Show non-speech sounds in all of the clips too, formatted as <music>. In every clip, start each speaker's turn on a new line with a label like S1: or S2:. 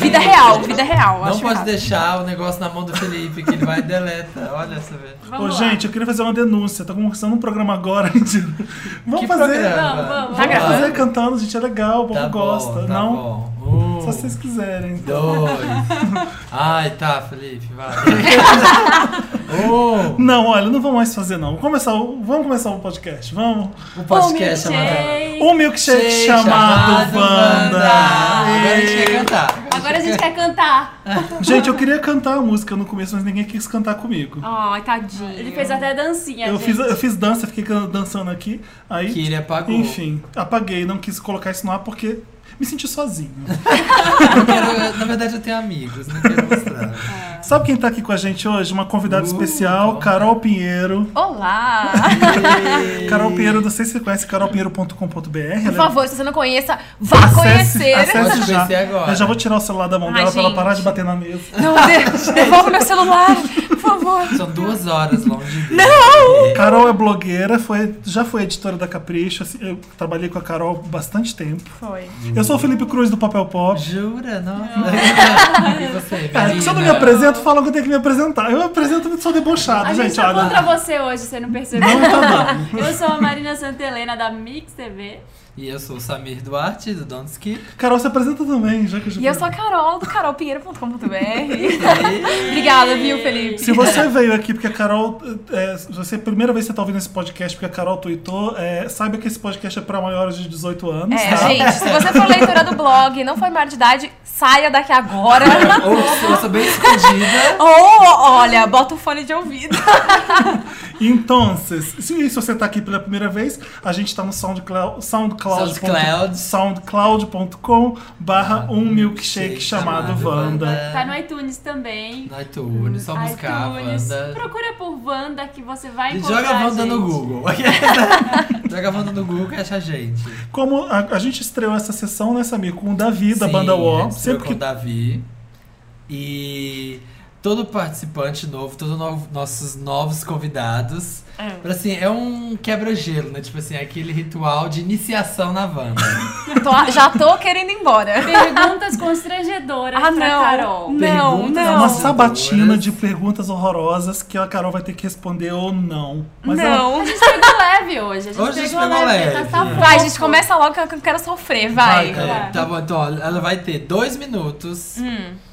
S1: Vida real, vida real.
S2: Não
S1: acho
S2: pode
S1: errado.
S2: deixar o negócio na mão do Felipe, que ele vai e deleta. Olha essa vez.
S3: Ô,
S4: Vamos lá.
S3: gente, eu queria fazer uma denúncia. Tá começando um programa agora, <laughs> gente. Vamos
S2: Que
S3: fazer.
S2: programa?
S4: Vamos, vamos.
S1: Tá
S3: Vamos fazer
S1: gravando?
S3: cantando, gente. É legal, o povo
S2: Tá
S3: gosta.
S2: bom, tá
S3: não?
S2: bom. Um,
S3: Só se vocês quiserem. Então.
S2: dois. Ai, tá, Felipe,
S3: <laughs>
S2: vai. um,
S3: Não, olha, não vamos mais fazer, não. Vamos começar o, vamos começar o podcast. Vamos.
S2: o podcast é maravilhoso.
S4: milkshake.
S3: O milkshake chamado Wanda.
S2: Agora a gente quer cantar.
S4: Agora a gente quer cantar.
S3: Gente, eu queria cantar a música no começo, mas ninguém quis cantar comigo.
S1: Ai, tadinho.
S4: Ele fez até dancinha.
S3: eu,
S4: gente.
S3: fiz, eu fiz dança, fiquei can- dançando aqui. Aí,
S2: Que ele apagou.
S3: enfim, apaguei. Não quis colocar isso no ar porque me senti sozinho.
S2: Eu quero- na verdade, eu tenho amigos, não quero mostrar.
S3: Sabe quem tá aqui com a gente hoje? Uma convidada
S2: Uh,
S3: especial,
S2: bom.
S3: Carol Pinheiro.
S1: Olá!
S4: <laughs>
S3: Carol Pinheiro, não sei se você conhece carolpinheiro.com.br.
S1: Por favor, se você não conhece, vá
S3: Acesse,
S1: conhecer.
S3: acesse
S2: Pode
S3: já.
S2: conhecer agora.
S3: Eu já vou tirar o celular da mão
S1: Ai,
S3: dela pra ela
S1: Ah, gente.
S3: parar de bater na mesa.
S1: Não,
S3: <laughs>
S1: de- devolve meu celular, por favor.
S2: São duas horas longe dele. Não!
S3: Carol é blogueira, foi, já foi editora da Capricho. assim, eu trabalhei com a Carol bastante tempo.
S1: Foi.
S3: Eu sou o Felipe Cruz do Papel Pop.
S2: Jura? Nossa. <laughs> E você,
S3: É, se eu não me
S2: menina?
S3: apresento, falam que eu tenho que me apresentar. Eu apresento, sou debochado,
S4: A gente
S3: Ah, gente.
S1: é
S4: tá contra
S3: olha.
S4: você hoje, você não percebeu?
S3: Não tá bom.
S4: Eu sou a Marina Santelena da Mix TV.
S2: E eu sou o Samir Duarte, do Don't Skip.
S3: Carol se apresenta também, já que eu já
S1: E eu sou a Carol, do carolpinheiro.com.br. Obrigada, viu, Felipe?
S3: Se você veio aqui porque a Carol. É, se você, a primeira vez que você tá ouvindo esse podcast porque a Carol tweetou, é, saiba que esse podcast é pra maiores de 18 anos,
S1: É,
S3: tá?
S1: gente, se você for leitora do blog e não foi maior de idade, saia daqui agora.
S4: Tá
S2: Ou eu sou bem escondida.
S1: <laughs> Ou, olha, bota o fone de ouvido.
S3: Então, se, se você tá aqui pela primeira vez, a gente tá no SoundCloud, SoundCloud.
S2: SoundCloud. Ah,
S3: soundcloud.com barra um milkshake chamado Wanda.
S4: Tá no iTunes também.
S2: No iTunes, só buscar
S4: iTunes.
S2: a Wanda.
S4: Procura por Wanda que você vai
S2: E
S4: encontrar.
S2: joga a Wanda no
S4: gente. <laughs>
S2: Google. <laughs> joga a Wanda no Google que acha a gente.
S3: Como a, a gente estreou essa sessão, né, Samir, com o Davi, da
S2: Sim,
S3: banda
S2: a
S3: UO.
S2: gente estreou
S3: Sempre
S2: com o
S3: que
S2: Davi. E todo participante novo, todos nossos novos convidados. Assim, é um quebra-gelo, né? Tipo assim, aquele ritual de iniciação na Wanda.
S1: Tô- já tô querendo ir embora.
S4: Perguntas constrangedoras
S1: Ah,
S4: pra
S1: não.
S4: Carol.
S1: Não,
S2: Perguntas
S3: é uma
S1: não.
S2: massa-
S3: sabatina
S2: Horrorosa.
S3: de perguntas horrorosas que a Carol vai ter que responder ou não. Mas ela-
S1: Não.
S4: A gente pegou
S5: É,
S4: leve hoje. A gente
S2: Hoje a gente
S4: pegou,
S2: pegou
S4: leve.
S2: leve.
S4: Tá, tá
S1: Vai,
S4: fofo.
S1: gente, começa logo que eu quero sofrer, vai.
S3: Vai,
S2: É, tá bom, então ó, ela vai ter dois minutos.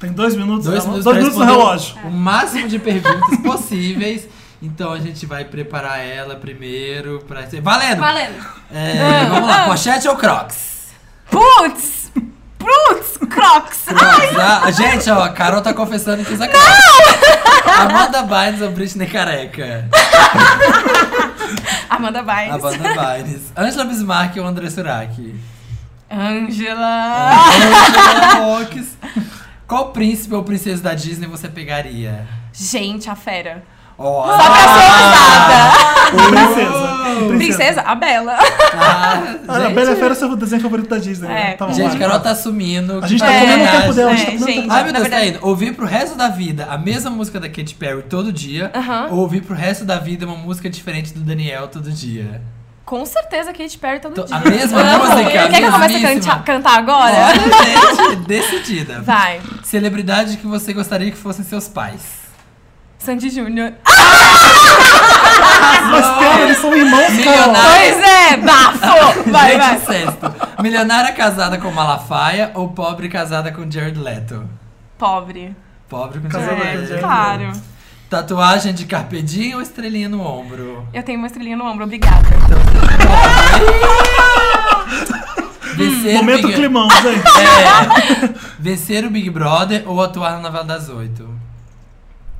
S3: tem dois minutos,
S2: Dois
S3: ela-
S2: minutos, pra
S3: dois minutos Tá no
S2: responder
S3: relógio.
S2: O máximo de perguntas possíveis. Então a gente vai preparar ela primeiro pra. Valendo!
S4: Valendo.
S2: É, vamos lá, pochete ou crocs?
S1: Putz! Putz! Crocs!
S2: Crocs, ah, gente, ó, a Carol tá confessando que usa crocs. Amanda Bynes ou Britney Careca?
S1: Amanda Bynes.
S2: Amanda Bynes. Angela Bismarck ou André Surak?
S1: Angela.
S2: Angela Fox. Qual príncipe ou princesa da Disney você pegaria?
S1: Gente, a fera.
S2: Ó, tá,
S1: Só pra ser usada.
S3: Princesa.
S1: Princesa? A Bela.
S3: Ah,
S2: ah,
S3: A Bela e a Fera é o seu desenho favorito da Disney. né?
S1: É.
S3: Tá bom,
S2: Gente,
S3: vai.
S2: Carol tá sumindo.
S3: A gente tá
S1: É,
S3: comendo o tempo
S2: Verdade.
S3: dela. a gente
S1: é,
S3: tá comendo o tempo
S1: gente.
S3: dela.
S2: Ai, meu
S1: Na
S2: Deus, tá
S1: verdade-
S2: indo. Ouvir pro resto da vida a mesma música da Katy Perry todo dia.
S1: Aham.
S2: Ou ouvir pro resto da vida uma música diferente do Daniel todo dia.
S1: Com certeza Kate Perry todo
S2: Tô-
S1: dia.
S2: a mesma
S1: Amo.
S2: música, a
S1: Quer que eu comece a
S2: mesmíssima.
S1: canta- cantar agora?
S2: Olha, gente, decidida.
S1: Vai.
S2: Celebridade que você gostaria que fossem seus pais.
S1: Sandy Júnior.
S3: Mas pera, eles são irmãos, Carol.
S2: Milionário.
S1: Pois é,
S2: <laughs>
S1: bafo! <laughs> Vai,
S2: gente,
S1: vai.
S2: sexto. Milionária casada com Malafaia ou pobre casada com Jared Leto?
S1: Pobre.
S2: Pobre com
S3: Casada
S2: Jared
S3: com
S2: Leto.
S3: Jared
S1: Claro.
S2: Tatuagem de carpedinho ou estrelinha no
S1: <laughs>
S2: ombro?
S1: Eu tenho uma estrelinha no ombro, obrigada.
S2: Vencer o
S3: Momento
S2: Big-
S3: climão, gente.
S2: É. Vencer o Big Brother ou atuar na novela das oito?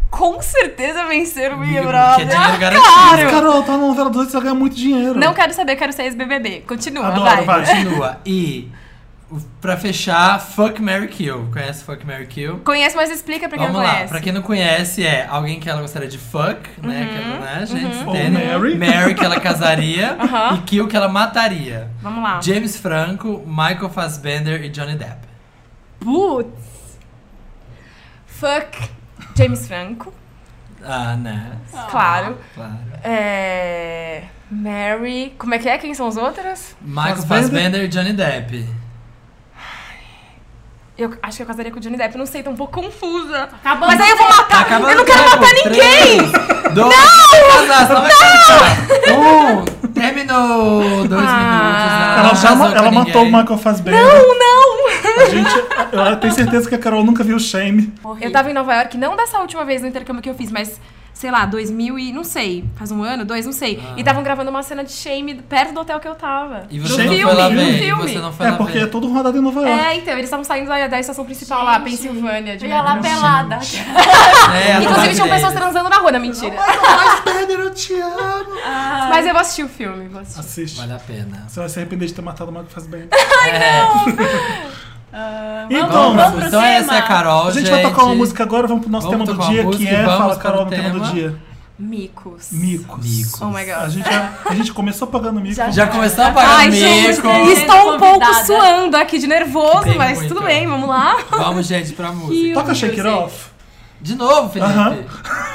S1: com certeza vencer o Big
S2: Big
S1: Brother.
S2: Brother, que é dinheiro
S1: Ah,
S2: garantido.
S1: claro.
S3: Carol, tá na novela 2, você vai ganhar muito dinheiro.
S1: Não quero saber, quero ser ex-BBB. Continua,
S3: Adoro,
S1: vai.
S3: vai.
S2: Continua. E pra fechar, Fuck Mary Kill. Conhece Fuck Mary Kill?
S1: Conhece, mas explica pra quem
S2: Vamos
S1: não
S2: lá,
S1: conhece. Uhum,
S2: pra quem não conhece, é alguém que ela gostaria de fuck, né? Que ela, né, gente?
S3: Ou
S2: entende?
S3: Mary.
S2: Mary que ela casaria
S1: <laughs> Aham.
S2: e Kill que ela mataria.
S1: Vamos lá.
S2: James Franco, Michael Fassbender e Johnny Depp.
S1: Putz. Fuck James Franco,
S2: Ah, né?
S1: claro.
S2: Claro.
S1: É... Mary... Como é que é? Quem são os outros?
S2: Michael
S3: Fassbender.
S2: Fassbender e Johnny Depp.
S1: Eu acho que eu casaria com o Johnny Depp. Não sei, tô um pouco confusa.
S4: Acabou.
S1: Mas aí eu vou
S2: Tá
S1: matar.
S2: acabando
S1: eu não
S2: o
S1: quero
S2: tempo.
S1: matar ninguém.
S2: Três, Dois, não! Casar, não! Vai casar. Um, terminou dois minutos.
S1: Ah.
S2: né?
S3: Ela, já
S2: Casou
S3: ma-
S2: com
S3: ela matou o
S2: ninguém.
S3: Michael Fassbender.
S1: Não, não.
S3: A gente, eu tenho certeza que a Carol nunca viu Shame.
S1: Eu tava em Nova York, não dessa última vez no intercâmbio que eu fiz, mas sei lá, 2000 e não sei, faz um ano, dois, não sei.
S2: Ah.
S1: E estavam gravando uma cena de Shame perto do hotel que eu tava.
S2: E
S1: Do
S2: você não
S1: filme,
S2: foi lá
S1: do
S2: ver. E
S1: filme.
S2: você não foi
S3: É,
S2: lá
S3: porque é
S2: ver.
S3: todo rodado em Nova York.
S1: É, então, eles estavam saindo da, da estação principal lá,
S4: Gente,
S1: Pensilvânia, de
S4: Eu ia lá
S1: Melbourne.
S4: pelada.
S2: É, ela
S1: Inclusive um
S2: tá
S1: tinham
S2: deles.
S1: pessoas transando na rua, não, mentira.
S3: Fassbender, eu te amo.
S1: Mas eu vou assistir o filme, vou assistir.
S3: Assiste.
S2: Vale a pena.
S3: Você vai se arrepender de ter matado o Michael Fassbender.
S2: É.
S4: Ah,
S3: Então,
S4: vamos, vamos pro
S2: então
S4: tema.
S2: essa é a Carol,
S3: A gente,
S2: gente.
S3: vai tocar uma música agora, vamos pro nosso
S2: Vamos
S3: tema do
S2: tocar uma
S3: dia, que
S2: música e
S3: é
S2: vamos
S3: Fala
S2: para
S3: Carol
S2: o
S3: no tema do
S2: tema.
S3: dia.
S1: Micos.
S3: Micos.
S2: Micos.
S1: Oh my god.
S3: A gente, a, a gente começou pagando mico.
S4: Já-
S2: Já começou a pagar
S1: Ai,
S2: o
S1: gente,
S2: mico.
S4: isso-
S1: estou um pouco
S4: Convidada.
S1: suando aqui de nervoso,
S2: Tem
S1: mas
S2: muito.
S1: tudo bem, vamos lá.
S2: Vamos, gente,
S1: <laughs>
S2: pra música.
S3: Toca Shake It Off.
S2: De novo, Felipe.
S3: Aham.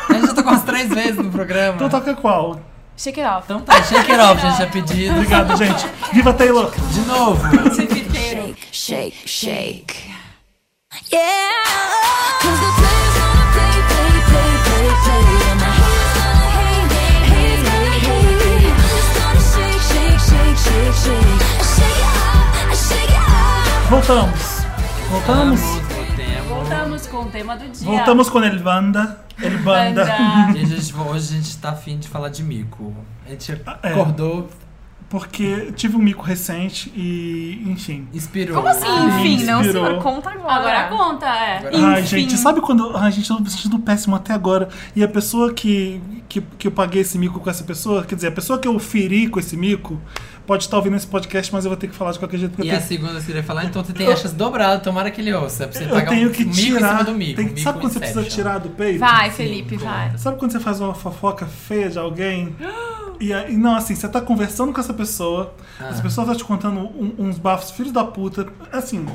S2: A gente já tocou umas três vezes no programa.
S3: Então toca qual?
S1: Shake it off.
S2: Então tá, shake it off, gente, já pedido.
S3: Obrigado, gente. Viva Taylor!
S2: De novo.
S6: Shake, shake, shake. Yeah. Cause the play's gonna play, play, play, play, play. And the haters gonna hate, haters gonna hate. I'm just gonna shake, shake, shake, shake, shake. I shake it up, I shake it up.
S3: Voltamos. Voltamos?
S2: Voltamos.
S4: Voltamos com o tema do dia.
S3: Voltamos com El Banda. El
S4: Banda.
S3: Banda.
S2: Gente, a gente- hoje a gente tá afim de falar de mico. A gente
S3: é.
S2: acordou,
S3: Porque tive um mico recente e, enfim.
S2: inspirou.
S1: Como assim, enfim? Não,
S3: inspirou.
S1: senhor, conta agora.
S4: Agora conta, é.
S2: Agora-
S3: Ai,
S1: Enfim.
S3: gente, sabe quando. Ai, gente, eu tô me sentindo péssimo até agora. E a pessoa que, que, que eu paguei esse mico com essa pessoa, quer dizer, a pessoa que eu feri com esse mico, pode estar ouvindo esse podcast, mas eu vou ter que falar de qualquer jeito. Porque
S2: E é
S3: eu
S2: a
S3: tenho,
S2: segunda você vai falar, então você tem achas dobradas, tomara que ele ouça. Pra você
S3: eu
S2: pagar
S3: tenho
S2: um
S3: que
S2: mico em
S3: tirar.
S2: cima do mico.
S3: tem-
S2: mico
S3: sabe quando você precisa
S2: inception.
S3: tirar do peito?
S1: Vai,
S2: Sim,
S1: Felipe,
S2: conta.
S1: vai.
S3: Sabe quando você faz uma fofoca feia de alguém? E, aí- não, assim, você tá conversando com essa pessoa,
S2: Ah.
S3: essa pessoa tá te contando um- uns bafos, filhos da puta, assim.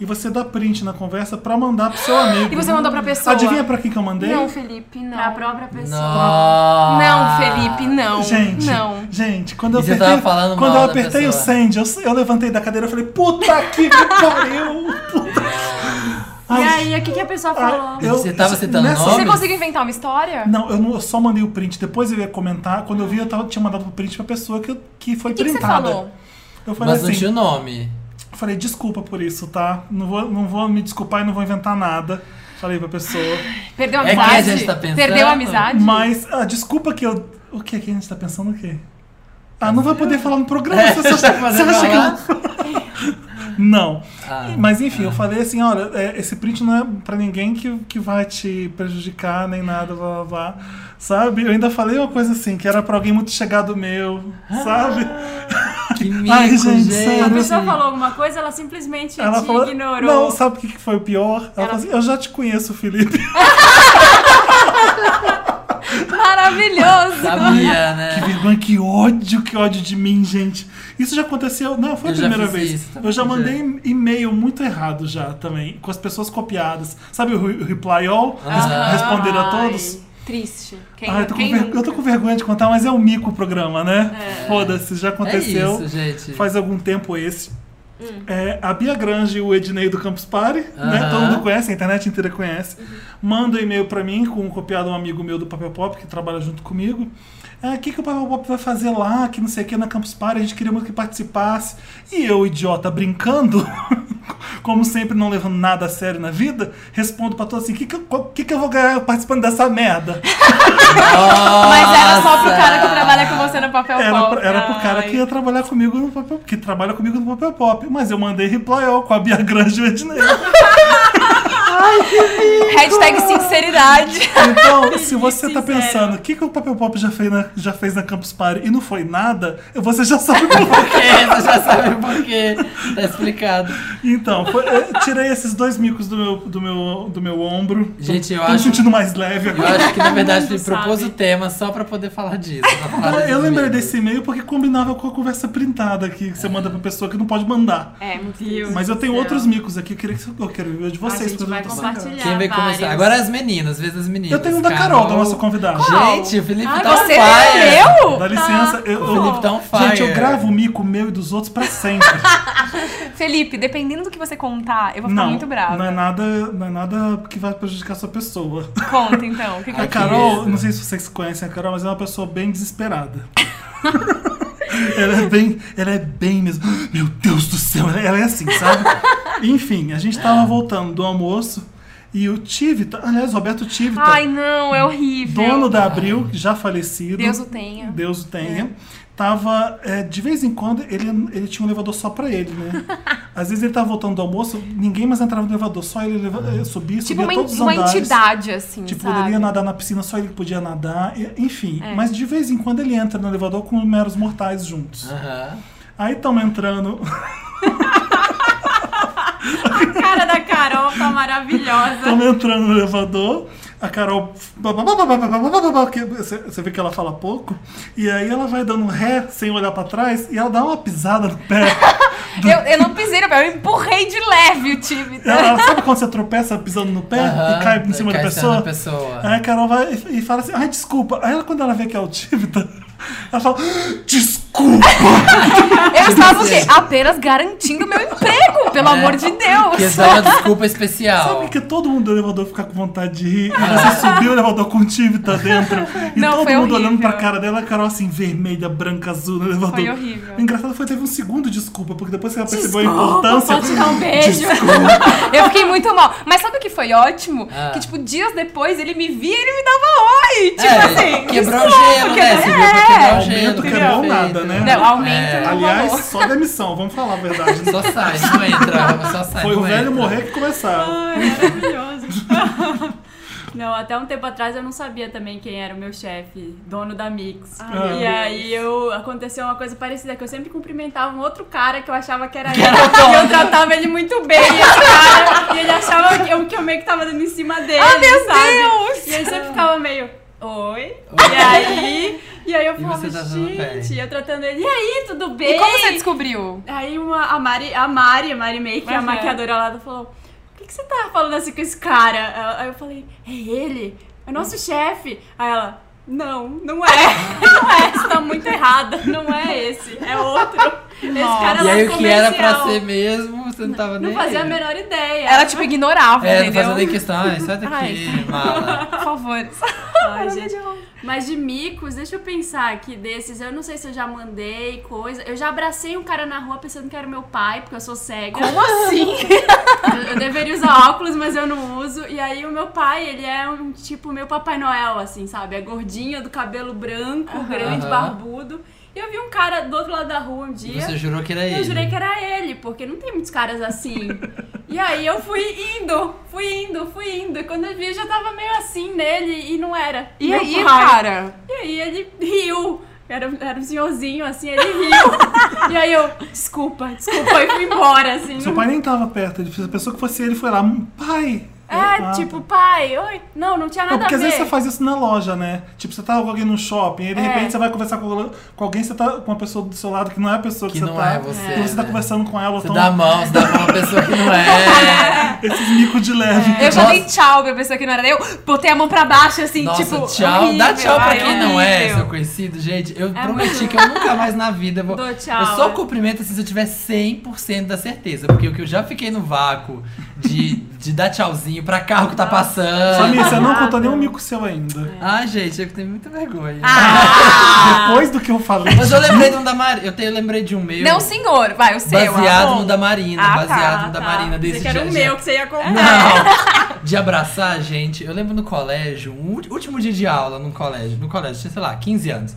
S3: E você dá print na conversa pra mandar pro
S2: <gasps>
S3: seu amigo.
S1: E você mandou pra pessoa.
S3: Adivinha pra quem que eu mandei?
S1: Não, Felipe, não.
S4: Pra própria pessoa.
S2: Não.
S1: Não, Felipe, não.
S3: Ah, Gente,
S1: Não.
S3: gente, quando eu
S2: E você
S3: apertei,
S2: tava falando
S3: quando
S2: mal
S3: eu
S2: da
S3: apertei o
S2: pessoa.
S3: send, eu, eu levantei da cadeira e falei, puta que me pariu! Puta.
S4: E
S3: Ai,
S4: aí, o que, que a pessoa falou?
S3: eu-
S2: Você tava citando
S3: nessa-
S2: nome?
S1: Você conseguiu inventar uma história?
S3: Ah, Não, eu, não- eu só mandei o print. Depois eu ia comentar. Quando eu vi, eu tava, tinha mandado o print pra pessoa que, que foi
S1: O que, que você
S3: printada.
S1: falou?
S3: Eu falei
S2: Mas não
S3: assim,
S2: tinha o nome.
S3: eu falei, desculpa por isso, tá? Não vou, não vou me desculpar e não vou inventar nada. Falei
S1: <laughs>
S3: pra pessoa.
S1: Perdeu a
S2: É que
S1: amizade?
S2: a gente tá pensando.
S1: Perdeu a amizade?
S3: Mas a desculpa que eu. O que é que a gente tá pensando o quê? Ah, não vai poder falar no programa.
S2: <laughs>
S3: você acha,
S2: tá fazendo
S3: você acha que
S2: falar?
S3: eu- Não.
S2: Ah.
S3: Mas enfim, eu falei assim, olha, é, esse print não é pra ninguém que, que vai te prejudicar, nem nada, blá blá blá. Sabe? Eu ainda falei uma coisa assim, que era pra alguém muito chegado meu,
S2: Ah,
S3: sabe?
S2: Que mico,
S3: Ai, gente, assim,
S2: gente.
S4: A
S3: sério.
S4: pessoa falou alguma coisa, ela simplesmente te ignorou.
S3: Não, sabe o que que foi o pior? Ela, falou assim, eu já te conheço, Felipe.
S1: Maravilhoso!
S2: Sabia,
S3: Que
S2: né?
S3: vergonha, que ódio, que ódio de mim, gente. Isso já aconteceu, não, foi a
S2: Eu já
S3: primeira
S2: fiz
S3: vez.
S2: isso também,
S3: eu já
S2: já.
S3: mandei e-mail muito errado já também, com as pessoas copiadas. Sabe o re- o reply all? Res-
S2: Aham.
S3: Responder a
S4: Ai,
S3: todos?
S4: Triste. Quem,
S3: Ah, eu tô, com
S4: quem
S3: ver-
S4: nunca?
S3: eu tô com vergonha de contar, mas é um mico o programa, né? Foda-se, já
S2: É
S3: aconteceu.
S2: isso, gente.
S3: faz algum tempo esse.
S4: Hum.
S3: É, a Bia Grange e o Ednei do Campus Party, né?
S2: Aham.
S3: Todo mundo conhece, a internet inteira conhece.
S4: Uhum.
S3: Manda um e-mail pra mim com um copiado um amigo meu do Papel Pop, que trabalha junto comigo. É, o que, que o Papel Pop vai fazer lá, que não sei o que, na Campus Party, a gente queria muito que participasse. E eu, idiota, brincando, <laughs> como sempre, não levando nada a sério na vida, respondo pra todos assim, o que, que, eu- qual- que que eu vou ganhar participando dessa merda?
S2: Ah,
S1: Mas era só pro
S2: Nossa.
S1: cara que trabalha com você no papel
S3: Era,
S1: pop.
S3: pra- era pro cara que ia trabalhar comigo no papel, que
S5: <laughs>
S3: trabalha comigo no papel pop, mas eu mandei reply all com a Bia Grande e o Ednei.
S1: Hashtag sinceridade.
S3: Então, se você tá
S5: sincero.
S3: pensando o que, que o Papel Pop já fez, na, já fez na Campus Party e não foi nada, você já sabe por quê.
S2: É, você já sabe por quê. Tá explicado.
S5: <laughs>
S3: Então, foi- eu tirei esses dois micos do meu, do meu, do meu ombro.
S2: Gente, eu
S3: Tô me
S2: acho,
S3: sentindo mais leve
S2: eu
S3: agora.
S2: acho que na verdade
S5: Todo
S2: me
S5: mundo
S2: propôs o
S5: sabe.
S2: tema só pra poder falar disso. pra falar desses
S3: Eu lembrei
S2: livros.
S3: desse e-mail porque combinava com a conversa printada que você manda pra pessoa que não pode mandar.
S5: É, meu Deus.
S3: Mas eu tenho
S5: do céu.
S3: outros micos aqui, eu, queria, que- eu quero ver o de vocês. mas
S5: gente
S3: eu
S5: vai
S3: não tô sacando.
S5: compartilhar.
S2: Quem vai começar?
S5: vários.
S2: Agora é as meninas, vez das meninas.
S3: Eu tenho um da Carol, da nossa convidada.
S2: Gente, o Felipe
S1: Ai,
S2: tá
S1: Então, Ah, você é
S2: on fire.
S1: leu?
S3: Dá licença, eu, eu-
S2: O Felipe tá on fire.
S3: Gente, eu gravo o mico meu e dos outros
S2: <laughs>
S3: pra sempre.
S1: Felipe, dependendo do que você contar,
S2: Tá
S1: eu vou ficar
S3: não,
S1: muito brava.
S3: não é nada, não é nada que vai prejudicar a sua pessoa.
S1: Conta então. O que que
S3: A
S2: Ai,
S3: Carol,
S2: querida.
S3: não sei se vocês conhecem a Carol, mas é uma pessoa bem desesperada. <laughs> ela é bem, ela é bem mesmo. Meu Deus do céu, ela- ela é assim,
S2: <laughs>
S3: sabe? Enfim, a gente tava voltando do almoço e o Tivita, aliás, Roberto Tivita,
S1: Ai, não, é horrível.
S3: dono da Abril, já falecido.
S1: Deus o tenha.
S3: Deus o tenha. Tava, é, de vez em quando, ele, ele tinha um elevador só pra
S1: <laughs>
S3: ele, né? Às vezes ele tava voltando do almoço, ninguém mais entrava no elevador, só ele leva, eh, subia,
S1: Tipo
S3: subia
S1: uma,
S3: todos os
S1: uma
S3: andares.
S1: entidade, assim,
S3: Tipo,
S1: sabe? É.
S3: ele ia nadar na piscina, só ele podia nadar, e- enfim. Mas de vez em quando ele entra no elevador com meros mortais juntos.
S2: Aham.
S3: Aí estão entrando. <laughs>
S5: A cara da Carol
S3: <laughs>
S5: tá maravilhosa.
S3: Estamos entrando no elevador, a Carol. que Você você vê que ela fala pouco, e aí ela vai dando ré sem olhar pra trás e ela dá uma pisada no pé.
S1: Eu, eu não pisei no pé, eu empurrei de leve o
S3: <laughs>
S1: time.
S3: Ela, sabe quando você tropeça pisando no pé
S2: Aham,
S3: e cai em cima da
S2: cai
S3: pessoa?
S2: pessoa.
S3: Aí a Carol vai e e fala assim: ai, desculpa. Aí ela, quando ela vê que é o Tívita, <laughs> ela fala: desculpa!
S1: Eu estava o quê? Apenas garantindo meu emprego, pelo
S2: É.
S1: amor de Deus.
S2: Quis dar uma desculpa especial.
S3: Sabe que todo mundo do elevador fica com vontade de rir? E você subiu o elevador com o Tivita dentro. E
S1: Não,
S3: todo
S1: foi
S3: mundo
S1: horrível.
S3: olhando pra cara dela, a Carol assim, vermelha, branca, azul no elevador.
S1: Foi horrível.
S3: O engraçado foi que teve um segundo desculpa, porque depois que ela percebeu a importância.
S5: Pode dar um beijo.
S1: <laughs> Eu fiquei muito mal. Mas sabe o que foi ótimo?
S2: Ah.
S1: Que, tipo, dias depois ele me via e ele me dava oi. Tipo
S2: É,
S1: assim.
S2: quebrou o gelo, né? Você viu pra quebrar o gelo.
S3: Aumento que é bom
S2: perfeito.
S3: nada, né?
S1: Não, aumento
S2: É,
S1: não.
S3: Aliás, só demissão, vamos falar a verdade. né?
S2: Só sai, não entra. Só sai,
S3: Foi
S2: não
S3: o velho
S2: entra.
S3: morrer que começaram.
S5: Ai, maravilhoso. Não, até um tempo atrás eu não sabia também quem era o meu chefe, dono da Mix.
S1: Ah,
S3: meu
S5: e
S3: Deus.
S5: aí eu aconteceu uma coisa parecida, que eu sempre cumprimentava um outro cara que eu achava que
S2: <laughs>
S5: era ele. e eu tratava ele muito bem, esse cara. e ele achava que eu, que eu meio que tava dando em cima dele,
S1: Ah, meu
S5: sabe?
S1: Deus!
S5: E ele sempre ficava meio, oi? E aí, e aí eu
S2: E
S5: falava,
S2: você tratando bem.
S5: gente, eu tratando ele, e aí, tudo bem?
S1: E como você descobriu?
S5: Aí uma, a Mari, a Mari, a Mari May, que é a
S1: Aham.
S5: maquiadora lá, falou: Por que, que você tá falando assim com esse cara? Ela- Aí eu falei: É ele? É nosso chefe. Aí ela: Não, não é. <laughs> Não é, você tá muito errada. Não é esse, é outro. Esse cara
S2: E
S5: lá
S2: aí o que era pra
S5: comercial."
S2: ser mesmo, você não tava
S5: Não
S2: nem
S5: fazia a
S2: aí.
S5: menor ideia.
S1: Ela, tipo, ignorava,
S2: É, não
S1: entendeu?
S2: fazia nem questão. Ai, sai daqui,
S1: Ai.
S2: mala.
S1: Por
S5: <laughs>
S1: favor.
S5: Ai, gente. Mas de micos, deixa eu pensar aqui desses. Eu não sei se eu já mandei coisa. Eu já abracei um cara na rua pensando que era meu pai, porque eu sou cega. Como assim? eu, eu deveria usar óculos, mas eu não uso. E aí o meu pai, ele é um tipo meu Papai Noel, assim, sabe? É gordinho, do cabelo branco, grande,
S2: Aham.
S5: barbudo. E eu vi um cara do outro lado da rua um dia.
S2: Você jurou que era
S5: E
S2: ele.
S5: Eu jurei que era ele, porque não tem muitos caras assim. E aí eu fui indo, fui indo, fui indo. E quando eu vi, eu já tava meio assim nele e não era.
S1: E
S5: Meu
S1: aí,
S5: pai.
S1: cara?
S5: E aí ele riu. Era, era um senhorzinho, assim, ele riu. <laughs> e aí eu, desculpa, desculpa, e fui embora, assim.
S3: Seu
S5: não-
S3: pai nem tava perto, ele a pessoa que fosse ele foi lá, "Hum, pai!
S5: É,
S3: Ah,
S5: tipo, pai, oi. Não, não tinha
S3: Não,
S5: nada
S3: porque
S5: a
S3: às
S5: ver.
S3: vezes você faz isso na loja, né? Tipo, você tá com alguém no shopping, aí de
S5: É.
S3: repente você vai conversar com, com alguém, você tá com uma pessoa do seu lado que não é a pessoa que,
S2: Que
S3: você
S2: não
S3: tá.
S2: é você,
S3: E você tá
S2: né?
S3: conversando com ela,
S2: Você
S3: então
S2: dá a mão, você dá a mão pra pessoa que não é.
S3: esses mico de leve.
S1: Eu já
S2: Nossa.
S1: dei tchau pra pessoa que não era eu, botei a mão pra baixo, assim,
S2: Nossa,
S1: tipo.
S2: tchau. Dá
S1: horrível.
S2: tchau pra
S1: Ai,
S2: quem não é
S1: horrível.
S2: seu conhecido, gente. Eu
S5: É
S2: prometi
S1: <laughs>
S5: muito-
S2: que eu nunca mais na vida vou.
S5: Dou tchau.
S2: Eu só cumprimento se eu tiver 100% da certeza. Porque o que eu já fiquei no vácuo de, de dar tchauzinho pra carro que tá passando.
S3: Samir, você não
S5: Nada.
S3: contou nenhum mico seu ainda.
S2: Ai, gente, eu tenho muita vergonha.
S1: Ah.
S2: <laughs>
S3: Depois do que eu falei.
S2: Mas eu lembrei de um da Marina. Eu tenho, lembrei de um meu.
S1: Não, senhor. Vai, o seu.
S2: Baseado
S1: Ramon.
S2: no da Marina.
S1: Ah, tá, um
S2: baseado no da
S5: tá.
S2: Marina desse
S5: Você que era
S2: dia-
S5: o meu, que você ia comprar.
S2: Não!
S1: <laughs>
S2: De abraçar, gente. Eu lembro no colégio, um ú- último dia de aula no colégio. No colégio, tinha, sei lá, 15 anos.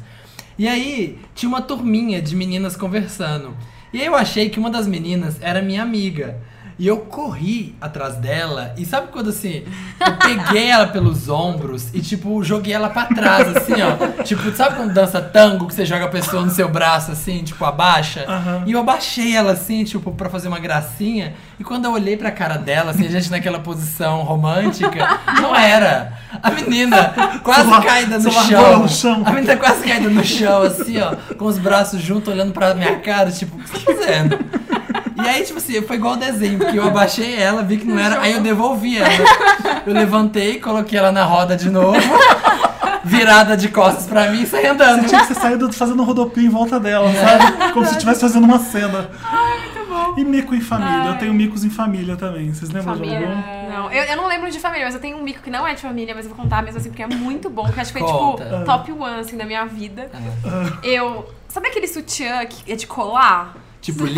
S2: E aí, tinha uma turminha de meninas conversando. E aí eu achei que uma das meninas era minha amiga. E eu corri atrás dela. E sabe quando assim, eu peguei ela pelos ombros e, tipo, joguei ela pra trás, assim, ó. Tipo, sabe quando dança tango que você joga a pessoa no seu braço, assim, tipo, abaixa? E eu abaixei ela, assim, tipo, pra fazer uma gracinha. E quando eu olhei pra cara dela, assim, a gente naquela posição romântica, não era. A menina quase
S3: Só-
S2: caída no
S3: só largou
S2: chão.
S3: ela no chão.
S2: A menina tá quase caída no chão, assim, ó, com os braços juntos, olhando pra minha cara, tipo, o que você tá fazendo? E aí, tipo assim, foi igual o desenho, porque eu abaixei ela, vi que não era, aí eu devolvi ela. Eu levantei, coloquei ela na roda de novo, <laughs> virada de costas pra mim e saí andando.
S3: Você <laughs> tinha que ter saído fazendo um rodopio em volta
S2: É.
S3: dela, sabe? Como se estivesse fazendo uma cena. Ai, muito bom. E mico em família. Eu tenho micos em família também. Vocês lembram de
S1: Família.
S3: algum?
S4: É.
S1: Não, eu, eu não lembro de família, mas eu tenho um mico que não é de família, mas eu vou contar mesmo assim, porque é muito bom. Que acho que foi
S2: Conta.
S4: Ah.
S1: tipo top one assim, da minha vida.
S2: Ah,
S1: Eu. Sabe aquele sutiã que é de colar?
S2: Tipo, li...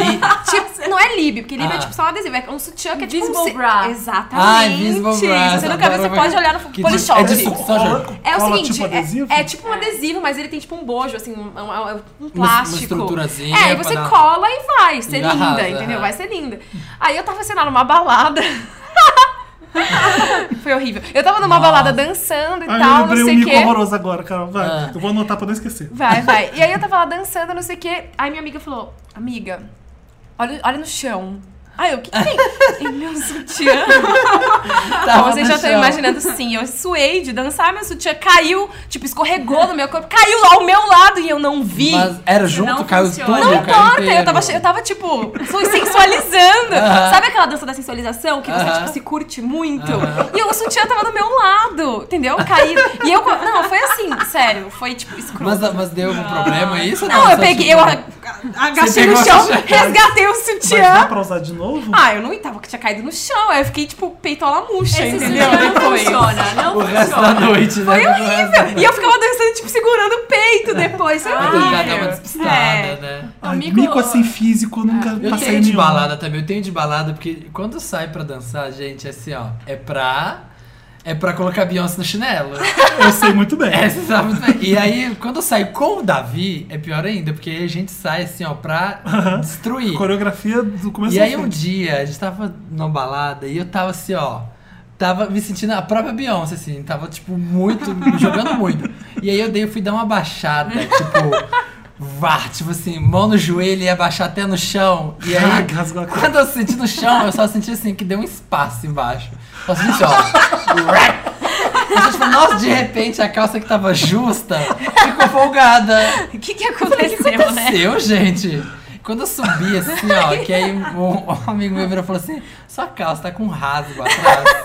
S4: <laughs>
S1: Tipo, não é lib, porque lib
S2: Ah.
S1: é tipo só um adesivo. É um sutiã que é tipo.
S4: Visible
S1: um ce-
S4: bra.
S2: Ah,
S1: Exatamente.
S2: invisible
S1: Se
S2: brass.
S1: você nunca viu, você
S2: adoro.
S1: pode olhar no
S2: Que
S1: Polishop.
S2: É de sucção,
S3: Cola-
S2: gente.
S1: É o
S3: cola
S1: seguinte,
S3: tipo
S1: é-
S3: adesivo?
S1: é, tipo um adesivo, mas ele tem tipo um bojo, assim, um, um- um
S2: Uma- uma
S1: plástico.
S2: estruturazinha
S1: É, e
S2: pra
S1: você
S2: dar-
S1: cola e vai ser
S2: E
S1: linda,
S2: arrasa, é.
S1: entendeu?
S2: aham.
S1: Vai ser linda. Aí eu tava, sei lá, numa balada. <laughs> Foi horrível. Eu tava numa
S2: Nossa.
S1: balada dançando e
S3: Ai,
S1: tal,
S3: eu
S1: não
S3: lembrei um
S1: sei o
S3: mico
S1: quê.
S3: horroroso agora, cara. Vai.
S2: Ah.
S3: Eu vou anotar pra não esquecer.
S1: Vai, vai. E aí eu tava lá dançando, não sei o quê. Aí minha amiga falou, amiga, olha, olha no chão. Aí eu, o que que
S2: <laughs>
S1: tem? e meu sutiã.
S2: Tava
S1: Vocês
S2: no
S1: já estão
S2: chão.
S1: imaginando, sim. Eu suei de dançar, meu sutiã caiu, tipo, escorregou no meu corpo, caiu ao meu lado e eu não vi.
S2: Mas era junto,
S4: Não
S2: caiu
S4: funciona.
S2: tudo,
S1: Não
S2: caiu
S1: importa,
S2: inteiro.
S1: eu tava, che- eu tava tipo, su- sensualizando.
S2: Aham.
S1: Sabe aquela dança da sensualização que você
S2: Aham.
S1: tipo, se curte muito?
S2: Aham.
S1: E o sutiã tava do meu lado, entendeu? Caído. E eu. co- Não, foi assim, sério. Foi tipo escroto.
S2: Mas, mas deu um problema isso? ou
S1: Ah. não, eu
S2: Só,
S1: peguei,
S2: tipo,
S1: eu a- a- agachei
S2: pegou
S1: no
S2: a
S1: chão,
S2: sutiã.
S1: resgatei o
S3: Mas dá
S1: sutiã.
S3: pra usar de novo?
S1: Ah, eu não tava que tinha caído no chão. Aí eu fiquei, tipo, peitola murcha,
S4: Esse
S1: entendeu?
S4: sutiã não
S1: Depois.
S4: funciona, não
S2: O resto
S4: funciona.
S2: da noite, né?
S1: Foi
S2: O resto da
S1: horrível. E eu ficava dançando, tipo, segurando o peito depois. Foi
S2: Ah,
S1: horrível.
S2: já dá uma despistada,
S1: É.
S2: né?
S3: Ai,
S4: mico-
S3: mico... assim
S1: Ah.
S3: físico, eu nunca
S2: Eu
S3: passei
S2: tenho de né?
S3: nenhum.
S2: balada também, eu tenho de balada, porque quando sai pra dançar, gente, é assim, ó, é pra. É pra colocar Beyoncé no <laughs> chinelo.
S3: Eu sei muito
S2: <laughs>
S3: bem.
S2: É, você sabe muito bem. E aí, quando eu saio com o Davi, é pior ainda, porque aí a gente sai assim, ó, pra destruir.
S3: Coreografia do começo
S2: E
S3: ao
S2: aí
S3: fim.
S2: um dia, a gente tava numa balada e eu tava assim, ó. Tava me sentindo a própria Beyoncé, assim, tava, tipo, muito, me jogando muito. E aí eu dei, eu fui dar uma
S3: <laughs>
S2: baixada, tipo, vá, tipo assim, mão no joelho e abaixar até no chão. E
S3: Ah,
S2: aí,
S3: <laughs> rasgou a cara.
S2: quando eu senti no chão, eu só senti assim, que deu um espaço embaixo. Só senti assim,
S3: <laughs>
S2: ó. Rack. A gente falou, nossa, de repente a calça que tava justa ficou folgada.
S1: O que, que aconteceu, né?
S2: Aconteceu, gente. Quando eu
S1: <laughs>
S2: subi assim, ó, que aí um, um amigo meu virou e falou assim: sua calça tá com rasgo atrás.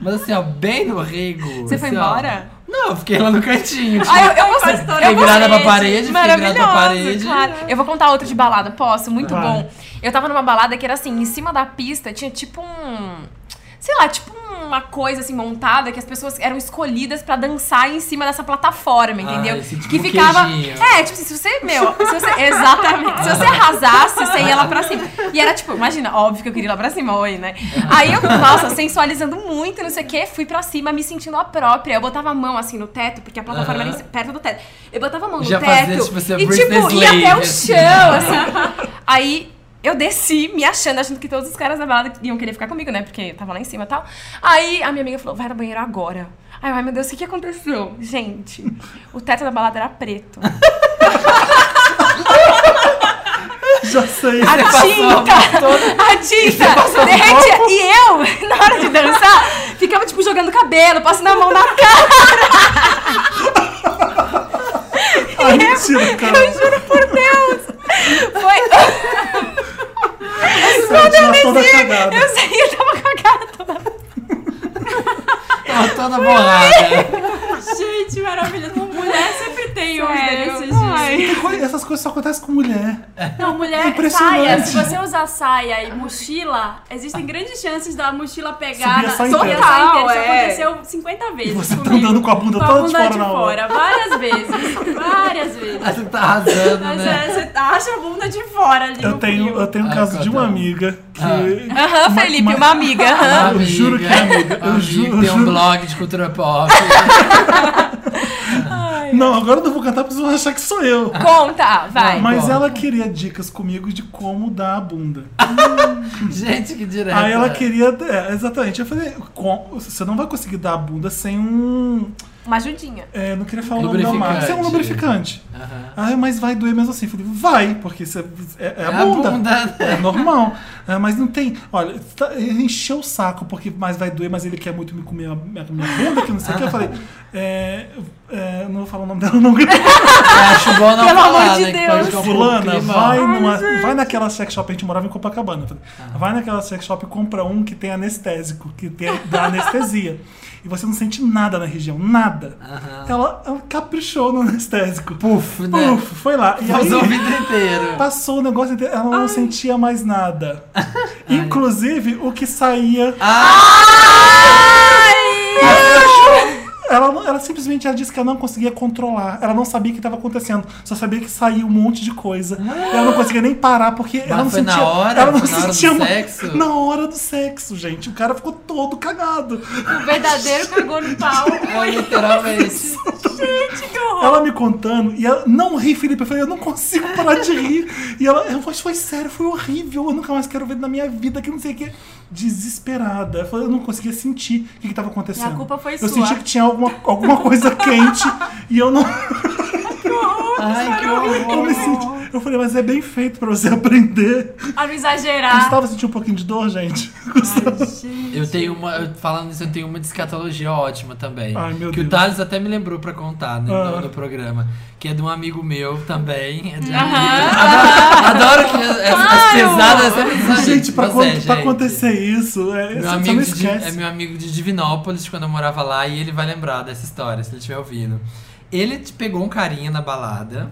S2: Mas assim, ó, bem no rego.
S1: Você foi
S2: assim, ó.
S1: embora?
S2: Não, eu fiquei lá no cantinho. tipo,
S1: Ah, eu, eu vou
S2: Fiquei virada pra parede, fiquei virada pra parede.
S1: Claro. Eu vou contar outro de balada, posso? Muito
S3: Vai.
S1: bom. Eu tava numa balada que era assim, em cima da pista tinha tipo um. Sei lá, tipo uma coisa assim montada que as pessoas eram escolhidas pra dançar em cima dessa plataforma, entendeu?
S2: esse tipo
S1: que
S2: um
S1: ficava.
S2: queijinho.
S1: É, tipo assim, se você. Meu, se você. Exatamente. Se você arrasasse, você ia lá pra cima. E era tipo, imagina, óbvio que eu queria ir lá pra cima, oi, né? Aí eu, nossa, sensualizando muito, não sei o quê, fui pra cima, me sentindo a própria. Eu botava a mão assim no teto, porque a plataforma
S2: Aham.
S1: era em- perto do teto. Eu botava a mão no
S2: Já
S1: teto.
S2: fazia, tipo, você
S1: e
S2: Britney
S1: tipo, ia
S2: Slave,
S1: até o
S2: assim.
S1: chão, assim. Aí eu desci, me achando, achando que todos os caras da balada iam querer ficar comigo, né? Porque eu tava lá em cima e tal. Aí a minha amiga falou: vai no banheiro agora. Aí eu, ai meu Deus, o que, que aconteceu? Gente, o teto da balada era preto.
S3: Já sei. <laughs>
S1: A
S2: passou
S1: tinta! A tinta! Derretia! E eu, <laughs> na hora de dançar, ficava, tipo, jogando cabelo, passando a mão na cara.
S3: Ai, Ah, mentira, cara.
S1: Eu juro por Deus!
S3: <laughs>
S1: Foi.
S3: Você tirar toda a cagada.
S1: Eu saí, eu tava com a cara toda.
S2: Tava toda borrada.
S4: Gente, maravilhoso. Mulher sempre tem uns
S1: Sério?
S4: desses,
S1: Ai.
S4: gente.
S3: Co- Essas coisas só acontecem com mulher.
S4: Não, mulher,
S3: Impressionante.
S4: saia. Se você usar saia e mochila, existem grandes chances da mochila pegar.
S3: Subir a saia
S4: subir
S3: inteira.
S4: a saia inteira.
S1: Total, é.
S4: Isso aconteceu 50 vezes.
S3: E você tá
S4: comigo.
S3: andando com a bunda
S4: Com a
S3: toda de
S4: bunda
S3: fora
S4: de
S3: na aula.
S4: fora. Várias vezes. Várias vezes.
S2: Aí Você tá arrasando,
S4: Mas
S2: né?
S4: é, você acha a bunda de fora ali.
S3: Eu
S4: no
S3: tenho,
S4: frio.
S3: eu tenho um
S2: Ai,
S3: caso de uma
S2: coitado.
S3: amiga que.
S2: Ah.
S1: Aham, Felipe,
S3: uma-
S1: uma amiga. aham.
S2: Uma
S3: eu juro que é amiga, eu
S2: amiga, um
S3: juro, eu
S2: Tem um
S3: juro.
S2: blog de cultura pop.
S3: Não, agora eu não vou cantar porque vocês vão achar que sou eu.
S1: <laughs> Conta, ah, vai.
S3: Mas
S2: Conta.
S3: ela queria dicas comigo de como dar a <laughs> bunda.
S2: <laughs> Gente, que direto.
S3: Aí ela queria. é, exatamente. Eu falei, com- você não vai conseguir dar a bunda sem um.
S1: Uma ajudinha.
S3: é, não queria falar o nome da
S2: Lubrificante.
S3: marca. Sem um lubrificante.
S2: Aham.
S3: Ah, mas vai doer mesmo assim. Eu Falei, vai, porque isso é, é- é a bunda.
S2: né?
S3: É normal. É, mas não tem. Olha, tá- ele encheu o saco, porque mais vai doer, mas ele quer muito me comer a minha, minha bunda, que não sei o que. Eu falei, é, é, eu não vou falar o nome dela, <laughs> não.
S2: Eu acho bom não
S1: Pelo
S2: falar,
S1: amor de
S2: né, que
S1: Deus.
S2: pode ficar um
S3: Fulana,
S2: clima.
S3: vai, numa, vai naquela sex shop, a gente morava em Copacabana. Eu falei, Vai naquela sex shop e compra um que tem anestésico, que tem,
S2: <laughs>
S3: dá anestesia. E você não sente nada na região, nada. Ela, ela caprichou no anestésico.
S2: Puf, né?
S3: Puf, foi lá. E
S2: Faz o
S3: aí,
S2: ouvido inteiro.
S3: passou o negócio inteiro, ela não sentia
S2: <laughs>
S3: mais nada. Inclusive, o que saía
S2: Ah,
S3: Ela, não- ela simplesmente ela disse que ela não conseguia controlar. Ela não sabia o que estava acontecendo. Só sabia que saía um monte de coisa. Ela não conseguia nem parar, porque ela não
S2: foi na
S3: sentia.
S2: hora?
S3: ela não
S2: Foi na hora do
S3: sentia mais-
S2: sexo?
S3: Na hora do sexo, gente. O cara ficou todo cagado.
S4: O verdadeiro cagou no pau.
S2: é literalmente.
S3: Ela me contando, e ela não ri, Felipe. Eu falei, eu não consigo parar de rir. E ela, eu, mas foi sério, foi horrível. Eu nunca mais quero ver na minha vida, que não sei o que. Desesperada. Eu, falei, eu não conseguia sentir o que estava acontecendo.
S4: E a culpa foi
S3: eu
S4: sua.
S3: Eu sentia que tinha alguma, alguma coisa quente
S4: <laughs>
S3: e eu não.
S2: Ai, que horror.
S3: Eu, me senti- eu falei, mas é bem feito pra você aprender.
S4: A não exagerar.
S3: Gustavo sentiu um pouquinho de dor, gente.
S2: <laughs> Eu tenho uma, eu- falando nisso, eu tenho uma de escatologia ótima também.
S3: Ai, meu
S2: que o
S3: Deus.
S2: Thales até me lembrou pra contar né,
S3: Ah.
S2: no, no programa. Que é de um amigo meu também. é de um amigo. Adoro, adoro que as, as- as pesadas. sabe?
S3: gente, pra,
S2: Mas
S3: quando-
S2: é,
S3: pra
S2: gente.
S3: acontecer isso, é,
S2: Meu
S3: você
S2: amigo
S3: não
S2: de,
S3: esquece.
S2: é meu amigo de Divinópolis, quando eu morava lá, e ele vai lembrar dessa história, se ele estiver ouvindo. Ele te pegou um carinha na balada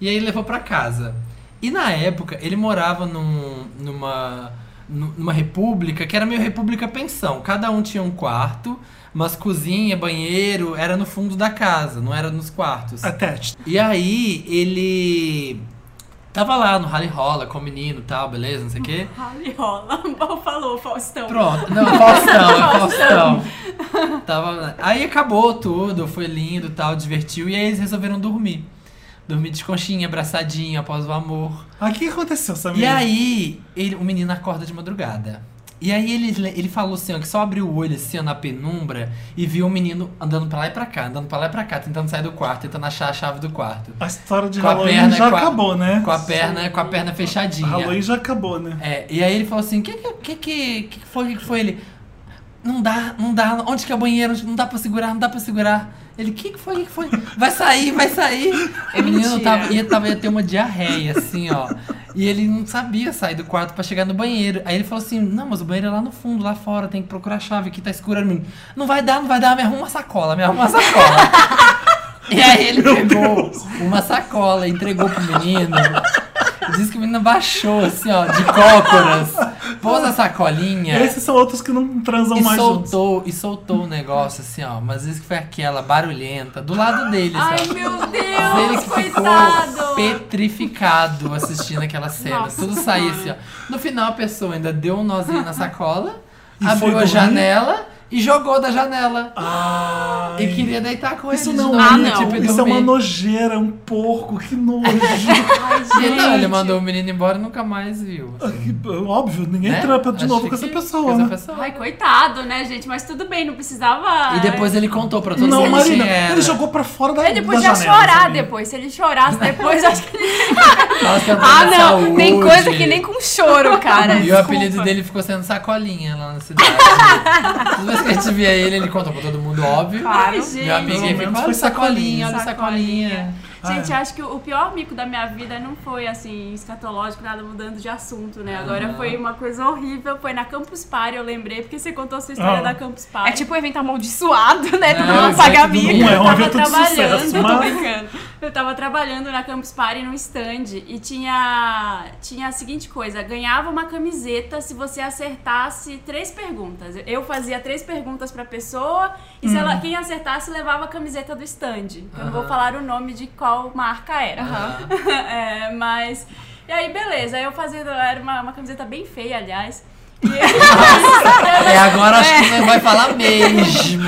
S2: e aí levou pra casa. E na época, ele morava num- numa, nu- numa república que era meio república pensão. Cada um tinha um quarto, mas cozinha, banheiro, era no fundo da casa, não era nos quartos.
S3: Até.
S2: E aí, ele tava lá no rally rola com o menino e tal, beleza, não sei o quê.
S4: Rale rola. <laughs> Mal falou, Faustão.
S2: Pronto, não, Faustão, é Faustão. Tava... Aí acabou tudo, foi lindo tal, divertiu, e aí eles resolveram dormir. Dormir de conchinha, abraçadinho, após o amor.
S3: Ah, o que aconteceu, Samir?
S2: E aí, ele- o menino acorda de madrugada. E aí ele, ele falou assim, ó, que só abriu o olho assim, ó, na penumbra e viu o menino andando pra lá e pra cá, andando pra lá e pra cá, tentando sair do quarto, tentando achar a chave do quarto.
S3: A história de
S2: Com a
S3: Halloween
S2: perna,
S3: já
S2: com a-
S3: acabou, né?
S2: Com a perna, com a perna fechadinha.
S3: Halloween já acabou, né?
S2: É, e aí ele falou assim: que que, que, que, que foi? Que que foi? Ele. Não dá, não dá. Onde que é o banheiro? Onde- Não dá pra segurar, não dá pra segurar. Ele, que que foi? Que que foi? Vai sair, vai sair. O menino tava, ia, tava, ia ter uma diarreia, assim, ó. E ele não sabia sair do quarto pra chegar no banheiro. Aí ele falou assim: não, mas o banheiro é lá no fundo, lá fora, tem que procurar a chave aqui, tá escuro. Ele, Não vai dar, não vai dar, me arruma uma sacola, me arruma uma sacola. <laughs> E aí ele pegou uma sacola e entregou pro menino. Diz que o menino baixou, assim, ó, de cócoras. Pôs a sacolinha
S3: Esses são outros que não transam
S2: É. e
S3: mais juntos.
S2: soltou, e soltou o negócio, assim, ó. Mas diz que foi aquela barulhenta, do lado dele,
S4: Ai,
S2: assim, ó.
S4: meu
S2: Mas ele
S4: Deus,
S2: que ficou
S4: coitado.
S2: petrificado assistindo aquela cena.
S4: Nossa
S2: Tudo saía assim, ó. No final, a pessoa ainda deu um nozinho na sacola,
S3: E foi
S2: abriu a
S3: dormir?
S2: janela e jogou da janela.
S3: Ai.
S2: Ah, E queria deitar com
S3: Isso
S2: ele.
S3: não,
S2: de
S3: é,
S2: novo,
S1: Ah, não.
S2: tipo, e
S3: Isso é uma
S2: dormir.
S3: nojeira, um porco,
S2: <laughs>
S3: que nojo.
S4: Ai,
S2: E
S4: gente.
S2: não, ele mandou o menino embora e nunca mais viu.
S3: Ah, que- Óbvio, ninguém
S2: né?
S3: trampa de
S2: Acho
S3: novo com essa
S2: que-
S3: pessoa,
S2: com essa
S3: né?
S2: pessoa.
S4: Ai, coitado, né, gente? Mas tudo bem, não precisava. né?
S2: E depois ele contou pra todo
S3: Não,
S2: mundo
S3: Marina,
S2: quem era.
S3: ele jogou pra fora da
S4: Ele
S3: da
S4: podia
S3: janela,
S4: chorar
S3: Samir.
S4: depois. Se ele chorasse depois,
S2: <laughs>
S4: acho que ele.
S3: tá
S2: Nossa, da
S1: Ah, não.
S2: saúde.
S1: Tem coisa que nem
S4: <laughs>
S1: com choro, cara.
S2: E o
S1: Desculpa.
S2: apelido dele ficou sendo Sacolinha lá na cidade. Toda vez que a gente via ele, ele contou pra todo mundo, óbvio.
S5: Ah,
S1: Claro.
S4: Ai, gente.
S2: Meu amigo
S3: Pelo
S2: ele Ah.
S3: menos
S2: ficou, olha
S3: foi
S2: o Sacolinha, olha o
S4: Sacolinha.
S2: Sacolinha.
S4: Gente, acho que o pior mico da minha vida não foi assim, escatológico, nada mudando de assunto, né? Agora
S2: Aham.
S4: foi uma coisa horrível, foi na Campus Party, eu lembrei, porque você contou a sua história
S3: Ah.
S4: da Campus Party.
S1: É tipo um evento amaldiçoado, né? Todo
S2: Não,
S1: mundo
S2: gente,
S1: paga a
S2: tudo
S1: mico.
S3: Não é
S4: eu
S3: um
S4: tava
S3: evento de
S4: trabalhando,
S3: sucesso,
S4: eu tô
S3: mas...
S4: brincando. Eu tava trabalhando na Campus Party num stand e tinha, tinha a seguinte coisa: ganhava uma camiseta se você acertasse três perguntas. Eu fazia três perguntas pra pessoa e se
S3: Hum.
S4: ela, quem acertasse levava a camiseta do stand. Eu não vou
S2: Aham.
S4: falar o nome de qual marca era. <laughs> É, mas. E aí, beleza. Aí eu fazendo. Era uma, uma camiseta bem feia, aliás.
S2: É, agora acho que não vai falar mesmo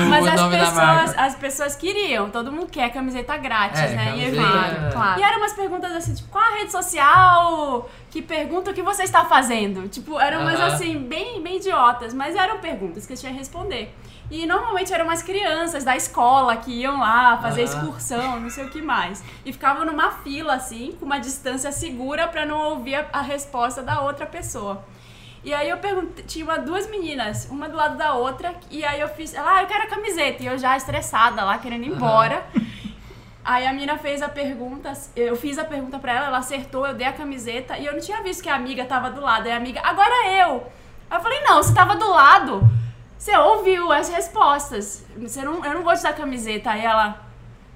S5: Mas
S2: o
S5: as
S2: nome da marca.
S5: pessoas, as pessoas queriam, todo mundo quer camiseta grátis,
S2: É,
S5: né? E
S2: camiseta- é.
S5: evento.
S2: Claro,
S5: E eram umas perguntas assim, tipo, qual a rede social que pergunta o que você está fazendo? Tipo, eram umas
S2: Aham.
S5: assim, bem, bem idiotas, mas eram perguntas que eu tinha que responder. E normalmente eram umas crianças da escola que iam lá fazer
S2: Aham.
S5: excursão, não sei o que mais. E ficavam numa fila, assim, com uma distância segura pra não ouvir a, a resposta da outra pessoa. E aí eu perguntei, tinha uma- duas meninas, uma do lado da outra, e aí eu fiz, ela, ah, eu quero a camiseta, e eu já estressada lá, querendo ir embora. Aí a mina fez a pergunta, eu fiz a pergunta pra ela, ela acertou, eu dei a camiseta e eu não tinha visto que a amiga tava do lado. Aí a amiga, agora eu! Aí eu falei, não, você tava do lado, você ouviu as respostas, você não, eu não vou te dar camiseta. Aí ela,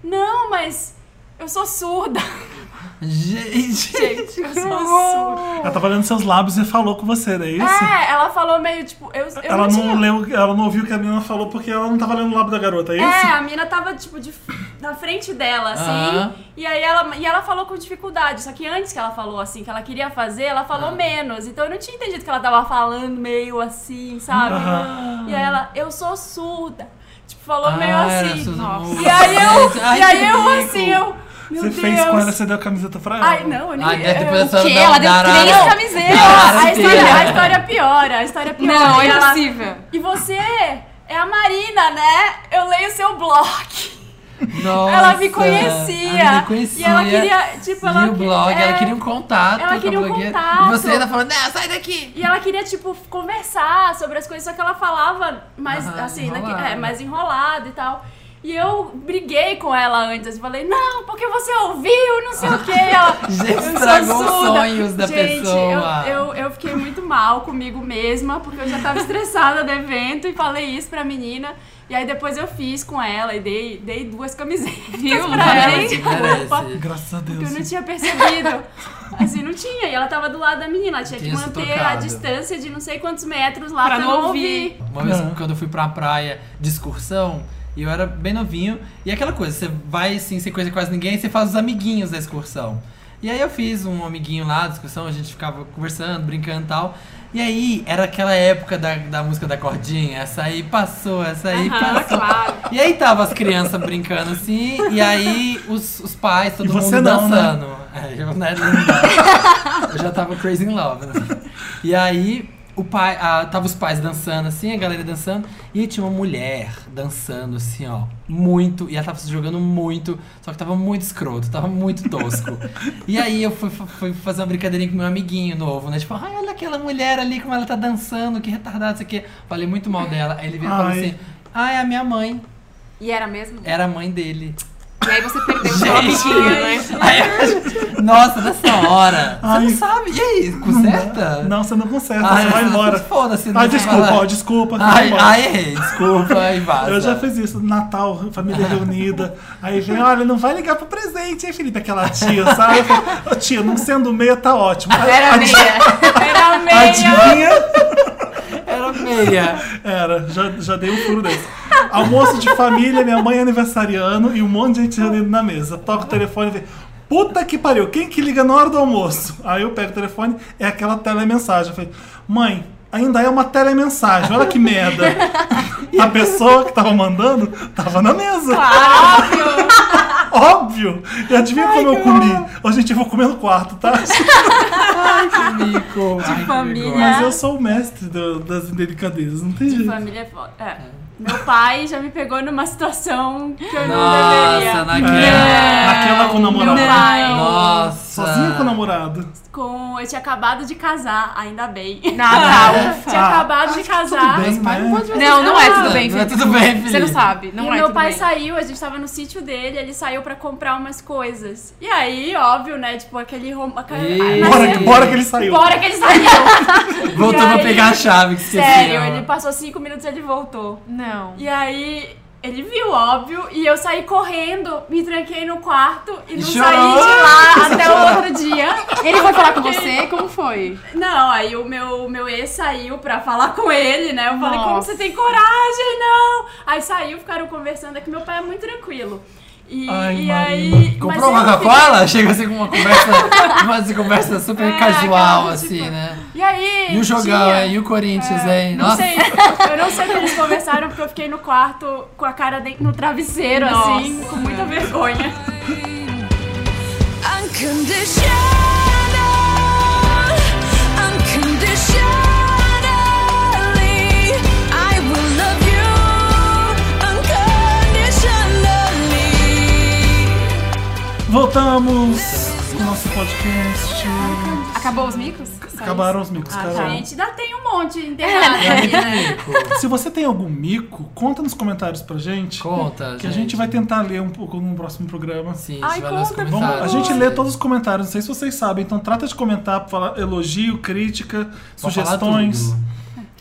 S5: não, mas eu sou surda. <laughs>
S2: Gente,
S5: Gente, eu sou surda.
S3: Ela tava lendo seus lábios e falou com você, não é isso?
S5: É, ela falou meio tipo, eu, eu
S3: ela,
S5: não tinha
S3: não leu, ela não ouviu o que a menina falou porque ela não tava lendo o lábio da garota, é isso?
S5: É, a mina tava, tipo, de, na frente dela, assim.
S2: Aham.
S5: E aí ela, e ela falou com dificuldade. Só que antes que ela falou, assim, que ela queria fazer, ela falou menos. Então eu não tinha entendido que ela tava falando meio assim, sabe?
S3: Aham.
S5: E aí ela, eu sou surda. Tipo, falou
S2: Ah,
S5: meio
S2: era
S5: assim.
S2: Susan
S1: nossa.
S2: Moore.
S5: E aí eu,
S2: Ai,
S5: e aí
S2: que
S5: eu
S2: rico.
S5: assim, eu. Meu
S3: você
S5: Deus.
S3: fez com ela, assim, você deu a camiseta pra ela.
S5: Ai, não, eu nem.
S2: Ah, deve ter
S5: eu-
S2: pensado
S1: Que?
S2: não,
S1: Ela deu
S2: dar
S1: três
S2: a-
S1: camisetas.
S2: dar
S5: a, história, a
S2: inteira.
S5: história piora, a história piora.
S1: Não,
S5: E
S1: é
S5: ela-
S1: impossível.
S5: E você é a Marina, né? Eu leio seu blog.
S2: Nossa,
S5: Ela me conhecia.
S2: Ela me conhecia.
S5: E ela queria, tipo, ela
S2: e o blog,
S5: é,
S2: ela queria um contato
S5: ela queria
S2: com
S5: um
S2: a blogueira.
S5: contato.
S2: E você ainda falando, não, sai daqui.
S5: E ela queria, tipo, conversar sobre as coisas, só que ela falava mais,
S2: Aham,
S5: assim, daqui-
S2: enrolada.
S5: é, mais enrolado e tal. E eu briguei com ela antes, falei, não, porque você ouviu, não sei o quê.
S2: <laughs>
S5: Ela,
S2: Gente,
S5: "Eu sou
S2: estragou os
S5: surda."
S2: sonhos da
S5: Gente,
S2: pessoa.
S5: Eu, eu, eu fiquei muito mal comigo mesma, porque eu já tava estressada do evento e falei isso pra menina. E aí depois eu fiz com ela e dei, dei duas camisetas
S1: Viu?
S5: <laughs> pra ela.
S2: Merece, merece.
S3: Graças a
S5: Porque
S3: Deus.
S5: eu não tinha percebido. Assim, não tinha. E ela tava do lado da menina. Ela tinha que
S2: Tinha se
S5: manter
S2: tocado.
S5: a distância de não sei quantos metros lá
S1: Pra
S5: pra,
S1: não
S5: não
S1: ouvir.
S5: ouvir.
S2: Uma vez
S3: Não.
S2: quando eu fui pra praia de excursão, e eu era bem novinho, e aquela coisa, você vai assim, você conhece quase ninguém, você faz os amiguinhos da excursão. E aí eu fiz um amiguinho lá da excursão, a gente ficava conversando, brincando e tal. E aí, era aquela época da, da música da cordinha, essa aí passou, essa aí
S5: Ah,
S1: Aham,
S2: passou.
S1: claro.
S2: E aí tava as crianças brincando assim, e aí os, os pais, todo
S3: E você
S2: mundo
S3: não, né?
S2: dançando. É, eu, né, eu já tava crazy in love. né? E aí o pai, a- tava os pais dançando assim, a galera dançando, e aí tinha uma mulher dançando assim, ó, muito, e ela tava se jogando muito, só que tava muito escroto, tava muito tosco. E aí eu fui, fui fazer uma brincadeirinha com meu amiguinho novo, né? Tipo, ai, olha aquela mulher ali, como ela tá dançando, que retardada, isso aqui. Falei muito mal dela. Aí ele veio e falou
S3: Ai.
S2: assim. Ah, é a minha mãe.
S1: E era mesmo?
S2: Era a mãe dele.
S1: E aí você perdeu o
S2: Gente.
S1: palpitinho, né?
S2: Aí eu acho- Nossa, nessa hora.
S3: Ai.
S2: Você não sabe. E aí, conserta? Ah, é.
S3: Não, você não consegue,
S2: Ai,
S3: você vai embora.
S2: <laughs> Foda-se. não
S3: Ai,
S2: vai
S3: desculpa,
S2: falar.
S3: ó, desculpa. vai
S2: Ai,
S3: embora.
S2: ai, errei. Desculpa, aí vaza.
S3: Eu já fiz isso, Natal, família reunida. Aí vem, olha, não vai ligar pro presente, hein, Felipe? Aquela tia, sabe? Eu falo, Ô, tia, não sendo meia, tá ótimo. A-
S1: Era
S3: adi-
S1: meia.
S5: Era meia.
S3: Adivinha?
S2: Era
S3: <laughs>
S2: meia.
S3: Era, já, já dei um furo desse. Almoço de família, minha mãe é aniversariando e um monte de gente reunido na mesa. Toca o telefone e vê. Puta que pariu, quem que liga na hora do almoço? Aí eu pego o telefone, é aquela telemensagem. Eu falei, mãe, ainda é uma telemensagem, olha que merda. A pessoa que tava mandando tava na mesa. Óbvio! E adivinha como eu comi? Ô, gente, eu vou comer no quarto, tá?
S2: Ai, que mico. De
S5: família.
S3: Mas eu sou o mestre do- das indelicadezas, não tem jeito.
S5: Família é foda. É. Meu pai já me pegou numa situação que eu não
S2: Nossa,
S5: deveria.
S3: É,
S2: naquela.
S3: aquela com o namorado.
S5: Meu pai.
S2: Nossa.
S3: Sozinha com o namorado.
S5: Com... Eu tinha acabado de casar, ainda bem. <laughs>
S1: Nada.
S5: Tinha
S3: Ah,
S5: acabado de casar.
S3: bem, né?
S1: Não, não é tudo bem,
S2: Não é
S1: Felipe.
S2: tudo bem, Felipe.
S1: Você não sabe. Não
S5: e
S1: é
S5: meu
S1: tudo
S5: pai
S1: bem.
S5: saiu, a gente tava no sítio dele, ele saiu pra comprar umas coisas. E aí, óbvio, né? Tipo, aquele rom... aquela-
S2: Ih.
S5: Mas
S3: Bora,
S5: ele-
S3: que- bora que ele saiu.
S5: Bora que ele saiu!
S2: Voltou
S5: E
S2: pra
S5: aí-
S2: pegar a chave que esqueceu.
S5: Sério, ele passou cinco minutos e ele voltou.
S1: Não.
S5: E aí, ele viu, óbvio, e eu saí correndo, me tranquei no quarto e não
S2: Chorou.
S5: saí de lá até o outro dia.
S1: Ele foi falar com você? Como foi?
S5: Não, aí o meu, o meu ex saiu pra falar com ele, né? Eu falei, como
S1: Nossa.
S5: você tem coragem, não? Aí saiu, ficaram conversando, é que meu pai é muito tranquilo. E
S4: E,
S2: Ai,
S4: e
S2: Marina.
S4: aí.
S2: Comprou
S4: mas
S2: uma
S4: eu fiquei-
S2: Coca-Cola? Chega assim com uma conversa, uma conversa super
S4: É,
S2: casual,
S4: aquela,
S2: assim,
S4: tipo,
S2: né?
S4: E aí?
S2: E o jogão,
S4: tia?
S2: é, e o Corinthians, hein?
S4: Não sei, eu não sei o que eles conversaram, porque eu fiquei no quarto com a cara dentro, no travesseiro, assim,
S1: Nossa.
S4: com muita vergonha.
S6: Unconditional, unconditionally, I will love you unconditionally.
S3: Voltamos com o nosso podcast.
S1: Acabou os micros? Só isso?
S3: Acabaram os micos,
S1: Ah,
S3: Carol.
S1: tá.
S4: Gente, ainda tem um monte enterrado
S1: É,
S4: aqui, né?
S3: Se você tem algum mico, conta nos comentários pra gente.
S2: <laughs> Conta,
S3: Que a gente vai tentar ler um pouco no próximo programa.
S2: Sim, a
S4: Ai,
S2: gente vai ler os
S4: conta, por
S2: comentários.
S3: Vamos- a gente lê todos os comentários, não sei se vocês sabem, então trata de comentar, falar elogio, crítica,
S2: Vamos falar
S3: sugestões.
S2: tudo.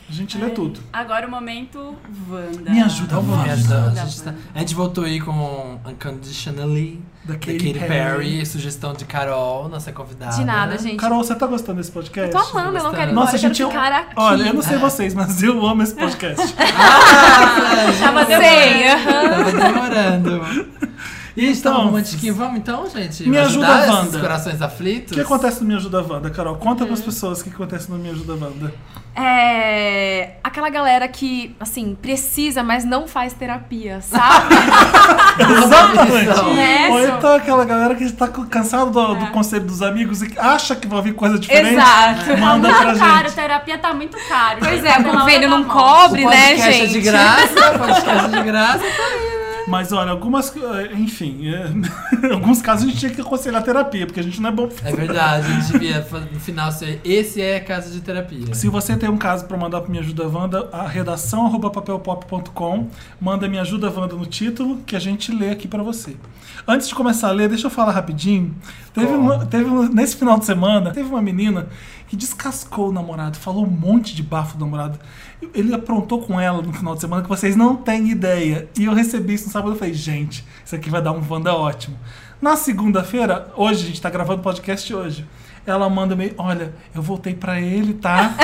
S3: A
S1: É.
S3: gente lê tudo.
S4: Agora o momento Wanda.
S3: Me ajuda,
S2: Então vamos,
S3: Wanda.
S2: me ajudar.
S4: Wanda,
S2: A gente, tá-
S4: Wanda.
S2: a gente voltou aí com Unconditionally,
S3: Da
S2: da
S3: Katy
S2: Katy,
S3: Perry.
S2: Perry, sugestão de Carol, nossa convidada.
S1: De nada,
S2: né?
S1: gente.
S3: Carol, você tá gostando desse podcast?
S1: eu tô amando, eu não quero ir embora,
S3: Nossa,
S1: eu quero
S3: gente, eu-
S1: ficar aqui.
S3: Olha, eu não sei vocês, mas eu amo esse podcast.
S1: Tava
S4: Sei.
S1: demorando.
S2: Ah, Tava demorando. E
S3: Então,
S2: então, romantiquinho, vamos então, gente?
S3: me ajuda,
S2: ajudar
S3: Wanda.
S2: esses corações aflitos?
S3: o que acontece no Me Ajuda Wanda, Carol? Conta pras pessoas o que acontece no Me Ajuda Wanda.
S1: <laughs> É. Aquela galera que, assim, precisa, mas não faz
S2: <laughs>
S1: terapia, sabe?
S3: Exatamente.
S1: Né?
S3: Ou então aquela galera que tá cansado do, do conselho dos amigos e acha que vai vir coisa diferente.
S1: Exato.
S3: Manda
S4: tá
S3: pra
S4: caro,
S3: gente.
S4: terapia tá muito caro.
S1: Pois
S4: gente,
S1: é, o
S4: pela
S1: convênio
S4: onda
S1: não
S4: da
S1: cobre,
S2: O
S1: né,
S2: podcast é
S1: gente?
S2: de graça, o podcast é de graça.
S3: Mas olha, algumas. eh, Enfim, eh, <laughs> em alguns casos a gente tinha que aconselhar terapia, porque a gente não é bom.
S2: É verdade, a gente devia fa- no final ser. Esse é casa de terapia.
S3: Se você tem um caso pra mandar pro Me Ajuda Wanda, a redação arroba papelpop.com, manda Me Ajuda Wanda no título, que a gente lê aqui pra você. Antes de começar a ler, deixa eu falar rapidinho. Teve, uma- teve uma- nesse final de semana, teve uma menina que descascou o namorado, falou um monte de bafo do namorado. Ele aprontou com ela no final de semana que vocês não têm ideia. E eu recebi isso no sábado e falei, gente, isso aqui vai dar um Wanda ótimo. Na segunda-feira, hoje, a gente tá gravando podcast hoje. Ela manda meio, olha, eu voltei pra ele, tá?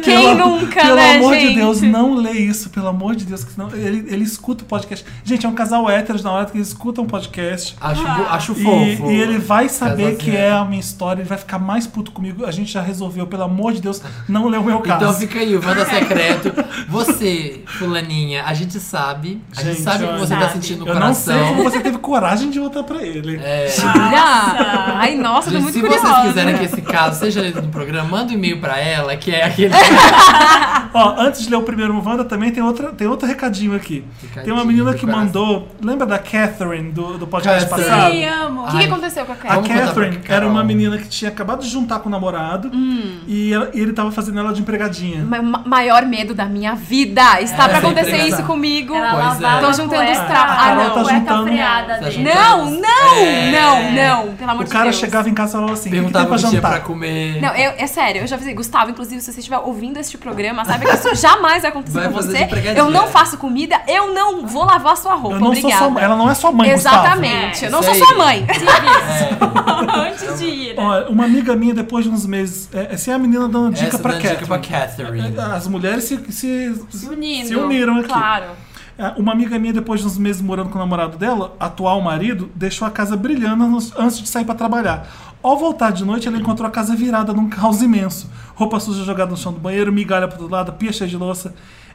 S1: Quem
S3: Pelo-
S1: nunca,
S3: pelo
S1: né,
S3: amor de
S1: gente?
S3: Deus, não lê isso, pelo amor de Deus, que senão ele, ele escuta o podcast. Gente, é um casal hétero, na hora que eles escutam o podcast.
S2: Acho, bo-
S1: Ah.
S2: acho
S3: E,
S2: fofo.
S3: e ele vai saber
S2: Casal
S3: que é
S2: hétero.
S3: a minha história, ele vai ficar mais puto comigo. A gente já resolveu, pelo amor de Deus, não lê o meu caso.
S2: Então fica aí, o Wanda Secreto. Você, fulaninha, a gente sabe. A gente,
S3: Gente,
S2: sabe o que
S3: olha,
S2: você tá
S4: sabe.
S2: sentindo no
S3: Eu não sei
S2: coração.
S3: como você teve coragem de voltar pra ele.
S2: É,
S1: Olha! Ai, nossa, tô
S2: gente,
S1: muito
S2: se
S1: curiosa.
S2: vocês quiserem que esse caso seja lido no programa, manda um e-mail pra ela, que é aquele.
S3: Ó, antes de ler o primeiro Wanda, também tem, outra, tem outro recadinho aqui.
S2: Recadinho
S3: tem uma menina
S2: do
S3: que
S2: coração.
S3: mandou. Lembra da Catherine do, do podcast
S2: Catherine.
S3: passado?
S4: Sim, amo.
S1: O que, que
S2: Ai.
S1: aconteceu com a Cat?
S3: A
S2: Vamos contar
S3: Catherine
S2: pra
S3: era
S2: Carol.
S3: uma menina que tinha acabado de juntar com o namorado
S1: Hum.
S3: e, ela- e ele tava fazendo ela de empregadinha.
S1: Ma- ma- maior medo da minha vida. Está
S2: É,
S1: pra
S2: sem
S1: acontecer
S2: precisar.
S1: isso comigo.
S4: Ela
S2: Pois é.
S4: lavava
S1: Tô juntando
S4: cueca,
S1: os trapos. Ah,
S4: a
S1: não.
S4: cueca
S3: juntando-
S4: freada
S2: Tá
S4: dele.
S2: juntando-
S1: Não, não,
S2: É.
S1: não, não. Pelo amor
S3: O
S1: de
S3: cara
S1: Deus.
S3: chegava em casa e falava assim: o que, que tem
S2: Perguntava
S3: pra
S2: o que tinha pra
S3: jantar?
S2: comer.
S1: <laughs> Não, eu- é sério, eu já avisei. Gustavo, inclusive, se você estiver ouvindo este programa, sabe que isso jamais vai acontecer
S2: Vai
S1: com
S2: fazer
S1: você.
S2: de pregadinha.
S1: Eu não faço comida, eu não vou lavar sua roupa.
S3: Eu não sou
S1: Obrigada.
S3: sua, ela não é sua mãe, Gustavo.
S1: Exatamente.
S2: É,
S1: eu não
S2: isso
S1: sou
S2: aí.
S1: sua mãe.
S2: É,
S1: é
S4: Antes de ir.
S3: Olha, uma amiga minha, depois de uns meses, é, essa é a menina dando dica
S2: Essa
S3: pra
S2: dando dica pra
S3: Catherine. É
S2: Catherine.
S3: Né? As mulheres se, se,
S4: Se unindo.
S3: se uniram aqui.
S4: Claro.
S3: É, Uma amiga minha, depois de uns meses morando com o namorado dela, atual marido, deixou a casa brilhando nos- antes de sair pra trabalhar. Ao voltar de noite, ela encontrou a casa virada num caos imenso. Roupa suja jogada no chão do banheiro, migalha pro outro lado, pia cheia de louça.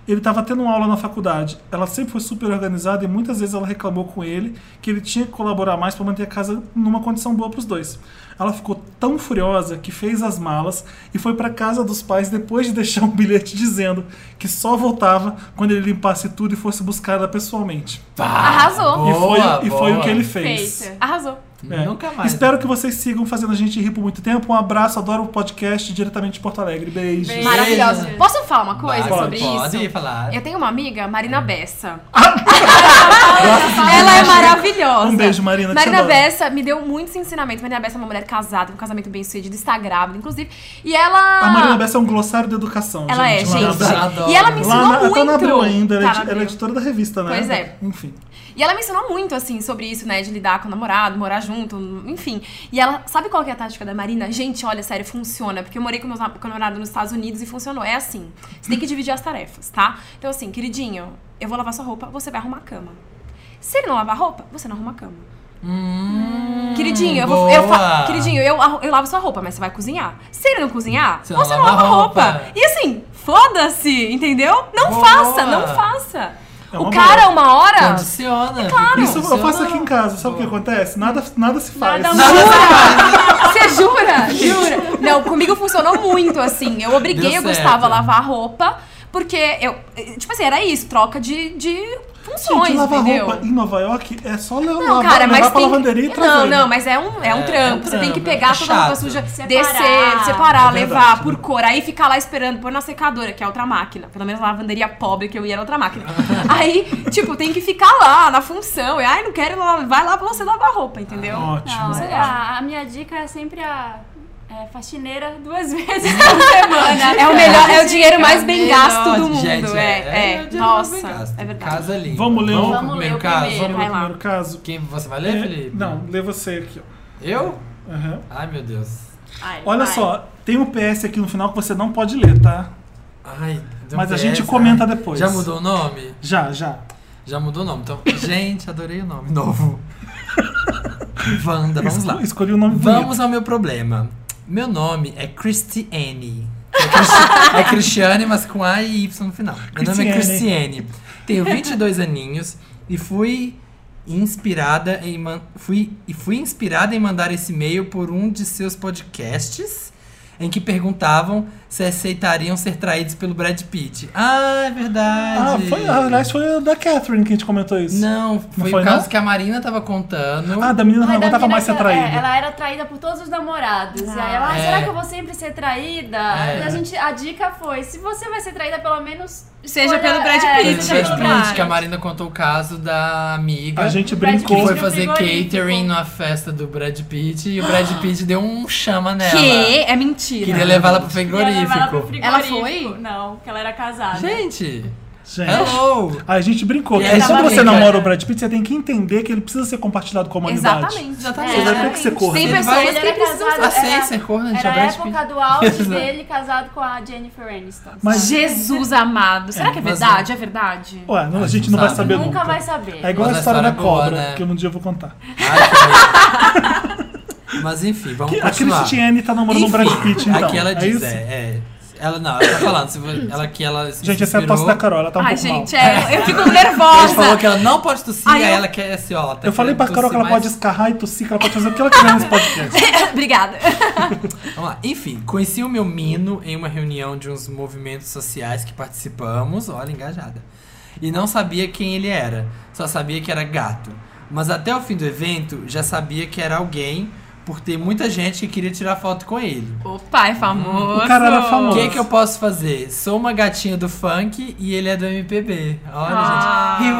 S3: Ele estava tendo uma aula na faculdade. Ela sempre foi super organizada e muitas vezes ela reclamou com ele que ele tinha que colaborar mais para manter a casa numa condição boa pros dois. Ela ficou tão furiosa que fez as malas e foi para casa dos pais depois de deixar um bilhete dizendo que só voltava quando ele limpasse tudo e fosse buscar ela pessoalmente.
S1: Arrasou.
S2: Boa,
S3: e foi, e
S2: boa.
S3: foi o que ele fez.
S1: <laughs>
S4: Feita.
S1: Arrasou.
S3: É.
S2: Nunca mais.
S3: Espero que vocês sigam fazendo a gente rir por muito tempo. Um abraço, adoro o podcast diretamente de Porto Alegre. Beijo.
S4: Beijo.
S1: Maravilhoso.
S2: Beijo.
S1: Posso falar uma coisa
S2: Pode,
S1: sobre isso?
S2: Pode falar.
S1: Eu tenho uma amiga, Marina Bessa.
S4: Fala,
S1: Ela é
S4: Marina.
S1: maravilhosa.
S3: Um beijo, Marina, te
S1: Marina
S3: adoro.
S1: Bessa me deu muitos ensinamentos. Marina Bessa é uma mulher casada, com um casamento bem sucedido, está grávida, inclusive. E ela.
S3: A Marina Bessa é um glossário da educação.
S1: Ela é,
S3: gente. Um Lá na
S1: gente.
S3: Abril.
S2: Adoro.
S1: E ela me ensinou
S3: Lá na,
S1: muito.
S3: tá na Abril ainda, ela, é
S1: Tá
S3: edi-
S1: na
S3: ela é
S1: Abril.
S3: editora da revista, né?
S1: Pois é.
S3: Enfim.
S1: E ela me ensinou muito, assim, sobre isso, né? De lidar com o namorado, morar junto, enfim. E ela, sabe qual que é a tática da Marina? Gente, olha, sério, funciona. Porque eu morei com, meus, nam- com meu namorado nos Estados Unidos e funcionou. É assim, você tem que dividir as tarefas, tá? Então, assim, queridinho, eu vou lavar sua roupa, você vai arrumar a cama. Se ele não lavar roupa, você não arruma a cama.
S2: Hum,
S1: Queridinho, eu vou. Eu fa-
S2: boa.
S1: Queridinho, eu, arru- eu lavo sua roupa, mas você vai cozinhar. Se ele não cozinhar,
S2: Você
S1: você,
S2: não
S1: não
S2: lava
S1: lava
S2: a
S1: a roupa.
S2: roupa.
S1: E assim, foda-se, entendeu? Não
S2: Boa.
S1: faça, não faça.
S3: É uma
S1: o cara,
S3: boa.
S1: uma hora. é
S2: condiciona.
S3: Isso eu faço
S2: condiciona.
S3: aqui em casa, sabe o que acontece? Nada, nada se faz.
S4: Nada
S1: Jura? Você
S2: <laughs>
S1: jura? Jura? Não, comigo funcionou muito, assim. Eu obriguei
S2: Deu
S1: o Gustavo
S2: certo.
S1: a lavar a roupa, porque eu. Tipo assim, era isso, troca de, de funções,
S3: Gente, lavar
S1: entendeu?
S3: roupa em Nova York é só le-
S1: Não,
S3: lavar,
S1: cara,
S3: levar
S1: mas
S3: pra
S1: tem.
S3: lavanderia e trazer.
S1: Não, não, mas é um, é um
S2: É,
S1: trampo.
S2: é um
S1: Você tem que
S2: trampo,
S1: pegar
S2: é
S1: toda a roupa
S2: chato.
S1: suja,
S4: Separar.
S1: descer, separar,
S3: É verdade,
S1: levar
S3: né?
S1: por cor. Aí ficar lá esperando, pôr na secadora, que é outra máquina. Pelo menos a lavanderia pobre que eu ia era outra
S2: <laughs>
S1: máquina. aí, tipo, tem que ficar lá na função. E, ai, não quero lá, vai lá pra você lavar a roupa, entendeu?
S3: Ótimo.
S4: Não,
S1: Sei
S4: é- a, a minha dica é sempre a é, faxineira duas <laughs> vezes.
S1: É o melhor, é o dinheiro mais bem
S4: É,
S1: gasto do mundo.
S2: Gente,
S1: é, é,
S2: o dinheiro mais bem
S1: Nossa,
S2: gasto.
S1: é verdade.
S2: Casa limpa.
S3: Vamos ler um-
S2: pro
S4: Vamos ler o
S2: caso?
S4: primeiro.
S2: Vamos
S1: Vai
S2: ler-
S1: lá.
S3: Primeiro caso. É,
S2: Quem você vai ler, Felipe?
S3: Não, lê você aqui. ó.
S2: Eu?
S3: Aham.
S2: Ai, meu Deus.
S4: Ai,
S3: Olha
S4: vai.
S3: só, tem um PS aqui no final que você não pode ler, tá?
S2: Ai, deu
S3: Mas a
S2: PS,
S3: gente
S2: ai.
S3: comenta depois.
S2: Já mudou o nome?
S3: Já, já.
S2: Já mudou o nome. Então, <laughs> gente, adorei o nome
S3: <laughs>
S2: novo. Wanda, Tá, vamos lá.
S3: Esco- Escolhi o nome
S2: Vamos
S3: bonito.
S2: ao meu problema. Meu nome é Christiane. É, Cristi- é Cristiane, mas com A e Y no final. Meu nome é
S3: Cristiane.
S2: Cristiane. Tenho 22 aninhos e fui inspirada em man- fui e fui inspirada em mandar esse e-mail por um de seus podcasts em que perguntavam se aceitariam ser traídos pelo Brad Pitt. Ah, é
S3: Ah,
S2: verdade.
S3: foi, aliás, foi da Catherine que a gente comentou isso.
S2: Não, foi
S3: foi,
S2: o caso
S3: não?
S2: que a Marina tava contando.
S3: Ah, da menina que
S4: Mas
S3: não
S4: da
S3: aguentava
S4: menina
S3: mais ser
S4: que-
S3: traída.
S4: é, ela era traída por todos os namorados. e aí ela, ah,
S2: É.
S4: será que eu vou sempre ser traída?
S2: É.
S4: E a, gente, a dica foi, se você vai ser traída, pelo menos...
S1: Seja
S4: escolha-
S1: pelo Brad
S4: é,
S2: Foi
S1: Pitt,
S2: do
S4: seja
S2: Brad
S4: pelo
S2: Pitt, que a
S4: Brad.
S2: Marina contou o caso da amiga.
S3: A gente
S4: O Brad
S2: que
S3: brincou.
S4: Pitt
S2: foi
S4: no
S2: fazer
S4: frigorífico.
S2: catering numa festa do Brad Pitt e o Brad Pitt deu um chama nela.
S1: Que é mentira.
S2: Queria levá-la pro
S4: E ela levava ela pro
S2: frigorífico.
S4: frigorífico.
S1: Ela foi?
S4: Não, porque ela era casada.
S2: Gente,
S3: Gente.
S2: hello!
S3: A gente brincou.
S2: E
S3: que
S2: aí
S3: quando
S2: tava
S3: você
S2: brincando.
S3: namora o Brad Pitt, você tem que entender que ele precisa ser compartilhado com a humanidade.
S1: Exatamente.
S2: Exatamente.
S4: Você vai
S3: ter que ser corno.
S1: Tem
S2: Ele
S1: pessoas
S2: vai-
S1: que
S4: Ele era
S1: precisam
S4: casado.
S1: ser.
S4: Era-
S2: Aceita ser corna de
S4: Era a
S2: é
S4: <laughs>
S2: Brad
S4: época
S2: Pitt.
S4: do auge
S2: <laughs> Exato.
S4: dele casado com a Jennifer Aniston.
S3: Mas-
S1: Jesus amado. Será que é
S2: mas-
S1: verdade? É verdade?
S3: Ué, não- a
S2: Ah,
S3: gente
S2: não
S3: não vai
S2: sabe.
S3: saber
S4: Nunca
S3: nunca.
S4: vai saber.
S3: É igual a
S2: Mas a
S3: história
S2: história
S3: da
S2: é boa,
S3: cobra,
S2: né?
S3: que um dia eu vou contar.
S2: Ai, que- Mas enfim, vamos
S3: Que- a
S2: continuar.
S3: Christiane tá namorando o
S2: Enfim,
S3: Brad Pitt, então.
S2: Aqui ela
S3: É
S2: diz,
S3: isso?
S2: é, é. Ela não, ela tá falando. se vo- Ela que ela se
S3: Gente, essa é a
S2: inspirou.
S3: tosse da Carol, ela tá um
S1: Ai,
S3: pouco mal.
S1: gente, é, eu fico
S2: A gente falou
S1: nervosa.
S2: que ela não pode tossir,
S1: Ai,
S2: aí
S1: eu-
S2: ela quer esse ó. tá
S3: Eu falei pra
S2: querendo
S3: Carol que ela
S2: tossir mais
S3: pode escarrar e tossir, que ela pode fazer o que ela quiser nesse podcast.
S1: Obrigada.
S2: Vamos lá. Enfim, conheci o meu Mino em uma reunião de uns movimentos sociais que participamos. Olha, engajada. E não sabia quem ele era, só sabia que era gato. Mas até o fim do evento já sabia que era alguém, por ter muita gente que queria tirar foto com ele.
S1: O pai é famoso.
S3: O cara é era
S2: O
S3: famoso.
S2: é que, que eu posso fazer? Sou uma gatinha do funk e ele é do MPB. Olha,
S1: Ah.
S2: gente. He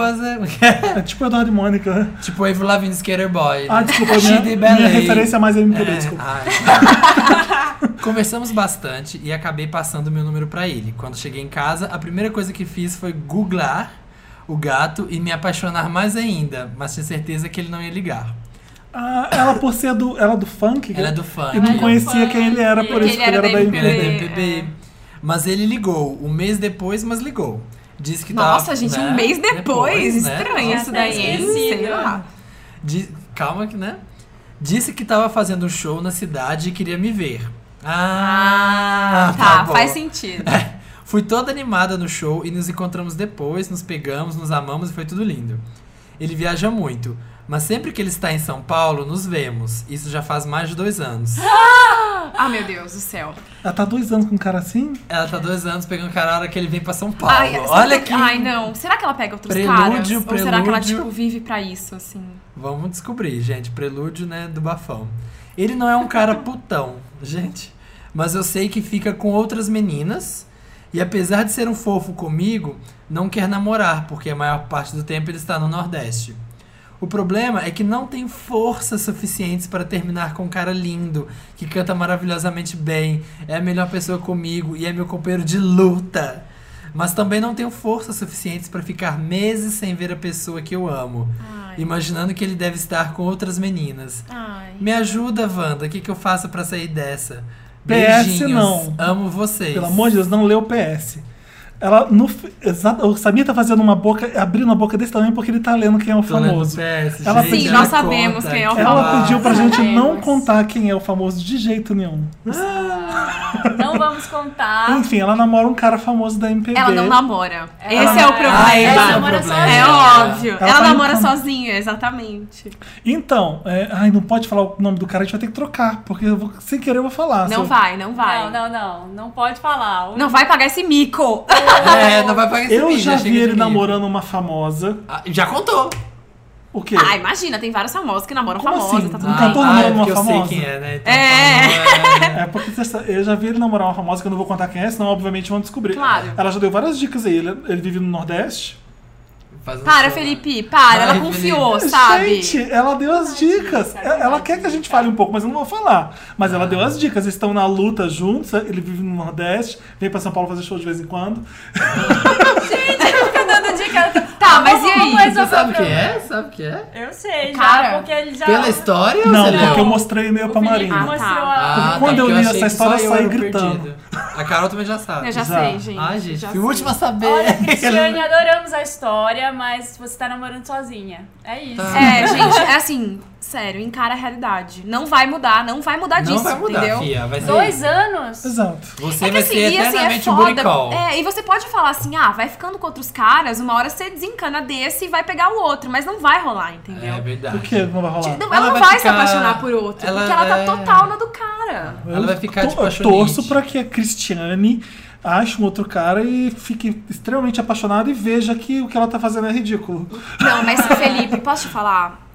S2: was
S3: É tipo Eduardo e Mônica, né?
S2: a... <laughs> tipo Avril Lavigne Skater Boy.
S3: Ah,
S2: né?
S3: desculpa,
S2: She
S3: minha,
S2: did
S3: minha
S2: ballet.
S3: referência é mais MPB,
S2: É,
S3: desculpa.
S2: ai. <laughs> Conversamos bastante e acabei passando meu número pra ele. Quando cheguei em casa, a primeira coisa que fiz foi googlar o gato e me apaixonar mais ainda, mas tinha certeza que ele não ia ligar.
S3: Ah, ela por ser do. Ela é do funk?
S2: Ela é do funk.
S3: Eu não
S2: ele-
S3: conhecia quem ele era, por
S4: Porque
S3: isso que ele era da
S2: ele é
S3: MPB.
S2: do
S1: MPB,
S2: MPB. Mas ele ligou, um mês depois, mas ligou. Disse que tava.
S1: Nossa, gente, um
S2: né,
S1: mês depois.
S2: né?
S1: Estranho isso daí. hein?
S4: Esquecido.
S1: Sei lá.
S2: Di- Calma que, né? Disse que tava fazendo um show na cidade e queria me ver. Ah,
S1: Tá,
S2: bom.
S1: faz sentido.
S2: Fui toda animada no show e nos encontramos depois, nos pegamos, nos amamos e foi tudo lindo. Ele viaja muito, mas sempre que ele está em São Paulo, nos vemos. Isso já faz mais de dois anos.
S1: Ah, meu Deus do céu.
S3: Ela tá dois anos com um cara assim?
S2: Ela tá dois anos pegando cara a hora que ele vem pra São Paulo.
S1: Ai,
S2: Olha
S1: será
S2: que.
S1: Ai, não. Será que ela pega outros
S2: Prelúdio,
S1: caras? Ou será que ela,
S2: prelúdio.
S1: tipo, vive pra isso, assim?
S2: Vamos descobrir, gente. Prelúdio, né, do bafão. Ele não é um cara putão, <laughs> gente. Mas eu sei que fica com outras meninas. E apesar de ser um fofo comigo, não quer namorar, porque a maior parte do tempo ele está no Nordeste. O problema é que não tem forças suficientes para terminar com um cara lindo, que canta maravilhosamente bem, é a melhor pessoa comigo e é meu companheiro de luta. Mas também não tenho forças suficientes para ficar meses sem ver a pessoa que eu amo,
S1: Ai.
S2: imaginando que ele deve estar com outras meninas.
S1: Ai.
S2: Me ajuda, Wanda, o que, que eu faço para sair dessa?
S3: PS
S2: Beijinhos,
S3: não.
S2: amo vocês.
S3: Pelo amor de Deus, não lê o PS. Ela, no, fi- exa- o Samir tá fazendo uma boca, abrindo a boca desse tamanho porque ele tá lendo quem é o
S2: Tô lendo
S3: famoso.
S2: PS,
S3: Ela
S2: gente,
S3: pediu-
S2: ela
S1: Sim, nós sabemos
S2: conta
S1: quem é o
S2: que
S3: Ela
S1: famoso. <laughs>
S3: pediu pra gente não
S4: Sabemos.
S3: contar quem é o famoso de jeito nenhum.
S5: Não vamos contar.
S3: Enfim, ela namora um cara famoso da MPB.
S1: Ah. Ela não namora. Esse
S5: namora.
S1: é o
S2: Ah, esse
S1: problema.
S2: é o
S5: namora
S2: problema.
S1: É óbvio.
S3: Ela
S1: Ela,
S3: tá
S1: namora
S3: limpando.
S1: sozinha, exatamente.
S3: Então, é, ai, não pode falar o nome do cara, a gente vai ter que trocar, porque eu vou- sem querer eu vou falar.
S1: Não
S3: Se eu-
S1: vai, não <laughs> vai.
S5: Não, não, não. Não pode falar. O-
S1: Não vai pagar esse mico.
S2: É, não vai pagar esse
S3: Eu
S2: vídeo,
S3: já
S2: chega
S3: vi
S2: de
S3: ele
S2: mim.
S3: namorando uma famosa.
S2: Ah, Já contou.
S3: O quê?
S1: Ah, imagina, tem vários famosos que namoram
S3: Como
S1: famosos,
S3: assim?
S1: tá tudo
S3: Um
S2: Ah,
S1: bem.
S3: cantor
S2: ah,
S3: namorando
S2: é
S3: uma
S2: porque eu
S3: famosa?
S2: sei quem é, né? Então,
S1: É.
S2: famosa
S3: É porque você sa- eu já vi ele namorar uma famosa que eu não vou contar quem é, senão obviamente vão descobrir.
S1: Claro.
S3: Ela já deu várias dicas aí. Ele, ele vive no Nordeste.
S2: fazendo
S1: <laughs> Para,
S2: sua-
S1: Felipe, para.
S2: Ai,
S1: Ela confiou,
S2: Felipe.
S1: sabe?
S3: É, Gente, ela deu as dicas. É, Ela ela quer que a gente fale um pouco, mas eu não vou falar. Mas ela deu as dicas. Eles estão na luta juntos. Ele vive no Nordeste, vem pra São Paulo fazer show de vez em quando.
S5: Fica dando dica.
S1: Tá, mas e aí?
S5: Vamos resolver
S2: Você sabe
S5: o
S2: quem
S5: problema.
S2: é? Sabe quem é?
S5: Eu sei, já,
S1: Cara,
S5: porque ele já...
S2: Pela história ou
S3: não,
S2: você leu?
S3: porque eu mostrei e-mail pra
S5: O Felipe
S3: Marina.
S5: mostrou
S2: Ah,
S5: a...
S2: tá,
S3: quando eu
S2: porque
S3: li
S2: achei
S3: essa
S2: que só
S3: história, eu saí
S2: era
S3: gritando.
S2: perdido. A Carol também já sabe.
S1: Eu já,
S3: Já.
S1: sei, gente.
S2: Ai, gente,
S1: já
S2: fui o
S1: sei.
S2: último a saber. <laughs>
S5: Olha,
S1: é
S5: Cristiane, adoramos a história, mas você tá namorando sozinha. É isso.
S2: Tá.
S1: É, gente, é assim, sério, encara a realidade. Não vai mudar, não vai mudar disso,
S2: Não vai mudar,
S1: entendeu?
S2: fia. Vai ser
S5: Dois anos?
S3: Exato.
S2: Você
S1: É que
S2: vai
S1: assim,
S2: ser
S1: e assim, é
S2: eternamente um
S1: foda.
S2: buricol.
S1: É, e você pode falar assim, ah, vai ficando com outros caras, uma hora você desencana desse e vai pegar o outro, mas não vai rolar, entendeu?
S2: É verdade.
S3: O que não vai rolar?
S1: Não, ela,
S2: Ela
S1: não
S2: vai
S1: vai, se
S2: ficar-
S1: apaixonar por outro,
S2: ela
S1: porque ela tá
S2: é-
S1: total na do cara.
S2: Ela vai ficar
S3: Eu
S2: de
S3: to- eu
S2: paixonite.
S3: torço pra que a Cristiane ache um outro cara e fique extremamente apaixonada e veja que o que ela tá fazendo é ridículo.
S1: Não, mas Felipe, posso te falar?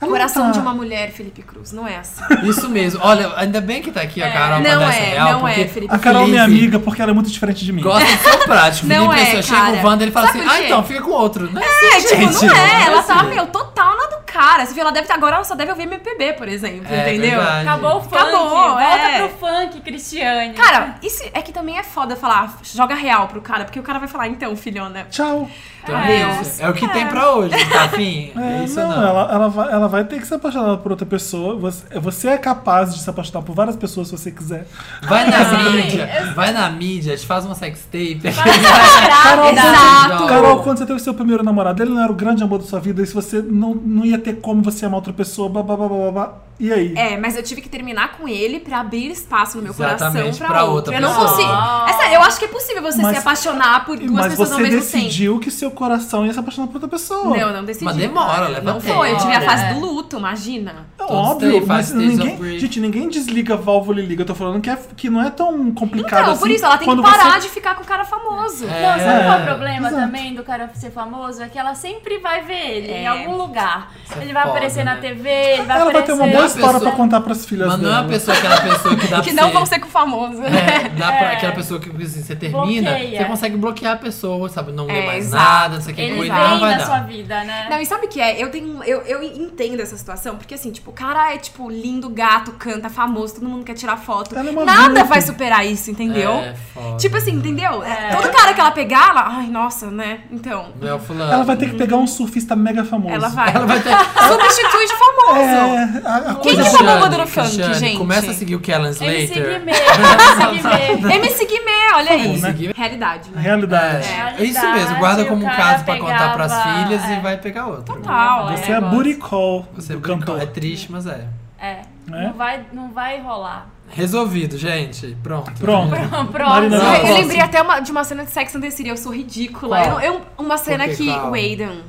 S3: Ela
S1: Coração
S3: tá-
S1: de uma mulher, Felipe Cruz, não é assim.
S2: Isso mesmo. Olha, ainda bem que tá aqui a Carol pra
S1: Não
S2: dar essa
S1: é,
S2: real,
S1: não é,
S2: porque
S1: Felipe.
S3: A Carol é minha
S2: Felipe
S3: amiga porque ela é muito diferente de mim.
S2: Gosta de ser prático.
S1: Não
S2: Felipe,
S1: é,
S2: assim, ó, chega
S1: cara.
S2: o Wander e fala
S1: Sabe
S2: assim:
S1: por
S2: ah,
S1: quê?
S2: então, fica com outro. Não <laughs> é
S1: É,
S2: assim,
S1: tipo,
S2: gente.
S1: não é. Ela
S2: assim.
S1: tá, meu, total na do cara. Você viu, ela deve estar agora, ela só deve ouvir MPB, por exemplo,
S2: É
S1: entendeu?
S2: verdade.
S5: Acabou o funk.
S1: Acabou,
S5: Volta
S1: é.
S5: pro funk, Cristiane.
S1: Cara, isso é que também é foda falar, joga real pro cara, porque o cara vai falar, então, filhona.
S3: Tchau.
S2: Então,
S1: É.
S2: é, isso. é o que tem pra hoje, tá afim?
S3: <laughs> É,
S2: É isso
S3: não,
S2: ou não?
S3: Ela, ela, vai, ela vai ter que se apaixonar por outra pessoa. Você, você é capaz de se apaixonar por várias pessoas se você quiser.
S2: Vai na
S5: Sim.
S2: mídia, vai na mídia, te faz uma sextape.
S3: Carol,
S2: um
S1: Exato.
S3: Quando, Carol, quando você teve seu primeiro namorado, ele não era o grande amor da sua vida, e se você não, não ia ter como você amar outra pessoa, blá blá blá blá blá, blá. E aí?
S1: É, mas eu tive que terminar com ele pra abrir espaço no meu
S2: Exatamente,
S1: coração pra,
S2: pra outra
S1: outro. Eu não
S2: pessoa.
S1: consigo. É sério, eu acho que é possível você
S3: Mas-
S1: se apaixonar por duas
S3: Mas
S1: pessoas ao
S3: você
S1: mesmo tempo.
S3: decidiu que seu coração ia se apaixonar por outra pessoa. É
S1: Não, eu não decidi.
S2: Mas demora,
S1: cara.
S2: leva
S1: Não
S2: tempo.
S1: foi, eu tive a
S5: É.
S1: fase do luto, imagina.
S3: É
S2: Todos
S3: óbvio,
S2: têm
S3: mas
S2: fases days of
S3: ninguém.
S2: grief.
S3: Gente, ninguém desliga a válvula e liga. Eu tô falando que, é, que não é tão complicado
S1: Então,
S3: assim.
S1: por isso, ela tem que
S3: quando
S1: parar de
S3: você-
S1: ficar com o cara famoso.
S2: É.
S5: Não, sabe qual é o
S3: É,
S5: problema
S3: exato.
S5: também do cara ser famoso? É que ela sempre vai ver ele em
S1: É.
S5: algum lugar.
S2: é
S5: ele vai
S2: foda,
S5: aparecer na
S2: né?
S5: TV, ele vai
S3: Ela vai
S5: aparecer...
S3: ter uma boa
S2: Uma
S3: história
S2: pessoa-
S3: pra contar pras filhas
S2: Mas não é
S3: dela.
S2: uma pessoa, aquela pessoa que dá
S1: <laughs> Que
S2: pra
S1: não
S2: você...
S1: vão ser com o famoso.
S2: É, dá pra
S5: É.
S2: aquela pessoa que assim, você termina,
S5: Bloqueia.
S2: você consegue bloquear a pessoa, sabe? Não lê
S1: É,
S2: mais
S1: exato.
S2: nada, não sei o que
S5: Ele
S2: coisa,
S5: vem
S2: não vai
S5: na
S2: dar.
S5: sua vida, né?
S1: Não, e sabe o que é? Eu tenho. Eu, eu entendo essa situação, porque assim, tipo, o cara é, tipo, lindo, gato, canta, famoso, todo mundo quer tirar foto.
S3: Ela é uma
S1: Nada
S3: virgem.
S1: vai superar isso, entendeu?
S2: É, foda.
S1: Tipo assim, entendeu?
S3: É.
S1: Todo cara que ela pegar, ela. Ai, nossa, né? Então.
S2: Não é o fulano.
S3: Ela vai ter que pegar um surfista mega famoso.
S1: Ela vai.
S2: Ela vai ter...
S1: <laughs> Substitui de famoso.
S3: É, a,
S1: Quem
S3: a coisa
S1: que
S2: Cristiane,
S1: tá bombando no funk,
S2: Cristiane,
S1: gente?
S2: Começa assim. a seguir o Kellen Slater.
S5: Ele segue mesmo,
S2: <laughs>
S5: ele segue mesmo.
S1: MC Guimê, olha
S3: favor,
S1: isso.
S2: né?
S1: Realidade, né?
S3: Realidade.
S2: É isso mesmo, guarda como um caso pra contar pras filhas
S1: É.
S2: e vai pegar
S1: Então
S2: outro.
S1: Total.
S5: É.
S3: Você é buricol
S2: Você
S3: do
S2: brincou.
S3: cantor.
S2: É triste, mas é.
S5: É,
S3: Né?
S5: não vai, não vai rolar. <laughs>
S2: Resolvido, gente. Pronto.
S3: Pronto.
S5: Próximo.
S2: Não,
S1: Eu- eu
S2: posso.
S1: lembrei até uma- de uma cena de Sex and the City, eu sou ridícula.
S2: Qual?
S1: Eu- eu- uma cena
S2: quê?
S1: né, que
S2: Qual?
S1: o Aiden,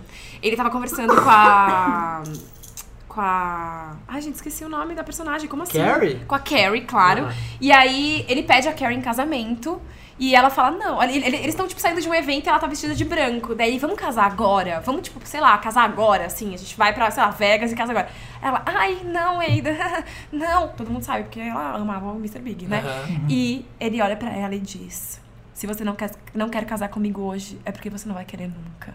S1: ele tava conversando com a... Com a... Ai, gente, esqueci o nome da personagem, como assim?
S2: Carrie?
S1: Com a Carrie, claro.
S2: Ah.
S1: E aí, ele pede a Carrie em casamento. E ela fala, não, ele- ele- eles estão, tipo, saindo de um evento e ela tá vestida de branco. Daí, vamos casar agora? Vamos, tipo, sei lá, casar agora, assim. A gente vai pra, sei lá, Vegas e casa agora. Ela, ai, não, Aiden, <laughs> não. Todo mundo sabe, porque ela amava o Mr. Big, né?
S2: Aham.
S1: E ele olha pra ela e diz: Se você não quer, não quer casar comigo hoje, é porque você não vai querer nunca.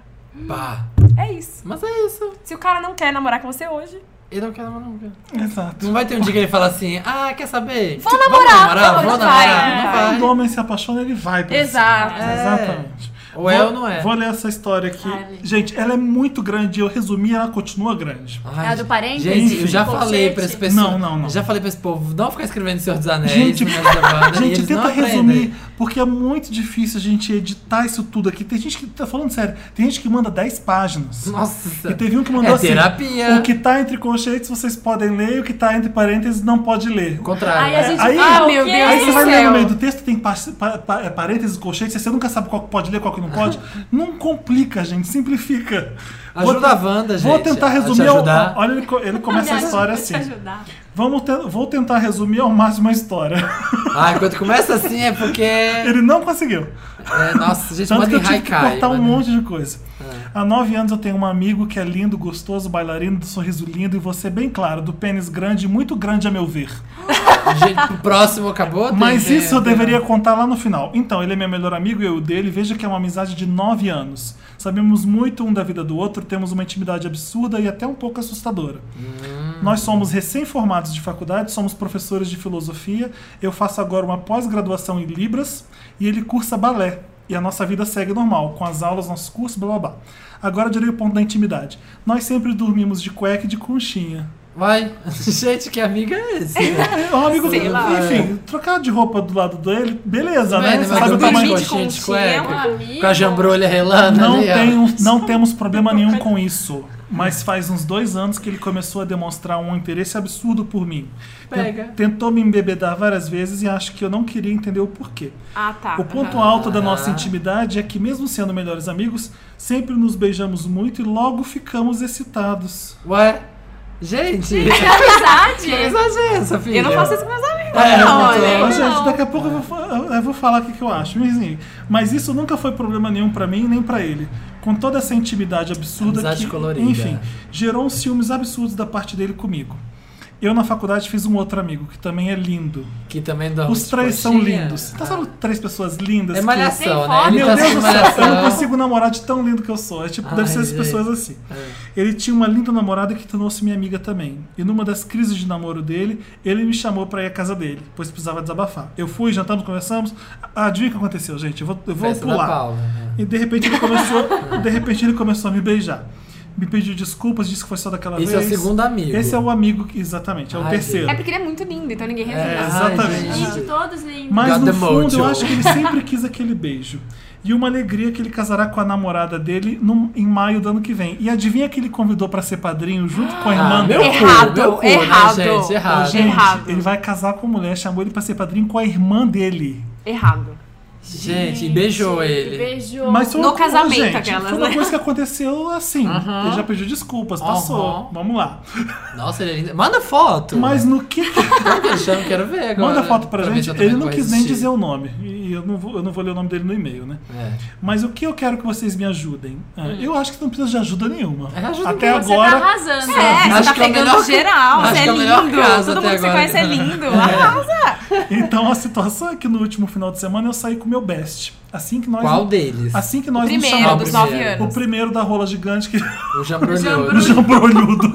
S2: Pá.
S1: É isso.
S2: Mas é isso.
S1: Se o cara não quer namorar com você hoje,
S2: Ele não quer namorar nunca.
S3: Exato.
S2: Não vai ter um dia que ele fala assim, ah, quer saber?
S1: Vou
S2: Vamos
S1: namorar,
S2: namorar,
S1: vamos,
S2: vou
S1: vai,
S2: namorar.
S3: Quando o
S2: Não vai.
S3: homem se apaixona, ele vai. pra
S1: Exato.
S3: cima.
S2: É.
S3: Exatamente.
S2: Ou é
S3: Vou-
S2: ou não é.
S3: Vou ler essa história aqui.
S5: Ai, li.
S3: Gente, ela é muito grande. Eu resumi, ela continua grande.
S2: Ai,
S5: É a do parênteses?
S2: Gente, eu já
S1: tipo
S5: Colchete?
S2: falei pra esse pessoal.
S3: Não, não, não.
S2: Já falei pra esse povo, não ficar escrevendo Senhor dos Anéis.
S3: Gente,
S2: Meninas da Banda, Ah, e
S3: Gente,
S2: eles
S3: tenta
S2: não
S3: resumir.
S2: aprendem.
S3: porque é muito difícil a gente editar isso tudo aqui. Tem gente que, tá falando sério, tem gente que manda 10 páginas.
S2: Nossa.
S3: E teve um que mandou
S2: É
S3: assim:
S2: terapia.
S3: O que tá entre colchetes vocês podem ler, e o que tá entre parênteses não pode ler.
S2: O contrário.
S5: Aí a gente
S3: Aí-
S5: ah,
S1: Meu
S5: meu
S1: Deus
S3: Aí
S1: do
S3: você
S5: Deus.
S3: vai ler
S1: céu.
S3: no meio do texto, tem pa- pa- pa- é, parênteses, colchetes, você nunca sabe qual que pode ler, qual que
S2: <laughs>
S3: não pode. Não complica, gente, simplifica. Vou
S2: Ajuda
S3: te-
S2: a Wanda, gente.
S3: Vou tentar
S2: a te
S3: resumir. ao-
S2: ajudar.
S3: Olha, ele, co- ele
S4: <laughs>
S3: começa a
S4: Aliás,
S3: história
S4: vou te
S3: assim.
S4: ajudar.
S3: Vamos te- vou tentar resumir ao máximo a história. <laughs>
S2: Ai, quando começa assim é porque.
S3: Ele não conseguiu.
S2: É, nossa, gente,
S3: Tanto
S2: manda
S3: que
S2: em É.
S3: eu tive que
S2: haikai.
S3: cortar um
S2: manda-
S3: monte de coisa. Há nove anos eu tenho um amigo que é lindo, gostoso, bailarino, do sorriso lindo e você bem claro, do pênis grande, muito grande a meu ver.
S2: <laughs> Gente, o próximo acabou? Tem-
S3: Mas
S2: tem-
S3: isso eu
S2: tem-
S3: deveria contar lá no final. Então, ele é meu melhor amigo e eu o dele. Veja que é uma amizade de nove anos. Sabemos muito um da vida do outro, temos uma intimidade absurda e até um pouco assustadora. Nós somos recém-formados de faculdade, somos professores de filosofia. Eu faço agora uma pós-graduação em Libras e ele cursa balé. E a nossa vida segue normal, com as aulas, nossos cursos, blá blá blá. Agora eu direi o ponto da intimidade. Nós sempre dormimos de cueca e de conchinha.
S2: Vai. <laughs> Gente, que amiga é esse?
S3: É um amigo
S1: Sei lá. é.
S3: Enfim, trocar de roupa do lado dele, beleza, né?
S2: Mano,
S3: Você
S2: mas
S3: sabe o
S2: dormir
S3: tamanho.
S2: de conchinha de
S1: conchinha,
S2: cueca,
S4: um amigo.
S2: Com a jambrolha relando
S3: é? Não,
S2: ali, ó.
S1: né?
S3: tem- não temos problema nenhum com isso. Mas faz uns dois anos que ele começou a demonstrar um interesse absurdo por mim. Ten- Tentou me embebedar várias vezes e acho que eu não queria entender o porquê.
S1: Ah, tá.
S3: O ponto alto da nossa intimidade é que, mesmo sendo melhores amigos, sempre nos beijamos muito e logo ficamos excitados.
S2: Ué? Gente, <laughs> é que
S4: Amizade?
S2: amizade é essa, filha?
S1: Eu não faço isso com meus amigos,
S2: É,
S1: não,
S2: eu tô-
S1: olha. então.
S3: Mas, então, gente, daqui a pouco eu vou, fa- eu vou falar o que, que eu acho. Mas, assim, mas isso nunca foi problema nenhum pra mim nem pra ele. Com toda essa intimidade absurda
S2: Amizade
S3: que,
S2: colorida.
S3: enfim, gerou uns ciúmes absurdos da parte dele comigo. Eu na faculdade fiz um outro amigo que também é lindo.
S2: Que também dorme
S3: Os
S2: de
S3: três são
S2: conchinha.
S3: lindos. Tá
S2: Ah.
S3: sendo três pessoas lindas?
S2: É
S3: que-
S2: malhação,
S4: Tem
S2: né?
S4: foto?
S2: Ele
S3: Meu
S2: tá
S3: Deus
S2: sendo
S3: do céu, eu não
S2: malhação.
S3: consigo namorar de tão lindo que eu sou. É tipo,
S2: Ai,
S3: deve ser as
S2: gente. É.
S3: pessoas assim. Ele tinha uma linda namorada que tornou-se minha amiga também. E numa das crises de namoro dele, ele me chamou pra ir à casa dele, pois precisava desabafar. Eu fui, jantamos, conversamos. Ah, Adivinha o que aconteceu, gente? Eu vou, eu vou
S2: Festa da
S3: pular.
S2: Paula. né?
S3: E de repente ele começou, de repente ele começou a me beijar. Me pediu desculpas, disse que foi só daquela
S2: Esse é o
S3: vez.
S2: segundo amigo.
S3: Esse é o amigo, que- exatamente, é o
S2: Ai,
S3: terceiro.
S1: É porque ele é muito lindo, então ninguém
S2: É,
S1: resenha.
S3: exatamente.
S2: ai, gente.
S4: Gente, todos lindos.
S3: Mas
S2: Got
S3: no
S2: the
S3: fundo eu
S2: mojo.
S3: acho que ele sempre quis aquele beijo. E uma alegria que ele casará com a namorada dele num- em maio do ano que vem. E adivinha que ele convidou pra ser padrinho junto com a irmã
S2: Ah, meu
S3: dele?
S1: Errado,
S2: cu, meu cu,
S1: errado.
S2: Né, gente? Errado.
S3: Gente,
S1: errado.
S3: ele vai casar com a mulher, chamou ele pra ser padrinho com a irmã dele.
S2: É.
S1: Errado.
S2: Gente, e beijou ele.
S5: Beijou.
S3: Mas foi
S1: No
S3: uma coisa-
S1: casamento,
S3: gente,
S1: aquelas,
S3: Foi uma
S1: né?
S3: coisa que aconteceu assim. Ele já pediu desculpas, passou.
S2: Aham.
S3: Vamos lá.
S2: Nossa, ele é lindo. Manda foto.
S3: Mas no que.
S2: Tô achando, quero ver agora.
S3: Manda foto pra,
S2: ver se
S3: gente.
S2: eu também
S3: Ele não
S2: vou
S3: quis nem
S2: resistir.
S3: dizer o nome. E eu não vou- eu não vou ler o nome dele no e-mail, né?
S2: É.
S3: Mas o que eu quero que vocês me ajudem? Ah,
S1: Hum.
S3: Eu acho que não precisa de ajuda nenhuma.
S2: É, ajuda
S3: Até
S2: ninguém,
S4: Você tá
S3: agora.
S4: arrasando.
S1: É, você
S2: Acho
S1: tá
S2: que é o
S1: pegando
S2: melhor- acho
S1: geral, você é
S2: que é o melhor
S1: lindo.
S2: caso
S1: Todo
S2: até
S1: mundo que você
S2: agora.
S1: conhece é
S2: <laughs>
S1: lindo. Arrasa!
S3: <laughs> Então a situação é que no último final de semana eu saí com o meu best. Assim que nós.
S2: Qual deles?
S3: Assim que nós nos
S1: Primeiro,
S3: chamamos.
S1: dos nove
S2: primeiro.
S1: anos.
S3: O primeiro da rola gigante que <laughs>
S2: O jambrolhoso.
S3: do jambrolhudo.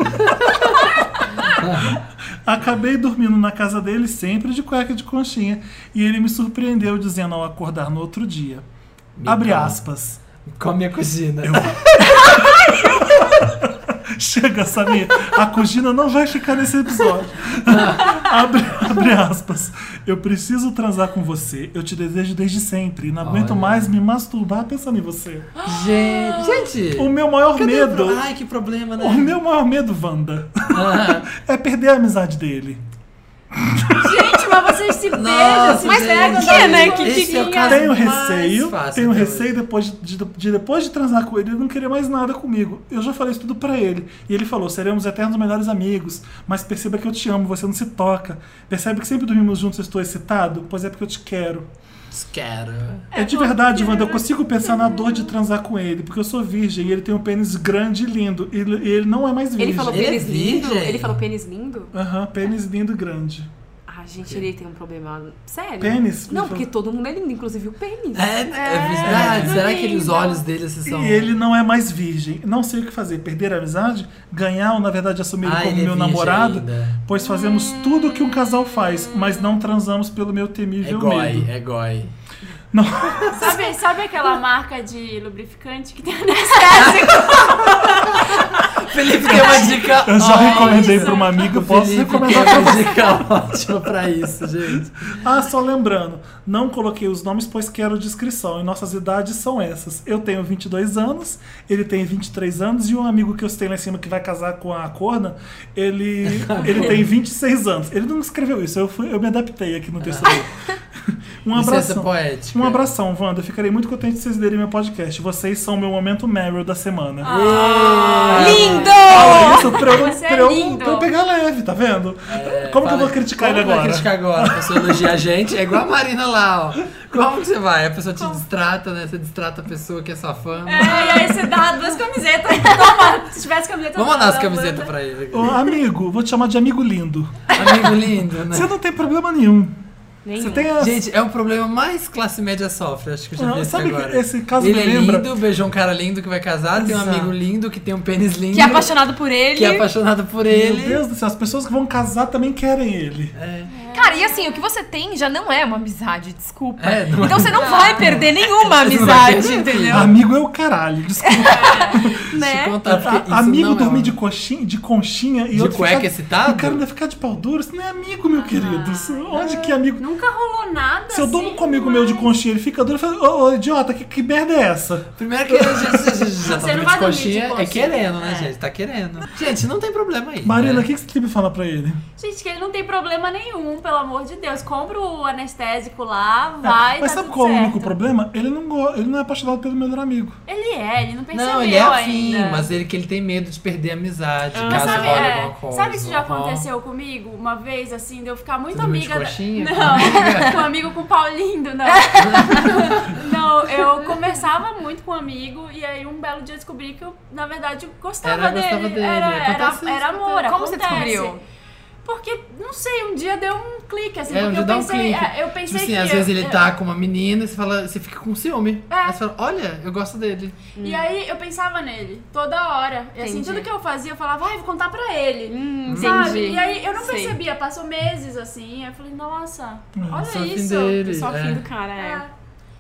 S3: Acabei dormindo na casa dele sempre de cueca de conchinha. E ele me surpreendeu dizendo ao acordar no outro dia.
S2: Me
S3: Abre
S2: calma.
S3: aspas.
S2: <laughs> Com a minha cozina.
S3: Chega, Samir. A Cugina não vai ficar nesse episódio. <laughs> abre, abre aspas. Eu preciso transar com você. Eu te desejo desde sempre. Não aguento
S2: Olha.
S3: mais me masturbar pensando em você.
S2: Gente. Gente.
S3: O meu maior
S2: cadê o
S3: medo.
S2: pro- Ai, que problema, né?
S3: O meu maior medo, Wanda,
S2: Ah,
S3: é perder a amizade dele.
S4: Gente, mas vocês se beijam,
S2: Nossa,
S4: se pegam.
S2: gente.
S4: dá
S1: que, né?
S4: um
S1: Que
S2: Esse é o
S4: beijinho.
S2: caso
S3: Tenho
S2: mais
S3: receio.
S2: fácil né?
S3: Tenho
S2: até hoje.
S3: receio depois de, de- de depois de transar com ele, ele não querer mais nada comigo. Eu já falei isso tudo pra ele. E ele falou: seremos eternos melhores amigos. Mas perceba que eu te amo, você não se toca. Percebe que sempre dormimos juntos, eu estou excitado? Pois é porque eu te quero.
S2: Quero.
S3: É de verdade, Wanda,
S1: né?
S3: eu consigo pensar na dor de transar com ele, porque eu sou virgem e ele tem um pênis grande e lindo. E ele e ele não é mais virgem.
S1: Ele falou
S2: Ele é
S1: pênis lindo?
S2: virgem.
S1: Ele falou pênis lindo?
S3: Aham, pênis lindo e grande.
S1: Ah, gente, ele tem um problema. Sério?
S3: Pênis?
S1: Não, porque todo mundo é lindo, inclusive o pênis.
S2: É, é verdade. Será que ele- é os olhos dele assim, são.
S3: E ele não é mais virgem. Não sei o que fazer. Perder a amizade? Ganhar ou, na verdade, assumir ele
S2: Ah,
S3: como
S2: ele é
S3: meu
S2: virgem
S3: namorado?
S2: ainda.
S3: Pois fazemos tudo o que um casal faz, mas não transamos pelo meu
S2: É
S3: temível
S2: goi,
S3: medo.
S2: é goi.
S3: Não.
S5: Sabe, <laughs> sabe aquela marca de lubrificante que tem
S2: Felipe tem uma dica
S3: Eu já
S2: ótima.
S3: recomendei pra uma amiga, eu posso
S2: Felipe tem
S3: recomendar pra
S2: uma dica <laughs> ótima pra isso, gente.
S3: Ah, só lembrando, não coloquei os nomes, pois quero descrição. E nossas idades são essas. Eu tenho 22 anos, ele tem 23 anos, e um amigo que eu tenho lá em cima que vai casar com a corna,
S2: <laughs>
S3: ele, ele tem 26 anos. Ele não escreveu isso, eu, fui- eu me adaptei aqui no texto dele.
S2: <laughs>
S3: Um
S2: Licença
S3: abração.
S2: poética.
S3: Um abração, Wanda. Eu Ficarei muito contente de vocês lerem meu podcast. Vocês são meu momento Meryl da semana.
S2: Ah,
S1: Lindo!
S3: Fala isso pra eu,
S5: Ah, Você é
S3: pra eu-
S5: lindo.
S3: pra eu pegar leve, tá vendo? Como que eu
S2: É, Fala-
S3: vou criticar
S2: como
S3: ele
S2: Vai
S3: agora?
S2: criticar agora? A pessoa elogia a gente, é igual a Marina lá, ó. Como que você vai? A pessoa te distrata, né? Você distrata a pessoa que é sua fã.
S5: É, e aí você dá duas camisetas. Toma, se tivesse camiseta...
S2: Vamos mandar as
S3: tá
S5: da
S2: camisetas
S5: banda.
S2: pra ele.
S3: Ô, amigo, vou te chamar de amigo lindo.
S2: Amigo lindo, né?
S3: Você não tem problema nenhum. Você tem a...
S2: Gente, é o problema mais classe média sofre, acho que eu já
S3: Não,
S2: vi isso
S3: sabe que
S2: agora.
S3: esse caso
S2: ele
S3: me
S2: é
S3: lembra-
S2: lindo, beijou um cara lindo que vai casar, tem um
S3: Exato.
S2: amigo lindo que tem um pênis lindo,
S1: Que é apaixonado por ele.
S2: que é apaixonado por
S3: Meu
S2: ele.
S3: Deus do céu, as pessoas que vão casar também querem ele.
S1: Cara, e assim, o que você tem já não é uma amizade, desculpa.
S2: É, não é.
S1: então você não vai
S2: <laughs>
S1: perder nenhuma amizade, entendeu?
S3: Amigo é o caralho, desculpa.
S2: Deixa eu
S1: Né?
S2: contar, porque isso
S3: Tá, amigo
S2: não é
S3: dormir
S2: uma-
S3: de coxinha, de conchinha e
S2: De
S3: outro
S2: cueca
S3: ficar-
S2: excitado?
S3: E o cara ainda ficar de pau duro, isso não é amigo,
S5: Ah,
S3: meu querido. Isso- Onde que é amigo?
S4: Nunca rolou
S5: é
S4: nada.
S3: Se eu dou um
S4: assim,
S3: comigo meu de conchinha, ele fica duro e fala, ô, ô, idiota, que, que merda é essa?
S2: Primeiro que a gente já, já, já
S5: <laughs>
S2: tá
S4: Você não
S2: dormindo de
S4: vai dormir de
S2: coxinha, é
S4: coxinha.
S2: querendo, né,
S4: É.
S2: gente? Tá querendo. Gente, não tem problema aí.
S3: Marina, o
S2: né?
S3: que, que você tem pra falar pra ele?
S5: Gente, que ele não tem problema nenhum, pelo amor de Deus. Compra o anestésico lá, vai,
S3: Mas
S5: tá
S3: sabe
S5: tudo
S3: qual é o único
S5: certo.
S3: problema? Ele não, go- ele não é apaixonado pelo melhor amigo.
S5: Ele é, ele não percebeu
S2: Não, ele é afim,
S5: ainda.
S2: mas ele que ele tem medo de perder a amizade,
S5: Mas
S2: caso
S5: sabe,
S2: role
S5: é,
S2: alguma coisa. uhum.
S5: sabe que isso já
S2: Aham.
S5: aconteceu comigo uma vez, assim, de eu ficar muito
S2: Você dormiu de
S5: amiga. da-
S2: coxinha?
S5: <laughs>
S2: é.
S5: Não, com um amigo com o Paulindo,
S2: <laughs>
S5: não. não, eu conversava muito com um amigo e aí um belo dia eu descobri que eu, na verdade, eu gostava
S2: Era,
S5: dele.
S2: gostava dele.
S5: Era, era,
S2: Acontece isso,
S5: era amor,
S1: Como você
S5: acontece.
S1: descobriu?
S5: Porque, não sei, um dia deu um clique, assim,
S2: É,
S5: porque
S2: onde
S5: eu
S2: dá um
S5: pensei,
S2: clique.
S5: é, eu pensei
S2: Tipo assim,
S5: que.
S2: às vezes
S5: eu-
S2: ele
S5: eu-
S2: tá com uma menina e você fala, você fica com ciúme.
S5: É.
S2: Aí você fala, olha, eu gosto dele.
S5: E aí eu pensava nele toda hora. E assim,
S1: Entendi.
S5: tudo que eu fazia, eu falava, ai, vou contar pra ele.
S1: Hum,
S5: Sabe?
S1: entendi.
S5: E aí eu não
S1: Sei.
S5: percebia, passou meses assim. Aí eu falei, nossa,
S2: sou
S5: olha
S2: afim
S5: isso.
S2: dele.
S1: Só
S2: É.
S1: fim do cara, é.
S5: É.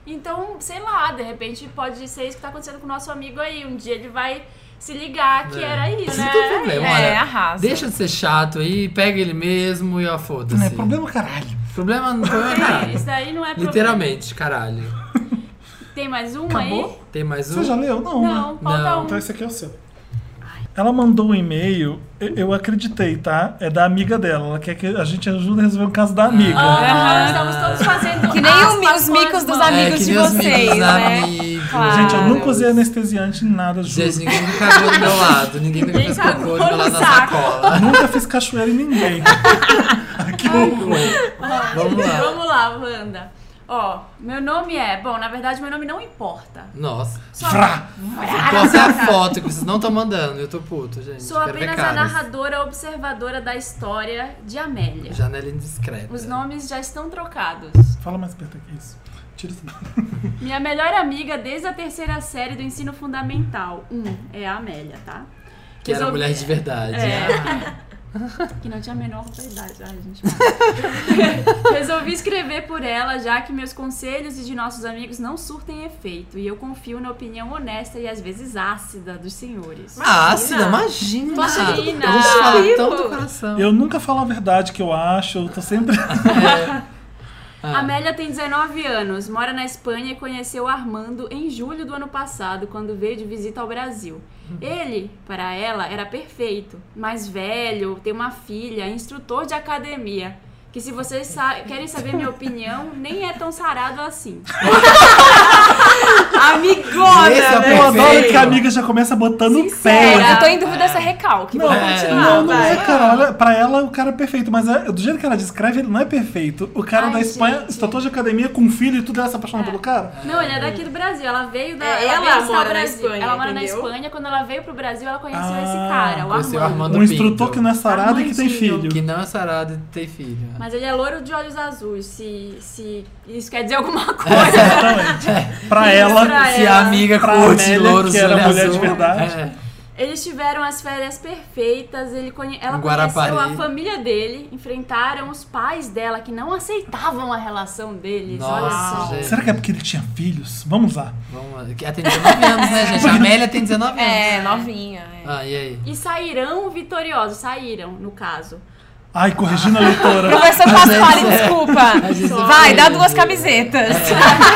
S5: Então, sei lá, de repente pode ser isso que tá acontecendo com o nosso amigo aí. Um dia ele vai se ligar que
S2: É.
S5: era isso,
S2: Não
S5: né?
S2: tem problema,
S1: É,
S2: olha.
S1: arrasa.
S2: Deixa de ser chato aí, pega ele mesmo e ó, foda-se.
S3: Não é problema caralho.
S2: Problema não problema é
S5: É,
S2: caralho.
S5: <laughs> Isso daí não é problema.
S2: Literalmente, caralho.
S5: Tem mais um aí?
S3: Acabou?
S2: Tem mais um?
S3: Você já leu? Não. né?
S5: Não, falta
S2: Não.
S5: um.
S3: Então esse aqui é o seu. Ela mandou um e-mail, eu- eu acreditei, tá? É da amiga dela. Ela quer que a gente ajude a resolver o caso da amiga.
S5: Ah, estamos todos fazendo
S1: Que nem o mi-
S5: aspas
S1: os
S5: com as
S1: micos dos
S5: mãos.
S1: amigos
S2: É, que
S1: de
S2: nem os
S1: vocês,
S2: micos da
S1: né?
S2: amiga.
S1: Claro.
S3: Gente, eu nunca usei anestesiante em nada, juro.
S2: Gente, ninguém nunca cagou do meu lado. Ninguém nunca
S5: Ninguém
S2: fez
S5: cagou
S2: cocô do meu
S5: no
S2: lado na
S5: saco. <laughs>
S2: sacola.
S3: Nunca fiz cachoeira em ninguém. que horror.
S2: É, Vamos lá.
S5: <laughs> Vamos lá, Wanda. Ó, meu nome é. Bom, na verdade, meu nome não importa.
S2: Nossa.
S5: Sou,
S3: Frá.
S2: Posso é a foto que vocês não estão mandando. Eu tô puto, gente.
S5: sou
S2: Quero ver
S5: apenas a
S2: caras.
S5: narradora observadora da história de Amélia.
S2: Janela indiscreta.
S5: Os nomes já estão trocados.
S3: Fala mais perto aqui, isso. Tira isso.
S5: Minha melhor amiga desde a terceira série do ensino fundamental. Um, é a Amélia, tá?
S2: Que era
S5: Resolvi-
S2: mulher de verdade.
S5: É. Que não tinha a menor verdade. Ai, gente. <laughs> Resolvi escrever por ela, já que meus conselhos e de nossos amigos não surtem efeito. E eu confio na opinião honesta e às vezes ácida dos senhores.
S2: Ah, Cida, imagina.
S5: Imagina.
S2: A gente fala tão do
S5: Horrível.
S2: coração.
S3: Eu nunca falo a verdade que eu acho, eu tô sempre.
S2: Ah.
S5: Amélia tem 19 anos, mora na Espanha e conheceu Armando em julho do ano passado, quando veio de visita ao Brasil. Ele, para ela, era perfeito, mais velho, tem uma filha, instrutor de academia. Que se vocês sa- querem saber minha opinião, nem é tão sarado assim.
S1: Amigona!
S2: Esse é o
S1: né?
S3: <laughs> Eu adoro
S2: Perfeito.
S3: que a amiga já começa botando o pé.
S1: É, eu tô em dúvida se é recalque.
S3: Não,
S1: Vamos
S2: é,
S1: continuar,
S3: não, não
S1: vai.
S3: é, cara. Olha, pra ela o cara é perfeito, mas é- do jeito que ela descreve, ele não é perfeito. O cara
S5: Ai,
S3: da Espanha,
S5: gente.
S3: instrutor de academia, com filho e tudo, ela se apaixona pelo cara.
S5: Não, ele é daqui do Brasil. Ela veio da.
S1: É, ela
S5: veio visitar o
S1: mora na
S5: Brasil.
S1: Espanha,
S5: Ela mora
S1: entendeu?
S5: na Espanha. Quando ela veio pro Brasil, ela conheceu
S3: Ah,
S5: esse cara, o
S2: conheceu o
S5: Armando.
S2: Armando.
S3: Um instrutor
S2: Pinto.
S3: que não é sarado e que tem
S5: Armandinho.
S3: filho.
S2: Que não é sarado e tem filho.
S5: Mas ele é louro de olhos azuis, se, se isso quer dizer
S3: <laughs>
S5: alguma <laughs>
S2: é
S5: coisa.
S3: Exatamente. Pra ela,
S5: Pra
S2: Se a amiga
S3: Pra
S2: curte
S3: Amélia,
S2: louros
S3: que era
S2: olho
S3: mulher de
S2: azul,
S3: verdade.
S2: é.
S5: Eles tiveram as férias perfeitas, ele conhe... ela
S2: Em
S5: conheceu
S2: Guarapari.
S5: a família dele, enfrentaram os pais dela que não aceitavam a relação deles.
S2: Nossa,
S5: Olha só.
S2: gente.
S3: Será que é porque ele tinha filhos? Vamos lá.
S2: Vamos lá. Que Ela tem 19 anos, né, gente? A Amélia tem 19 anos.
S1: É, novinha. é.
S2: Ah, e aí?
S5: E sairão vitoriosos, saíram, no caso.
S3: Ai, corrigindo a
S2: <laughs>
S3: leitora.
S1: Professor
S2: Às vezes
S1: Paspari,
S2: é. Às vezes
S1: desculpa.
S2: é.
S1: Vai, dá duas camisetas.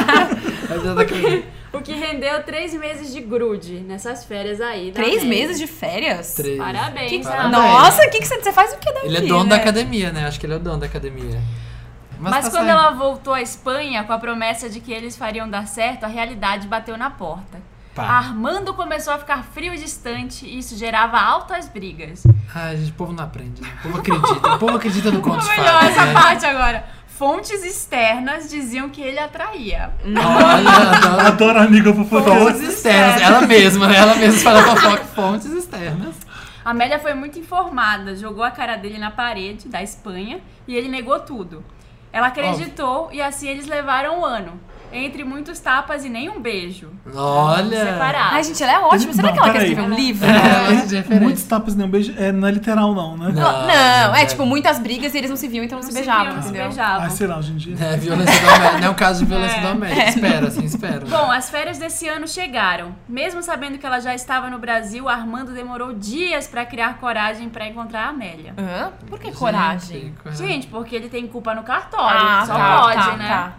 S2: <laughs> Mas eu tô aqui.
S5: O que rendeu três meses de grude nessas férias aí. da
S1: Três
S5: América.
S1: meses de férias?
S2: Três.
S5: Parabéns,
S2: Que-
S5: Ana.
S1: Nossa, o que, que você, você faz o que daqui,
S2: Ele é dono
S1: né?
S2: da academia, né? Acho que ele é o dono da academia.
S5: Mas
S2: tá
S5: quando
S2: certo.
S5: ela voltou à Espanha com a promessa de que eles fariam dar certo, a realidade bateu na porta.
S2: Pá.
S5: Armando começou a ficar frio e distante e isso gerava altas brigas.
S2: Ah, gente, o povo não aprende. né? O povo acredita. O povo acredita no conto de
S5: Melhor
S2: fadas.
S5: essa
S2: né?
S5: parte agora. Fontes externas diziam que ele atraía.
S2: Olha, adoro
S3: Adoro amiga fofoca.
S2: fontes externas. Ela mesma, né? Ela mesma fala fofoca. Fontes externas.
S5: Amélia foi muito informada, jogou a cara dele na parede da Espanha e ele negou tudo. Ela acreditou e assim eles levaram o ano. Entre muitos tapas e nem um beijo.
S2: Olha.
S5: Separado.
S1: Ai, gente, ela é ótima. Será
S3: Não,
S1: que ela quer
S3: peraí.
S1: escrever um livro?
S2: Ela é de referência.
S3: Muitos tapas e nem um beijo. É, não é literal, não, né?
S2: Não.
S1: Não, não, é tipo muitas brigas e eles não se viam, então não, se beijavam,
S5: se
S1: entendeu?
S5: beijavam.
S3: Ah, sei lá, hoje em dia.
S2: É, violência doméstica. Não é um caso de violência doméstica. Espera, assim, espera.
S5: Bom, as férias desse ano chegaram. Mesmo sabendo que ela já estava no Brasil, Armando demorou dias pra criar coragem pra encontrar a Amélia.
S1: Hã? Por que coragem?
S2: Gente, coragem.
S5: Gente, porque ele tem culpa no cartório. só
S1: tá,
S5: pode,
S1: tá,
S5: né?
S1: tá.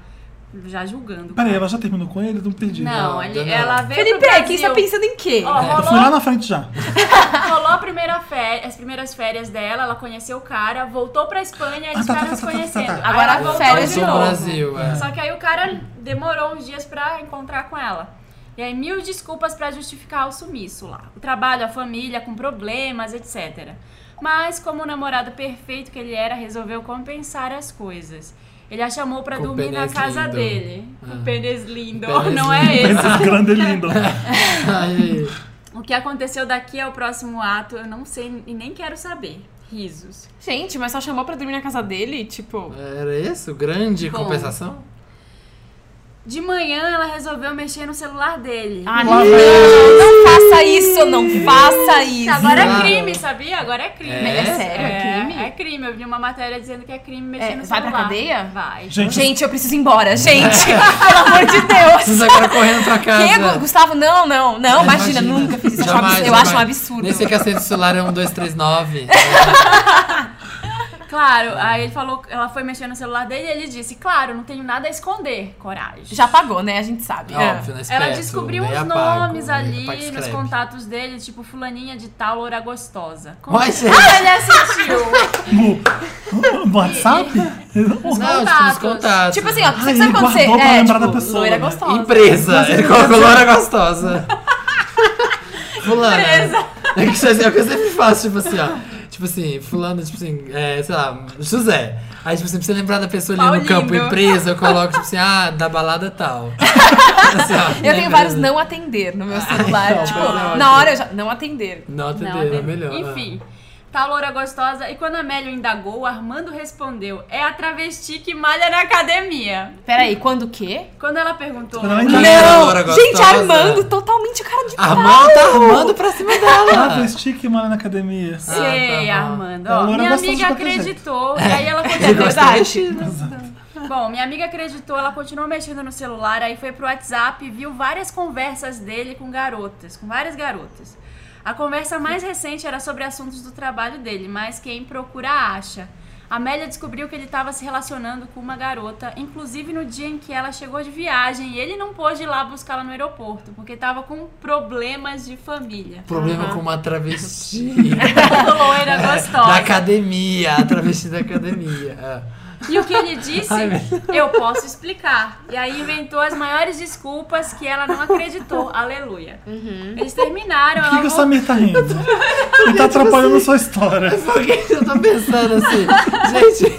S5: Já julgando.
S3: Peraí, ela já terminou com ele? Não perdi.
S5: Não,
S2: Não,
S5: ele-
S2: ainda não.
S5: ela veio
S1: Felipe, é,
S5: pro Brasil.
S1: quem está pensando em quê?
S5: Ó,
S3: Eu fui
S5: rolou,
S3: lá na frente já.
S5: rolou a primeira férias, as primeiras férias dela, ela conheceu o cara, voltou pra Espanha e
S3: Ah,
S5: eles
S3: tá, tá,
S5: ficaram
S3: tá,
S5: se
S3: tá, tá, tá,
S5: conhecendo.
S3: tá.
S5: Aí
S1: Agora
S5: ela voltou
S1: férias
S5: de
S1: no
S5: novo.
S2: Brasil, é.
S5: Só que aí o cara demorou uns dias pra encontrar com ela. E aí mil desculpas pra justificar o sumiço lá. O trabalho, a família, com problemas, etc. Mas como o namorado perfeito que ele era, resolveu compensar as coisas. Ele a chamou pra
S2: Com
S5: dormir na
S2: pênis
S5: casa
S2: lindo.
S5: dele. O
S2: Ah.
S5: pênis lindo,
S2: Pênis
S5: <laughs> não é
S2: lindo.
S5: esse.
S3: Princesa grande e
S2: <laughs>
S3: lindo.
S2: Aí,
S5: O que aconteceu daqui é o próximo ato, eu não sei e nem quero saber. Risos.
S1: Gente, mas só chamou pra dormir na casa dele, tipo...
S2: era isso? Grande
S5: Bom.
S2: compensação?
S5: De manhã ela resolveu mexer no celular dele.
S1: Ah, não, não faça isso, não faça isso.
S5: Agora é
S2: Claro.
S5: crime, sabia? Agora é crime.
S2: É? É
S1: sério? É crime?
S5: É crime. Eu vi uma matéria dizendo que é crime mexer
S1: É,
S5: no
S1: vai
S5: celular.
S1: pra cadeia?
S5: Vai.
S3: Gente,
S1: Gente, eu preciso ir embora, gente. Pelo amor de Deus.
S2: Vocês agora correndo pra casa.
S1: Que, Gu- Gustavo, não, não, não,
S2: É,
S1: imagina, nunca fiz isso. Eu acho um
S2: Jamais,
S1: absurdo,
S2: jamais.
S1: Eu acho um absurdo. É.
S2: Nesse que acende o celular é
S1: <laughs>
S2: 1239.
S5: Claro, aí ele falou, ela foi mexer no celular dele e ele disse, claro, não tenho nada a esconder. Coragem.
S1: Já pagou, né? A gente sabe. É.
S2: Óbvio, né? Esperto,
S5: Ela descobriu
S2: bem
S5: os
S2: apago,
S5: nomes
S2: né?
S5: ali
S2: Apaga e
S5: nos
S2: escreve.
S5: contatos dele, tipo fulaninha de tal, loura gostosa. Como
S2: Mas, gente,
S5: ele assistiu?
S3: no, no WhatsApp?
S2: não, tipo,
S5: contatos.
S2: nos contatos.
S1: Ah, Tipo assim, ó,
S3: Ai,
S1: você sabe
S3: ele
S1: quando você
S3: guardou pra
S1: é,
S3: lembrar
S1: tipo,
S3: da pessoa,
S1: loira
S3: né?
S1: gostosa.
S2: Empresa. Ele colocou loura
S5: <laughs>
S2: gostosa. Fulana. É que você- é o que eu sempre faço, tipo assim, ó. Tipo assim, fulano, tipo assim, é, sei lá, José. Aí, tipo assim, pra você lembrar da pessoa ali
S5: Paulinho.
S2: no campo empresa, eu coloco, tipo assim, ah, da balada
S5: <laughs>
S2: tal. Assim, ó,
S1: Eu
S2: lembra,
S1: tenho vários
S2: né?
S1: não atender no meu celular.
S2: não,
S1: tipo,
S2: mas é ótimo.
S1: na hora eu já. Não atender.
S2: Nota
S5: Não,
S2: dele, é
S5: teve-
S2: melhor.
S5: Enfim, tá loura gostosa. E quando a Amélio indagou, Armando respondeu: É a travesti que malha na academia.
S1: Peraí, quando o quê?
S5: Quando ela perguntou.
S3: Quando ela
S2: Tá
S1: Não!
S2: agora
S1: Gente,
S2: gostosa.
S1: Armando, totalmente o cara de
S2: Ah.
S1: pau.
S2: Armando tá armando pra cima
S5: <laughs>
S2: dela.
S3: Travesti que Ah, mora na academia.
S5: Sei,
S2: Ah, tá bom.
S5: Armando.
S3: A
S5: Ó,
S3: loura
S5: minha
S3: gostosa de
S5: amiga
S3: qualquer
S5: acreditou. E
S2: <laughs>
S5: aí ela
S2: É. Ele
S5: continuou.
S2: gosta de
S5: Bom, minha amiga acreditou, ela continuou mexendo no celular, aí foi pro WhatsApp e viu várias conversas dele com garotas, com várias garotas. A conversa mais recente era sobre assuntos do trabalho dele, mas quem procura acha. Amélia descobriu que ele estava se relacionando com uma garota, inclusive no dia em que ela chegou de viagem e ele não pôde ir lá buscá-la no aeroporto, porque estava com problemas de
S2: <laughs>
S5: família.
S2: Problema com uma travesti.
S5: Loira
S2: Da
S5: <laughs> gostosa.
S2: academia, a travesti da academia. é.
S5: E o que ele disse,
S2: Ai, meu
S5: eu posso explicar. E aí inventou as maiores desculpas que ela não acreditou. Aleluia. Eles terminaram.
S3: Por que,
S5: ela
S3: que o
S5: voltou-
S3: Samir tá rindo? Ele
S2: tipo
S3: tá atrapalhando
S2: assim.
S3: a sua história.
S2: Porque eu tô pensando assim, gente, <laughs>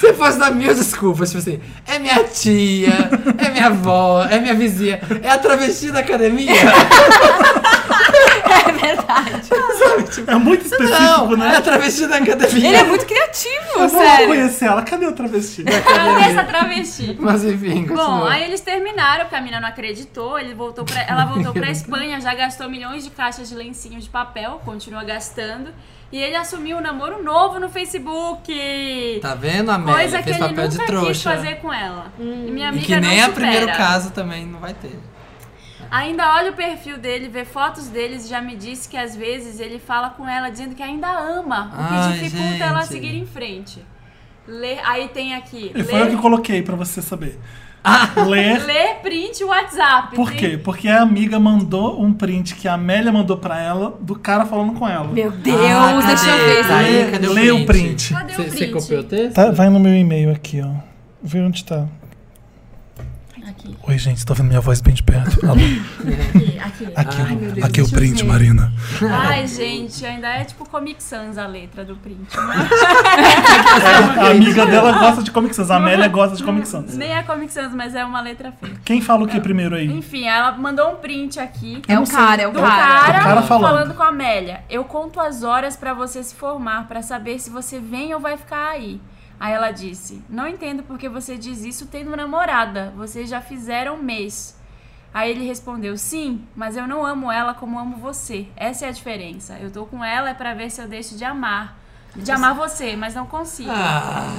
S2: se fosse dar mil desculpas, tipo assim, é minha tia, é minha avó, é minha vizinha, é a travesti da academia.
S1: É verdade.
S3: É muito específico,
S2: tipo, Não,
S3: né?
S2: é a travesti da academia.
S1: Ele é muito criativo,
S3: Eu vou
S1: sério.
S3: conhecer ela. Cadê o travesti?
S2: é
S5: Cadê essa travesti?
S2: <laughs> Mas enfim,
S5: Bom,
S2: continua.
S5: aí eles terminaram, porque a mina não acreditou, ele voltou pra, ela voltou pra Espanha, já gastou milhões de caixas de lencinho de papel, continua gastando. E ele assumiu um namoro novo no Facebook.
S2: Tá vendo, Amélia?
S5: Coisa que
S2: Fez
S5: ele
S2: papel
S5: nunca
S2: de
S5: quis
S2: trouxa.
S5: fazer com ela. E minha
S2: E
S5: amiga
S2: que nem é
S5: não
S2: a primeiro
S5: supera.
S2: caso também não vai ter.
S5: Ainda olha o perfil dele, vê fotos deles e já me disse que às vezes ele fala com ela dizendo que ainda ama, o que
S2: Ai,
S5: dificulta
S2: gente.
S5: ela seguir em frente. Lê, aí tem aqui,
S3: E foi eu
S5: lê,
S3: que coloquei pra você saber. Ler.
S5: lê print WhatsApp.
S3: Por
S5: tem-
S3: quê? Porque a amiga mandou um print que a Amélia mandou pra ela do cara falando com ela.
S1: Meu Deus,
S2: Ah,
S1: deixa eu
S2: cadê?
S1: ver.
S2: Tá aí,
S3: Lê-
S2: cadê o
S3: lê o print.
S5: Cadê o
S2: Você- Você
S5: print?
S2: copiou o texto?
S3: Tá, vai no meu e-mail aqui, ó. Vê onde tá.
S4: Aqui,
S3: Oi, gente, tô vendo minha voz bem de perto. Alô?
S4: aqui, aqui.
S3: Aqui,
S4: Ai, meu Deus,
S3: aqui é o
S4: deixa eu
S3: print,
S4: ver.
S3: Marina.
S5: Ai, gente, ainda é tipo Comic Sans a letra do print.
S3: É
S2: É, tá,
S3: A amiga dela gosta de Comic Sans. A Amélia gosta de Comic Sans.
S5: Nem é Comic Sans, mas é uma letra feia.
S3: Quem fala o que primeiro aí?
S5: Enfim, ela mandou um print aqui.
S1: É
S3: Eu
S1: o
S3: não sei.
S1: cara, é o
S5: Do
S1: cara.
S5: cara,
S3: Do cara falando.
S5: falando. com a Amélia. Eu conto as horas pra você se formar, pra saber se você vem ou vai ficar aí. Aí ela disse: Não entendo porque você diz isso tendo namorada. Vocês já fizeram um mês. Aí ele respondeu: Sim, mas eu não amo ela como amo você. Essa é a diferença. Eu tô com ela é pra ver se eu deixo de amar. De amar você, mas não consigo.
S2: Ah,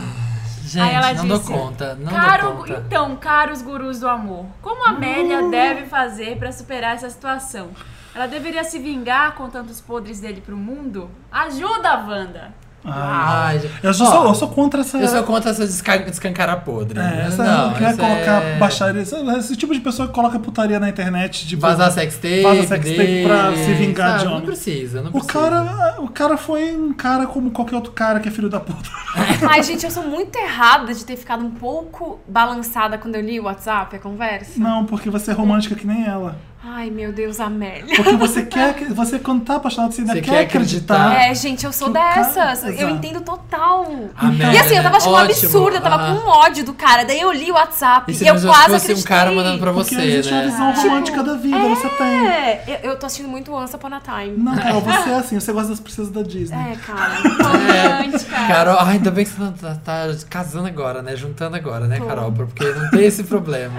S2: gente,
S5: Aí ela
S2: não dou
S5: disse,
S2: conta. Não dou
S5: Caro,
S2: conta.
S5: então, caros gurus do amor, como a Amélia deve fazer pra superar essa situação? Ela deveria se vingar com tantos podres dele pro mundo? Ajuda, Wanda!
S3: Ai,
S2: Ai, gente.
S3: eu, sou,
S2: Ó,
S3: eu sou contra essa.
S2: eu sou contra essa desca descancara podre. né?
S3: É, essa
S2: não,
S3: quer
S2: essa
S3: colocar
S2: é...
S3: baixaria. Esse, esse tipo de pessoa que coloca putaria na internet, tipo.
S2: Vazar sextape.
S3: Vaza sextape
S2: dele,
S3: pra se vingar
S2: sabe?
S3: de
S2: Não
S3: homem.
S2: precisa, não
S3: O
S2: precisa.
S3: cara, o cara foi um cara como qualquer outro cara que é filho da puta. <laughs>
S1: Ai, gente, eu sou muito errada de ter ficado um pouco balançada quando eu li o WhatsApp, a conversa.
S3: Não, porque você é romântica que nem ela.
S1: Ai, meu Deus, Amélia.
S3: Porque
S1: <laughs>
S3: você quer, que- você quando tá apaixonado, você ainda
S2: Você
S3: quer,
S2: quer
S3: acreditar.
S2: acreditar.
S1: É, gente, eu sou
S3: Que cara-
S1: dessas. Eu
S3: Exato.
S1: entendo total.
S2: Amélia,
S1: e assim, eu tava achando um
S2: Ah, ótimo,
S1: absurdo, eu tava
S2: ah.
S1: com um ódio do cara. Daí eu li o WhatsApp
S2: E
S1: e,
S2: se
S1: eu
S2: não
S1: quase
S2: fosse um
S1: acreditei.
S2: cara mandando pra
S3: Porque
S2: você,
S3: existe uma
S2: né?
S3: visão romântica da vida, você tem.
S1: Tipo, É, eu, eu tô assistindo muito Once Upon a
S2: <laughs>
S1: Time.
S3: Não, cara, você é assim, você gosta das princesas da Disney.
S1: É, cara.
S5: Romântica!
S2: Carol, ai, ainda bem que você tá, tá casando agora, né? Juntando agora, né, Carol? Porque não tem esse problema.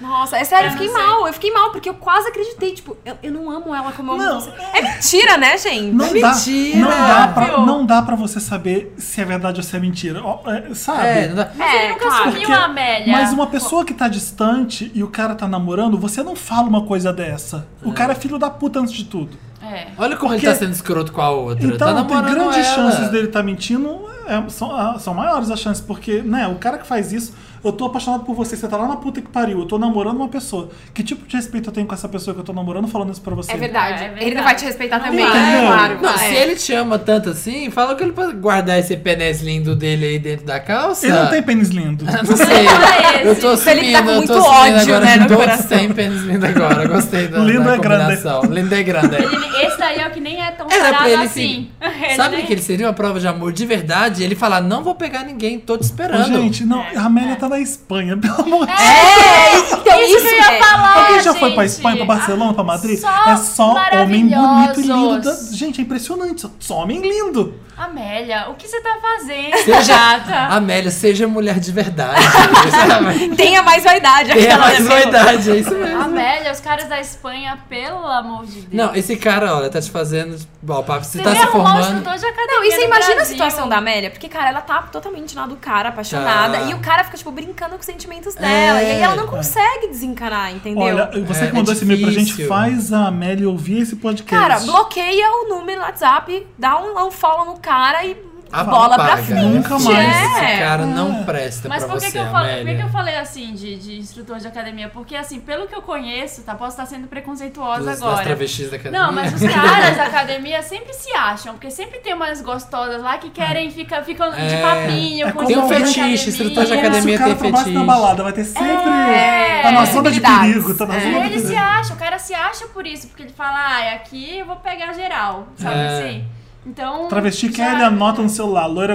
S1: Nossa, <laughs> é sério, eu
S5: Eu
S1: fiquei
S5: não sei.
S1: mal. Eu fiquei mal, porque eu quase acreditei. Tipo, eu, eu não amo ela como eu
S3: Não.
S1: amo você. É mentira, né, gente?
S3: Não dá,
S2: Mentira!
S3: não dá, pra,
S5: Viu?
S3: não dá pra você saber se é verdade ou se é mentira. Ó, é, Sabe?
S2: É, não dá.
S1: É,
S5: Nunca
S1: claro.
S5: sumiu a Amélia!
S3: Mas uma pessoa que tá distante e o cara tá namorando, você não fala uma coisa dessa. O cara é filho da puta antes de tudo.
S5: É.
S2: Olha como
S3: Porque-
S2: ele tá sendo escroto com a outra. tá
S3: Então, tem
S2: namorando
S3: grandes
S2: ela.
S3: chances dele estar mentindo, é, são, ah, são maiores as chances, porque, né, o cara que faz isso, eu tô apaixonado por você, você tá lá na puta que pariu, eu tô namorando uma pessoa. Que tipo de respeito eu tenho com essa pessoa que eu tô namorando falando isso pra você?
S1: É verdade.
S5: É, é
S1: Ele não
S5: verdade.
S1: vai te respeitar também,
S3: vai.
S1: né?
S3: Não.
S1: Claro.
S2: Não,
S1: mas
S2: se
S1: é.
S2: ele te ama tanto assim, fala que ele pode guardar esse penés lindo dele aí dentro da calça.
S3: Ele não tem assim.
S2: <laughs>
S3: pênis lindo.
S2: Não sei.
S5: Olha
S2: Eu tô
S1: Felipe
S2: sumindo,
S1: tá com
S2: eu tô
S1: muito
S2: sumindo
S1: ódio,
S2: agora
S1: né,
S2: que
S1: no
S2: todos
S1: coração.
S2: têm pênis lindo agora. Gostei da,
S3: Lindo
S2: da
S3: é grande.
S2: combinação. Lindo é grande. é.
S5: Ele- esse daí é o que nem é tão
S2: Era pra
S5: sarado
S2: ele
S5: assim. <laughs> Ele
S2: Sabe
S1: é
S5: nem-
S2: que ele seria uma prova de amor de verdade? Ele falar, não vou pegar ninguém, tô te
S3: Ô,
S2: esperando.
S3: gente, não,
S2: É.
S3: a Amélia tá na Espanha, pelo amor de Deus.
S1: Então, isso,
S5: que eu ia
S1: é.
S5: falar,
S3: Alguém já foi pra
S5: gente. Ah,
S3: Espanha, pra Barcelona, pra Madrid?
S5: só
S3: é só homem bonito e lindo. da-
S5: maravilhosos.
S3: Gente, é impressionante, só- só homem lindo.
S5: Amélia, o que você tá fazendo,
S1: <laughs>
S2: Seja,
S5: gata?
S2: Amélia, seja mulher de verdade. <laughs> sabe?
S1: Tenha mais vaidade.
S2: Tenha
S1: aquela,
S2: mais
S1: né?
S2: vaidade, é isso mesmo.
S5: Amélia, os caras da Espanha, pelo amor de Deus.
S2: Não, esse cara, olha, tá te fazendo. Bom, papo, você
S5: Você
S2: tá
S5: tá
S2: se
S5: arrumar um
S2: formando.
S5: instrutor de academia
S1: Não, e você
S5: no
S1: imagina a
S5: Brasil.
S1: situação da Amélia? Porque, cara, ela tá totalmente lá do cara, apaixonada.
S2: Tá.
S1: E o cara fica, tipo, brincando com os sentimentos dela. E aí ela não consegue desencanar, entendeu?
S3: É. Olha, você
S2: É,
S3: que mandou
S2: é
S3: esse e-mail pra gente,
S2: difícil.
S3: faz a Amélia ouvir esse podcast.
S1: Cara, bloqueia o número no WhatsApp, dá um, um follow no cara e
S2: Ah,
S1: bola pra
S2: apaga.
S1: frente.
S3: Nunca mais.
S1: É.
S2: Esse cara não presta
S5: Mas
S2: pra
S5: por que,
S2: você,
S5: que, eu falei, por que que
S2: Amélia.
S5: eu falei assim de, de instrutor de academia? Porque, assim, pelo que eu conheço, tá? Posso estar sendo preconceituosa
S2: Dos- Das
S5: agora.
S2: travestis da academia.
S5: Não, mas os caras da academia sempre se acham, porque sempre tem umas gostosas lá que querem ficar ficam
S2: É.
S5: de papinho,
S3: É
S5: com
S3: como
S2: Tem um
S3: Alguém-
S2: fetiche, instrutor de
S3: É como se
S2: academia
S3: o cara
S2: tem
S3: trabalhasse na
S2: fetiche.
S3: balada, vai ter sempre.
S5: É.
S3: Tá na zona de
S1: Possibilidades.
S3: perigo, tá na
S1: É.
S3: zona de
S5: Ele
S3: perigo.
S5: se é acha, o cara se acha por isso, porque ele fala, ah, aqui eu vou pegar geral, sabe
S2: É.
S5: assim? Então.
S3: Travesti
S5: já-
S3: Kelly anota no celular, loira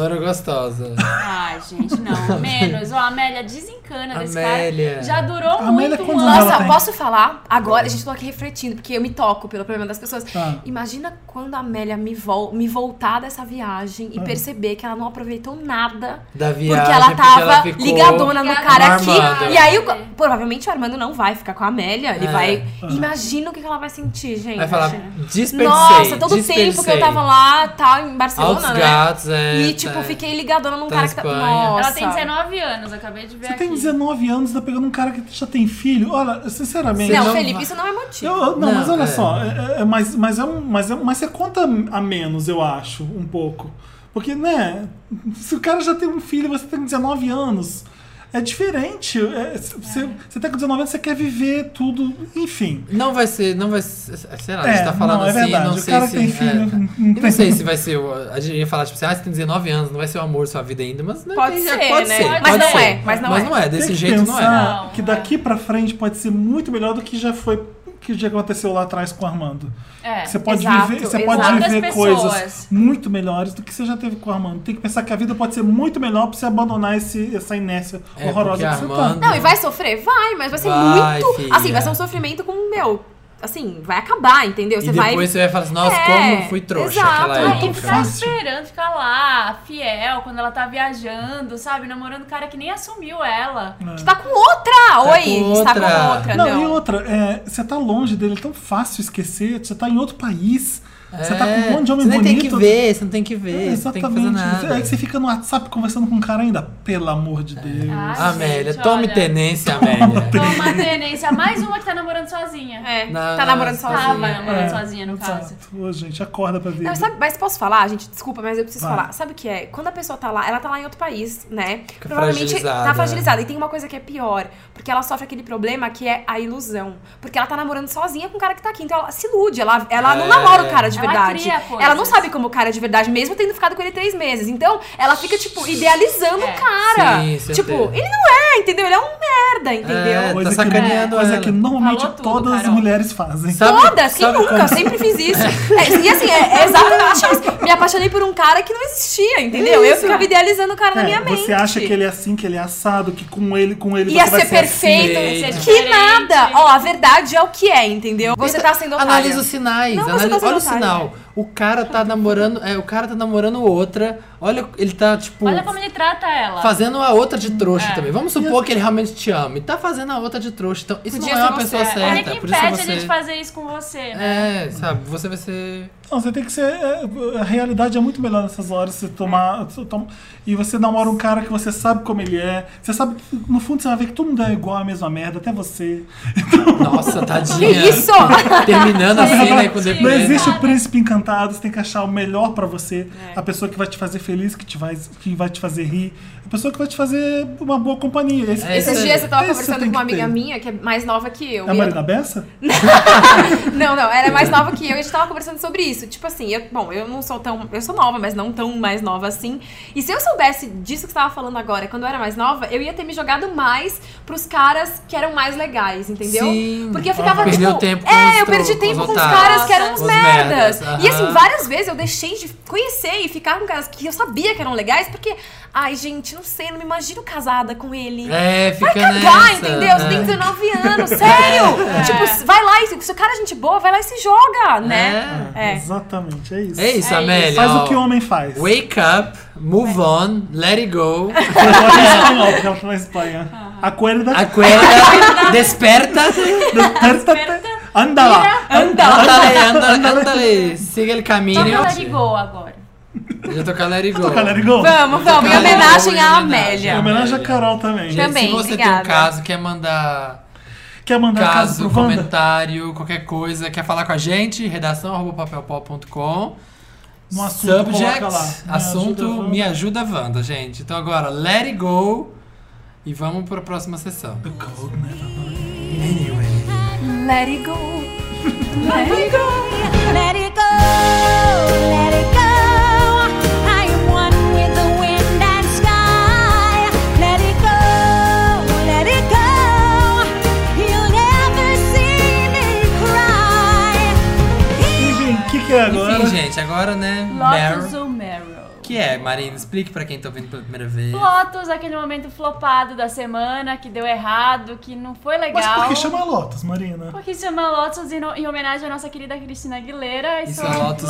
S2: <laughs> Loura gostosa.
S5: Ah, gente, não. Menos. Ó, Amélia desencana desse
S2: Amélia.
S5: cara. Já durou
S3: Amélia,
S5: muito
S3: quantos
S5: um ano.
S3: ela
S1: Nossa,
S3: tem? É.
S1: posso falar? Agora, a gente tô aqui refletindo, porque eu me toco pelo problema das pessoas.
S3: Ah.
S1: Imagina quando a Amélia me, vol me voltar dessa viagem
S3: Uhum.
S1: e perceber que ela não aproveitou nada.
S2: Da viagem,
S1: Porque ela tava
S2: ficou-
S1: ligadona no cara
S2: no Armando.
S1: aqui. E aí, o, provavelmente o Armando não vai ficar com a Amélia. Ele
S2: É.
S1: vai. Imagina o que que ela vai sentir, gente.
S2: Vai falar, dispensei.
S1: Nossa, todo o
S2: dispensei.
S1: tempo que eu tava lá, tá, em
S2: Altos
S1: Barcelona, né?
S2: gatos, é.
S1: E, tipo,
S2: tá.
S1: fiquei ligadona num
S2: Tá
S1: cara
S2: na
S1: que tá.
S2: Espanha.
S1: Nossa.
S5: Ela tem 19 anos, acabei de ver
S3: Você
S5: aqui.
S3: tem 19 anos, tá pegando um cara que já tem filho? Olha, sinceramente.
S1: Não,
S2: Não,
S1: Felipe,
S2: vai.
S1: isso não é motivo.
S3: Eu- eu- não,
S2: Não,
S3: mas olha
S2: é.
S3: só, é- é- mas, mas, é um, mas, é, mas você conta a menos, eu acho, um pouco. Porque, né, se o cara já tem um filho e você tem 19 anos, é diferente. É, c- você, você tá com 19 anos, você quer viver tudo, enfim.
S2: Não vai ser, não vai ser, sei lá, a
S3: É,
S2: gente tá falando
S3: não, é
S2: assim,
S3: verdade,
S2: não
S3: o
S2: sei
S3: cara
S2: se...
S3: que tem filho,
S2: é, tá.
S3: não
S2: E
S3: tem-
S2: não sei se vai ser, o- a gente ia falar, tipo assim, ah, você tem 19 anos, não vai ser o amor da sua vida ainda, mas não
S1: Pode
S2: tem- é,
S1: ser,
S2: pode
S1: né?
S2: ser,
S1: Mas
S2: pode
S1: não
S2: ser.
S1: é, mas não é.
S2: desse
S3: tem que
S2: jeito não é.
S3: pensar
S5: Não,
S3: que
S5: não
S3: daqui pra frente pode ser muito melhor do que já foi, que já aconteceu lá atrás com o Armando.
S5: É.
S3: Você pode
S1: Exato,
S3: viver, você
S1: exato.
S3: pode
S5: Outras
S3: viver
S5: pessoas.
S3: coisas muito melhores do que você já teve com o Armando. Tem que pensar que a vida pode ser muito melhor pra você abandonar esse, essa inércia
S2: É,
S3: horrorosa que
S2: porque
S3: você
S2: Armando-
S3: tá.
S1: Não, e vai sofrer? Vai, mas vai ser
S2: Vai,
S1: muito.
S2: filha.
S1: Assim, vai ser um sofrimento com o meu. Assim, vai acabar, entendeu?
S2: E
S1: Você
S2: depois
S1: vai.
S2: você vai falar assim, nossa,
S1: É,
S2: como fui trouxa
S1: exato.
S2: aquela
S1: Aí
S2: época.
S5: Ficar
S3: Fácil.
S5: tá esperando ficar lá, fiel, quando ela tá viajando, sabe? Namorando um cara que nem assumiu ela.
S1: Você tá com outra! Oi!
S2: com
S1: Você tá
S2: outra.
S1: com outra,
S3: Não,
S1: não.
S3: e outra, é, você tá longe dele, é tão fácil esquecer, você tá em outro país, você tá com
S2: É,
S3: um monte de homem
S2: Você nem
S3: bonito.
S2: tem que ver, você não tem que ver,
S3: É,
S2: você não tem que fazer nada. É.
S3: Aí que você fica no WhatsApp conversando com um cara ainda, pelo amor de Deus.
S5: Ai,
S2: Amélia,
S5: gente,
S2: tome
S5: olha.
S2: tenência,
S1: <laughs>
S2: Amélia.
S5: Toma tenência. é Mais uma que tá namorando sozinha.
S1: É,
S2: Não,
S1: tá
S2: não,
S1: namorando sozinha.
S5: Tava
S2: sozinha.
S5: namorando é, sozinha, no caso.
S3: É, Exato. Ô, gente, acorda pra vida.
S1: Não, sabe- mas posso falar, gente? Desculpa, mas eu preciso
S3: Vai.
S1: falar. Sabe o que é? Quando a pessoa tá lá, ela tá lá em outro país, né? Provavelmente
S2: fragilizada,
S1: tá fragilizada. E tem uma coisa que é pior, porque ela sofre aquele problema que é a ilusão. Porque ela tá namorando sozinha com o cara que tá aqui. Então ela se ilude, ela, ela
S2: É.
S1: não namora o cara de
S5: Ela
S1: verdade.
S5: cria coisas.
S1: não sabe como o cara é de verdade, mesmo tendo ficado com ele três meses. Então, ela fica, tipo, idealizando
S5: É.
S1: o cara.
S2: Sim, certeza.
S1: tipo, ele não é, entendeu? Ele é um merda, entendeu?
S2: É.
S3: Coisa,
S2: Tá
S3: que,
S2: sacaneando
S3: coisa
S2: ela.
S3: que normalmente
S5: Falou tudo,
S3: todas as
S5: Carol.
S3: mulheres fazem.
S2: Sabe-
S1: Todas, quem
S2: sabe
S1: nunca?
S2: como-
S1: Eu sempre fiz isso. <laughs> É, e assim, é, é exatamente isso. Me apaixonei por um cara que não existia, entendeu? Eu ficava idealizando o cara Tá na
S3: É,
S1: minha mente.
S3: Você acha que ele é assim, que ele é assado, que com ele, com ele
S1: ia
S3: você vai
S1: ser perfeito,
S2: assim.
S1: ia ser que
S5: Diferente.
S1: nada. Ó, a verdade é o que é, entendeu? Você tá sendo otário.
S2: Analisa os sinais.
S1: Não, você
S2: analisa-
S1: tá sendo
S2: olha o
S1: otário.
S2: sinal. O cara tá namorando. É, o cara tá namorando outra. Olha, ele tá, tipo.
S5: Olha como ele trata ela.
S2: Fazendo a outra de trouxa
S1: É.
S2: também. Vamos supor que ele realmente te ama. E tá fazendo a outra de trouxa. Então, isso
S1: Podia
S2: não é
S1: ser
S2: uma
S1: você.
S2: pessoa
S1: Olha
S2: certa.
S5: Olha que
S2: por isso é
S5: impede
S2: você.
S5: ele de fazer isso com você, né?
S2: É, sabe, você vai ser.
S3: Não, você tem que ser. é, A realidade é muito melhor nessas horas. Você tomar. você toma- e você namora um cara que você sabe como ele é. Você sabe. No fundo, você vai ver que todo mundo é igual a mesma merda, até você.
S2: Nossa, tadinha.
S1: Que É isso?
S2: Terminando
S1: <laughs>
S2: assim, né? Com
S5: Não
S3: Não
S1: é
S2: deprê.
S3: existe o príncipe encantado, você tem que achar o melhor pra você.
S1: É.
S3: A pessoa que vai te fazer feliz, que, te vai, que vai te fazer rir. A pessoa que vai te fazer uma boa companhia. Esse-
S2: É,
S1: Esses
S2: Isso-
S1: dias eu tava
S3: isso
S1: conversando
S3: tem
S1: com uma
S3: que ter.
S1: amiga minha que é mais nova que eu.
S3: É a
S1: E eu-
S3: Marina Bessa?
S1: Não, não, era mais nova que eu e a gente tava conversando sobre isso. Tipo assim, eu, bom, eu não sou tão. Eu sou nova, mas não tão mais nova assim. E se eu soubesse disso que você tava falando agora, quando eu era mais nova, eu ia ter me jogado mais pros caras que eram mais legais, entendeu?
S2: Sim.
S1: Porque eu ficava
S2: Perdeu
S1: tipo.
S2: tempo com os
S1: é, eu perdi
S2: tro-
S1: tempo
S2: com os
S1: com os
S2: otários.
S1: caras que eram uns
S2: Os
S1: merdas.
S2: merdas,
S1: E assim,
S2: aham.
S1: várias vezes eu deixei de conhecer e ficar com caras que eu sabia que eram legais, porque. Ai, gente, não sei, não me imagino casada com ele
S2: É, fica
S1: cagar,
S2: nessa,
S1: entendeu?
S2: né?
S1: Você
S2: É.
S1: tem 19
S2: <laughs>
S1: anos, sério! Tipo, vai lá, e se o cara é gente boa, vai lá e se joga, né?
S2: É.
S1: É.
S3: Exatamente, é isso.
S2: É isso,
S5: É
S2: Amélia.
S3: Faz
S2: ó.
S3: o que o homem faz.
S2: Wake up, move on, let it go.
S3: Ela fala em espanhol, porque ela fala em Espanha. A coelha da
S2: Acuerda, <laughs> desperta.
S3: Desperta-te. Anda lá.
S2: Ándale, ándale, ándale. Siga o caminho.
S5: Toca Let It Go tá agora.
S2: Já toca let it go.
S3: Toca, let it go.
S1: Vamos, vamos, em
S2: Let it go,
S1: homenagem
S2: em
S1: à
S3: Em
S1: Amélia.
S3: homenagem a Carol também.
S1: Gente. Também,
S2: Se você tem
S1: obrigada.
S2: um caso, quer mandar
S3: Quer mandar um
S2: caso,
S3: caso, pro Wanda?
S2: comentário, qualquer coisa, quer falar com a gente, redação arroba papelpop.com.
S3: No Um assunto,
S2: Subject,
S3: coloca lá. Me
S2: assunto
S3: ajuda, Wanda.
S2: Me Ajuda Wanda, gente. Então agora, let it go e vamos para a próxima sessão.
S1: Let it go.
S6: Let it go, let it go. I am one with the wind and sky. Let it go, let it go. You'll never see me cry.
S3: Enfim, o que, que é agora?
S2: Enfim, gente, agora, né?
S5: Lotus
S2: Meryl.
S5: ou Meryl?
S2: Que é, Marina, explique pra quem tá ouvindo pela primeira vez.
S5: Lotus, aquele momento flopado da semana, que deu errado, que não foi
S3: Mas
S5: legal.
S3: por que chama Lotus, Marina?
S5: Porque chama Lotus em, em homenagem à nossa querida Cristina Aguilera. E
S2: Isso
S5: são
S2: é Lotus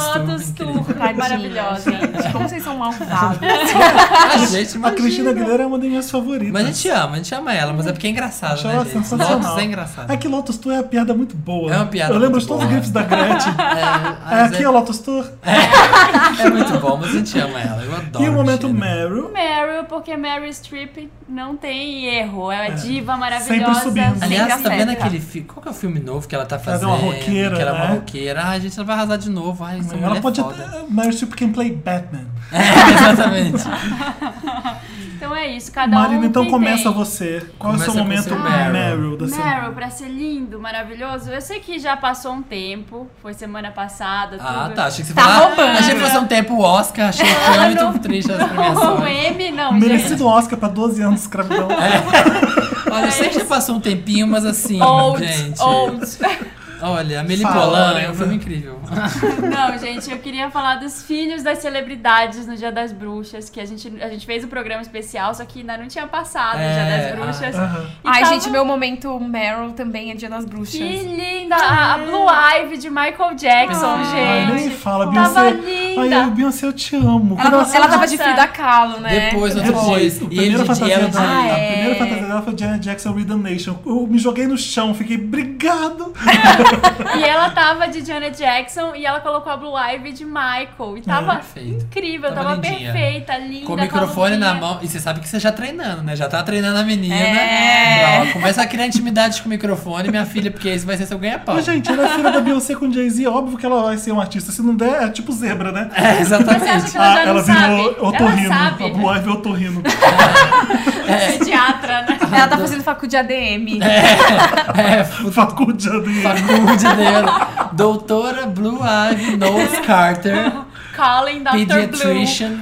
S2: Tour, incrível.
S5: Tour,
S1: Tadinha,
S5: maravilhosa.
S1: gente. Como vocês são malvados. <laughs>
S2: A gente,
S3: A Cristina
S2: imagina.
S3: Aguilera é uma das minhas favoritas.
S2: Mas a gente ama, a gente ama ela, mas é porque é engraçado,
S3: Acho
S2: né,
S3: ela
S2: gente?
S3: sensacional.
S2: Lotus é engraçado.
S3: É que Lotus Tour é uma piada muito boa.
S2: É uma piada
S3: Eu lembro
S2: muito
S3: de todos os
S2: boa.
S3: grifes
S2: <laughs>
S3: da Gretchen.
S2: É,
S3: É,
S2: mas
S3: aqui é Lotus Tour.
S2: é, é muito bom, mas a gente ama ela. Eu adoro.
S3: E o momento
S2: Cristina.
S3: Meryl.
S5: Meryl, porque Meryl Streep não tem erro. É uma diva maravilhosa.
S3: Sempre subindo.
S2: Aliás,
S1: Sempre
S2: tá vendo
S1: acerta.
S2: aquele filme? Qual que é o filme novo que ela tá
S3: Ela é
S2: fazendo?
S3: uma roqueira,
S2: que ela é uma
S3: né?
S2: roqueira. Ai, gente, ela vai arrasar de novo. Ai, essa mulher
S3: Ela pode
S2: é foda.
S3: até. Meryl Streep can play Batman.
S2: <laughs> É, exatamente.
S5: Então é isso, cada um.
S3: Marina, então
S5: tem,
S3: começa assim.
S5: tem.
S3: você. Qual é o
S2: Começa com
S3: seu momento
S2: seu
S3: Meryl,
S2: Meryl.
S3: da semana?
S5: Meryl, pra ser lindo, maravilhoso. Eu sei que já passou um tempo, foi semana passada.
S2: Ah,
S5: tudo.
S2: tá. Achei que você
S1: Tá
S2: falava-
S1: roubando.
S2: Achei que fosse um tempo o Oscar, achei que
S5: Ah,
S2: foi muito
S5: <laughs>
S2: triste as
S5: O
S2: premiações. É.
S5: M, não, gente.
S3: Merecido Oscar pra 12 anos de
S2: <laughs>
S3: escravidão.
S2: Olha, eu sei que já passou um tempinho, mas assim,
S5: Old,
S2: gente.
S5: old.
S2: Olha, a Meli
S3: Fala,
S2: Polan é
S3: Ana.
S2: um filme incrível.
S5: Não, gente, eu queria falar dos filhos das celebridades no Dia das Bruxas, que a gente, a gente fez um programa especial, só que ainda não tinha passado o Dia das
S2: É,
S5: Bruxas.
S3: Aham.
S5: E
S1: Ai,
S5: tava-
S1: gente, meu momento Meryl também é Dia das Bruxas.
S5: Que linda! A, a Blue Ivy de Michael Jackson,
S3: Ai,
S5: gente.
S3: nem fala,
S5: Tava
S3: Beyoncé. Ai,
S5: linda.
S3: eu, Beyoncé, eu te amo.
S1: Ela,
S3: Nossa,
S1: ela tava de
S5: Nossa.
S1: Frida Kahlo, né?
S2: Depois,
S1: Tudo bom.
S3: Depois,
S2: Depois,
S3: a
S2: e
S3: primeira
S2: ele-
S3: fantasia
S2: ela-
S3: dela,
S1: Ah,
S3: a
S1: é.
S3: primeira fantasia dela foi Janet Jackson Redemption. Eu me joguei no chão, fiquei obrigado.
S5: E ela tava de Janet Jackson e ela colocou a Blue Ivy de Michael. E tava
S2: perfeito.
S5: incrível, tava,
S2: Ah, Tava lindinha.
S5: perfeita, linda.
S2: Com o microfone na
S5: calminha.
S2: mão. E você sabe que você já treinando, né? Já tá treinando a menina.
S1: É.
S2: Ela começa a criar intimidade com o microfone, minha filha, porque isso vai ser seu ganha-pau.
S3: Mas, gente, ela é filha da Beyoncé com Jay-Z, é óbvio que ela vai ser uma artista. Se não der, é tipo zebra, né? Ah,
S2: É,
S5: Você acha <laughs> que
S2: exatamente.
S5: ela já não sabe?
S3: virou otorrino.
S5: Ela sabe.
S3: A Blue Ivy <laughs> otorrino.
S2: <laughs>
S5: Pediatra, né?
S1: Ela tá fazendo faculdade de ADM.
S2: É,
S3: Faculdade.
S2: faculdade dela. Doutora Blue Ivy Knowles Carter,
S5: Colin Dr. Blue.
S2: pediatrician.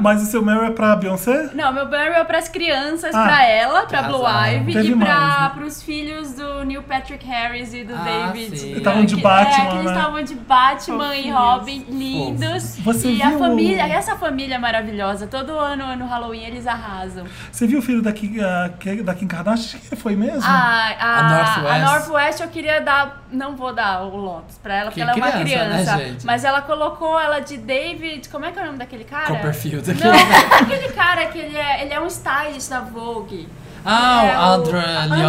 S3: Mas o seu Meryl é pra Beyoncé?
S5: Não, meu Barry é pras crianças,
S3: Ah.
S5: pra ela, pra Blue
S2: Arrasaram.
S5: Ivy
S3: Teve
S5: e pra,
S3: mais, né?
S5: pros filhos do Neil Patrick Harris e do
S2: Ah,
S5: David.
S2: sim.
S5: né,
S2: Estavam
S3: de
S5: que-
S3: Batman,
S5: É, que eles
S3: né?
S5: estavam de Batman e Robin, lindos.
S3: Você
S5: e a
S3: viu-
S5: família, essa família é maravilhosa. Todo ano, no Halloween, eles arrasam.
S3: Você viu o filho da Kim, a- que- da Kim Kardashian? <laughs> Acho que foi mesmo?
S5: A, a,
S2: A Northwest.
S5: a Northwest eu queria dar. Não vou dar o Lopes pra ela, porque
S2: Que
S5: ela é uma
S2: criança, né,
S5: criança.
S2: gente?
S5: mas ela colocou ela de David. Como é que é o nome daquele cara?
S2: Copperfield aqui.
S5: Não, <laughs> aquele cara que ele é, ele é um stylist da Vogue. É,
S2: Ah, o André
S5: o-
S2: Leotali.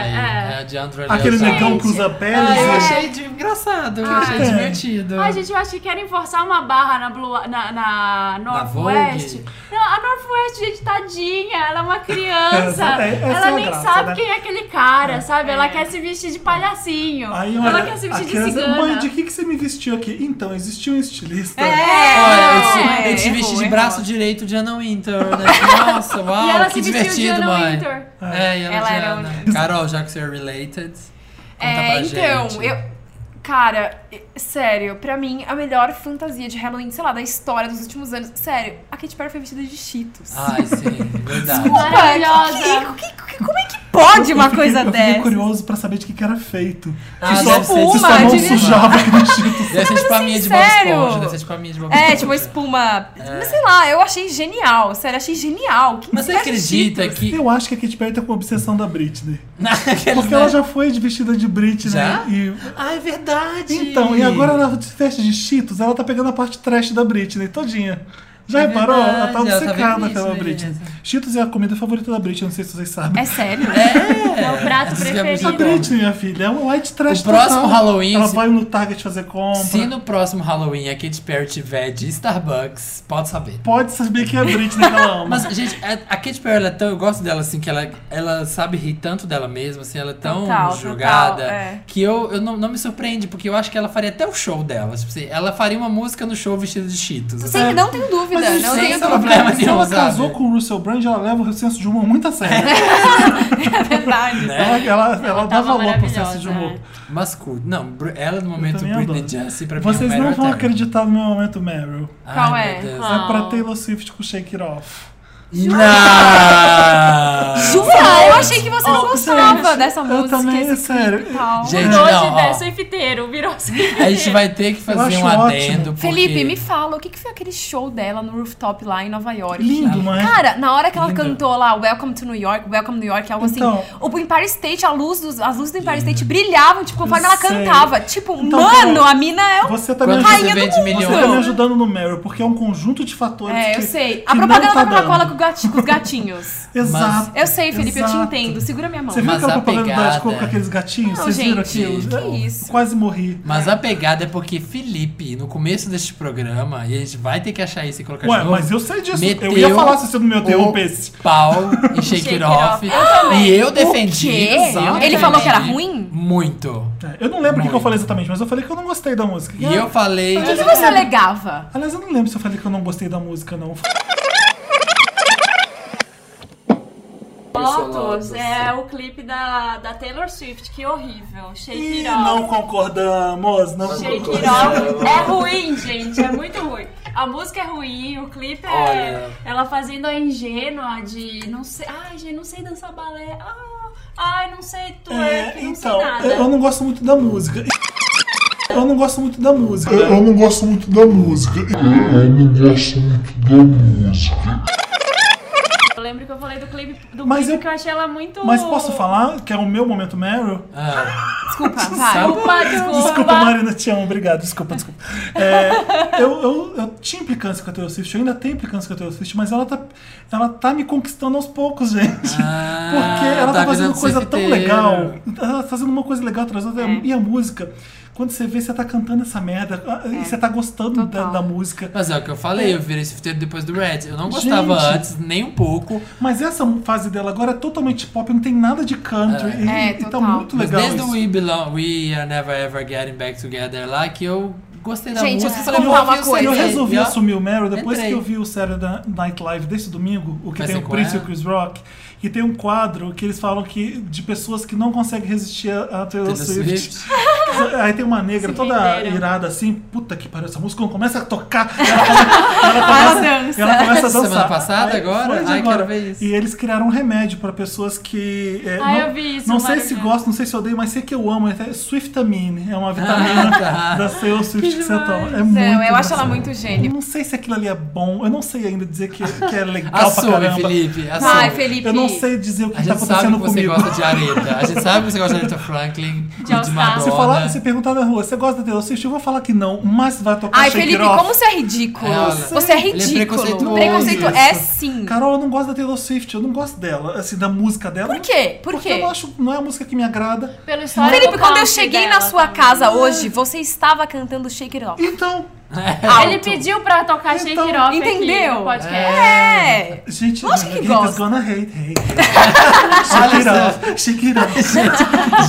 S5: André, é.
S2: É, de André
S3: Aquele
S2: Leotali.
S3: negão né? que usa pele.
S2: Ah, eu
S3: gente.
S2: achei de- engraçado, eu achei
S3: Ah.
S2: divertido.
S5: Ai, gente, eu acho que querem forçar uma barra na, Blue, na, na Northwest.
S2: Vogue?
S5: Não, a Northwest, gente, tadinha. Ela é uma criança.
S3: <laughs> Essa- é- essa é
S5: ela
S3: a
S5: nem
S3: graça,
S5: sabe
S3: né? É.
S5: quem é aquele cara, sabe? Ela quer se vestir de palhacinho.
S3: Aí,
S5: ela
S3: olha,
S5: quer se
S3: a
S5: vestir de
S3: criança,
S5: cigana.
S3: Mãe, de que, que você me vestiu aqui? Então, existiu um estilista.
S2: Olha, eu
S1: É,
S2: te, eu te
S1: errou,
S2: vesti de
S1: errou.
S2: braço direito de Anna Winter. Né? Nossa, uau,
S5: E ela
S2: que
S5: se vestiu de
S2: divertido,
S5: Anna
S2: mãe. <laughs>
S5: Winter.
S2: É, e ela,
S1: Ela
S2: de
S1: era
S2: Anna. Carol, já que você é related, conta pra
S1: É, então,
S2: gente.
S1: eu. Cara, eh, sério, pra mim, a melhor fantasia de Halloween, sei lá, da história dos últimos anos. Sério, a Katy Perry foi vestida de Cheetos.
S2: Ai, sim, verdade.
S5: Maravilhosa.
S1: Ué, que- que- que- como é que pode uma coisa
S3: <laughs> eu fiquei
S1: dessa?
S3: curioso pra saber de que, que era feito.
S2: Ah,
S3: que
S2: deve
S3: só,
S2: ser de
S3: que só
S1: espuma,
S3: não
S1: de-
S3: sujava
S2: <laughs>
S3: aquele Cheetos.
S2: Deve ser tipo a
S1: assim,
S2: minha de Bob
S1: sério?
S2: Esponja, deve ser tipo a minha de Bob Esponja.
S1: É, tipo, uma espuma.
S3: É.
S1: Mas sei lá, eu achei genial. Sério, achei genial. Quem
S2: Mas você
S1: serve
S2: acredita
S1: Cheetos?
S2: que...
S3: Eu acho que a Katy Perry tá com obsessão
S2: <laughs>
S3: da Britney.
S2: Naqueles,
S3: Porque ela já foi de vestida de Britney.
S2: né? Já?
S3: E...
S2: Ah, é verdade!
S3: Então, e agora ela se veste de Cheetos, ela tá pegando a parte trash da Britney todinha. Já
S2: É
S3: reparou? Ela
S2: verdade, ela
S3: tá
S2: tá bem
S3: obcecada pela
S2: Britney,
S3: Britney.
S2: né?
S3: Cheetos é a comida favorita da Britney, não sei se vocês sabem.
S1: É sério?
S2: É!
S5: É o prato
S2: Esse é
S3: A
S5: preferido.
S2: muito bom.
S3: Britney, minha filha, é um white trash
S2: O próximo
S3: total.
S2: Halloween,
S3: Ela
S2: se-
S3: vai no Target fazer compra.
S2: Se no próximo Halloween a Katy Perry tiver de Starbucks, pode saber.
S3: Pode saber que é a Britney que ela ama.
S2: <laughs> Mas, gente, a a Katy Perry, ela é tão, eu gosto dela, assim, que ela, ela sabe rir tanto dela mesma, assim, ela é tão
S1: Total, total,
S2: julgada,
S1: é.
S2: que eu, eu não, não me surpreende, porque eu acho que ela faria até o show dela. Tipo assim, ela faria uma música no show vestida de Cheetos. assim.
S1: Sim, não tenho dúvida.
S3: É. Mas é
S1: não
S2: sem
S1: tenho
S2: problema.
S1: dúvida.
S2: nenhum,
S3: se ela
S2: sabe?
S3: casou com o Russell Brand, ela leva o senso de humor muito a sério.
S2: <laughs>
S1: É verdade.
S3: Ela, ela, ela dá
S5: tava
S3: valor pro
S5: maravilhosa,
S3: senso de
S2: é.
S3: humor.
S5: né?
S2: Mas curto. Não, Br- ela no
S3: Eu
S2: momento
S3: também
S2: Britney
S3: adoro.
S2: Jessie, pra mim
S3: Vocês
S2: é o
S3: não
S2: Meryl
S3: vão
S2: Attack.
S3: acreditar no meu momento Meryl.
S2: Ai,
S1: Qual
S2: meu
S1: é?
S2: Deus.
S5: Qual?
S3: É pra Taylor Swift com Shake It Off.
S2: Não!
S1: Jura? Eu achei que você não gostava
S3: gente,
S1: dessa
S3: eu
S1: música.
S3: também, é
S1: esse
S3: sério.
S1: clipe e tal.
S2: Gente,
S4: Hoje
S2: não,
S4: né?
S2: ó, é
S4: Soifiteiro, virou
S2: a
S4: soifiteiro.
S2: gente vai ter que fazer
S3: acho
S2: um
S3: ótimo.
S2: adendo. Porque...
S1: Felipe, me fala, o que, que foi aquele show dela no rooftop lá em Nova York?
S3: Lindo, não é?
S1: Cara, na hora que ela
S2: Lindo.
S1: cantou lá Welcome to New York, Welcome to New York, algo
S3: Então.
S1: assim, o Empire State, a luz dos, as luzes do Empire State brilhavam, tipo, conforme ela
S3: sei.
S1: cantava. Tipo,
S3: Então,
S1: mano,
S3: como-
S1: a mina é um.
S3: Você tá me
S2: Quando
S3: ajudando.
S2: você
S1: Rainha do
S2: vende
S1: mundo.
S3: Você tá me
S2: milhões.
S3: ajudando no Meryl, porque é um conjunto de fatores.
S1: É, eu
S3: que-
S1: sei.
S3: que
S1: A
S3: não
S1: propaganda
S3: tá
S1: da Coca-Cola
S3: dando.
S1: com, gati- com os gatinhos.
S3: Exato.
S1: Eu sei, Felipe, eu te
S3: Exato.
S1: entendo. Segura minha mão.
S3: Você viu
S2: Mas
S3: aquela
S2: a
S3: propaganda da
S2: pegada-
S3: Coca com aqueles gatinhos?
S1: Não,
S3: Vocês viram É
S1: gente,
S3: aquilo?
S1: que
S3: Eu
S1: isso.
S3: Quase morri.
S2: Mas a pegada é porque Felipe, no começo deste programa, e a gente vai ter que achar isso e colocar de
S3: Ué,
S2: novo,
S3: mas eu sei disso.
S2: meteu
S3: Eu ia falar se você não um me
S2: o
S3: interrompesse. <laughs>
S2: Pau e Shake It Off. e eu defendi.
S1: O quê?
S2: eu
S1: Ele falou que era
S2: defendi
S1: ruim?
S2: Muito.
S3: É, Eu não lembro o que que eu
S2: Muito.
S3: falei exatamente, mas eu falei que eu não gostei da música.
S2: E eu falei.
S1: O que, que você alegava?
S3: Aliás, eu não lembro se eu falei que eu não gostei da música, não.
S5: Lotus é o clipe da, da Taylor Swift, que horrível. Shake
S3: E
S5: It Off.
S3: não concordamos, não
S5: Shake
S3: concordamos.
S5: It Off é ruim, gente, é muito ruim. A música é ruim, o clipe é
S2: Olha.
S5: ela fazendo a ingênua de não sei, ai, gente, não sei dançar balé. Ah, ai, não sei twerk,
S3: É,
S5: não
S3: então,
S5: sei nada.
S3: eu eu não gosto muito da música. Eu não gosto muito da música.
S7: Eu eu não gosto muito da música. Eu não gosto muito da música.
S5: Eu lembro que eu falei do clipe do
S3: Mas
S5: clipe
S3: eu-
S5: que eu achei ela muito
S3: Mas posso falar que é o meu momento Meryl?
S2: Ah,
S1: Desculpa, vai.
S5: Desculpa, Ah, desculpa.
S3: Desculpa, Marina, te amo. Obrigado, desculpa, desculpa. É, eu, eu, eu tinha implicância com a Taylor Swift, eu ainda tenho implicância com a Taylor Swift, mas ela tá, ela tá me conquistando aos poucos, gente.
S2: Ah,
S3: Porque ela
S2: tá
S3: tá fazendo
S2: virando
S3: coisa tão
S2: surfeteira.
S3: legal. Ela tá fazendo uma coisa legal atrás da outra. E a música, quando você vê, você tá cantando essa merda. E você tá gostando da,
S1: Total.
S3: da música.
S2: mas é o que eu falei, eu virei sifteiro depois do Red. Eu não gostava
S3: Gente.
S2: antes, nem um pouco.
S3: Mas essa fase dela agora é totalmente pop, não tem nada de country. E,
S1: É,
S3: e tá
S1: total.
S3: muito
S2: Mas
S3: legal.
S2: desde
S3: isso.
S2: o We, Belong, We Are Never Ever Getting Back Together lá, que eu gostei da
S1: Gente, eu
S2: música.
S1: preciso
S2: falei,
S1: contar
S2: vou ouvir
S1: uma
S2: é isso
S3: Eu
S2: aí.
S1: coisa.
S3: resolvi
S2: E, ó,
S3: assumir o Meryl depois
S2: Entrei.
S3: que eu vi o Saturday Night Live desse domingo, o que
S2: Vai
S3: tem
S2: ser
S3: o
S2: com
S3: Prince e
S2: ela?
S3: o Chris Rock, que tem um quadro que eles falam que de pessoas que não conseguem resistir a a
S2: Taylor
S3: Taylor Swift.
S2: Swift.
S3: <laughs> Aí tem uma negra
S5: Se
S3: toda
S5: venderam.
S3: irada assim, puta que pariu, essa música quando começa a tocar. Ela,
S1: Ela
S3: começa,
S1: dança.
S3: ela começa a dançar.
S2: Semana passada, agora?
S3: foi de
S2: Ai, quero ver isso.
S3: E eles criaram um remédio pra pessoas que. é,
S5: Ai,
S3: não,
S5: eu vi isso,
S3: Não sei se
S5: maravilhoso.
S3: gosto, não sei se odeio, mas sei que eu amo. É até Swiftamine. É uma vitamina
S2: tá.
S3: <laughs> da Taylor Swift que, você toma. É muito
S1: Não, eu acho ela
S3: engraçado.
S1: muito gênia.
S3: Eu não sei se aquilo ali é bom. Eu não sei ainda dizer que, que
S2: <laughs>
S3: é legal pra
S2: Assume,
S3: caramba.
S2: Ah, Felipe. Assume.
S1: Vai, Felipe.
S3: Eu não sei dizer o
S2: A
S3: que tá
S2: gente sabe
S3: acontecendo
S2: que você
S3: comigo.
S2: gosta de areta. A gente sabe que você gosta de Aretha Franklin, e de, né?
S5: All-Star.
S2: Madonna.
S3: <laughs> Se, falar,
S2: <laughs>
S3: se perguntar na rua, você gosta da Taylor Swift? Eu vou falar que não, mas vai tocar
S1: Ai,
S3: Shake It
S1: Felipe,
S3: Off.
S1: como você é ridículo.
S2: Ela-
S1: Você é
S2: Ele é
S1: ridículo.
S2: preconceituoso.
S1: Preconceito é sim.
S3: Carol, eu não gosto da Taylor Swift, eu não gosto dela, assim, da música dela.
S1: Por quê? Por
S3: Porque
S1: quê?
S3: eu não acho, não é a música que me agrada.
S5: Pelo histórico
S1: Felipe, quando eu
S5: country
S1: cheguei
S5: dela
S1: na sua
S5: também.
S1: casa hoje, você estava cantando Shake It Off.
S3: Então,
S2: É.
S5: Ele pediu pra tocar Shake It
S3: Então,
S5: Off
S1: entendeu?
S5: aqui no podcast.
S1: É.
S3: gente,
S1: Lógico que
S3: haters
S1: gosta.
S3: gonna hate, hate, hate. Shake it up, shake it up.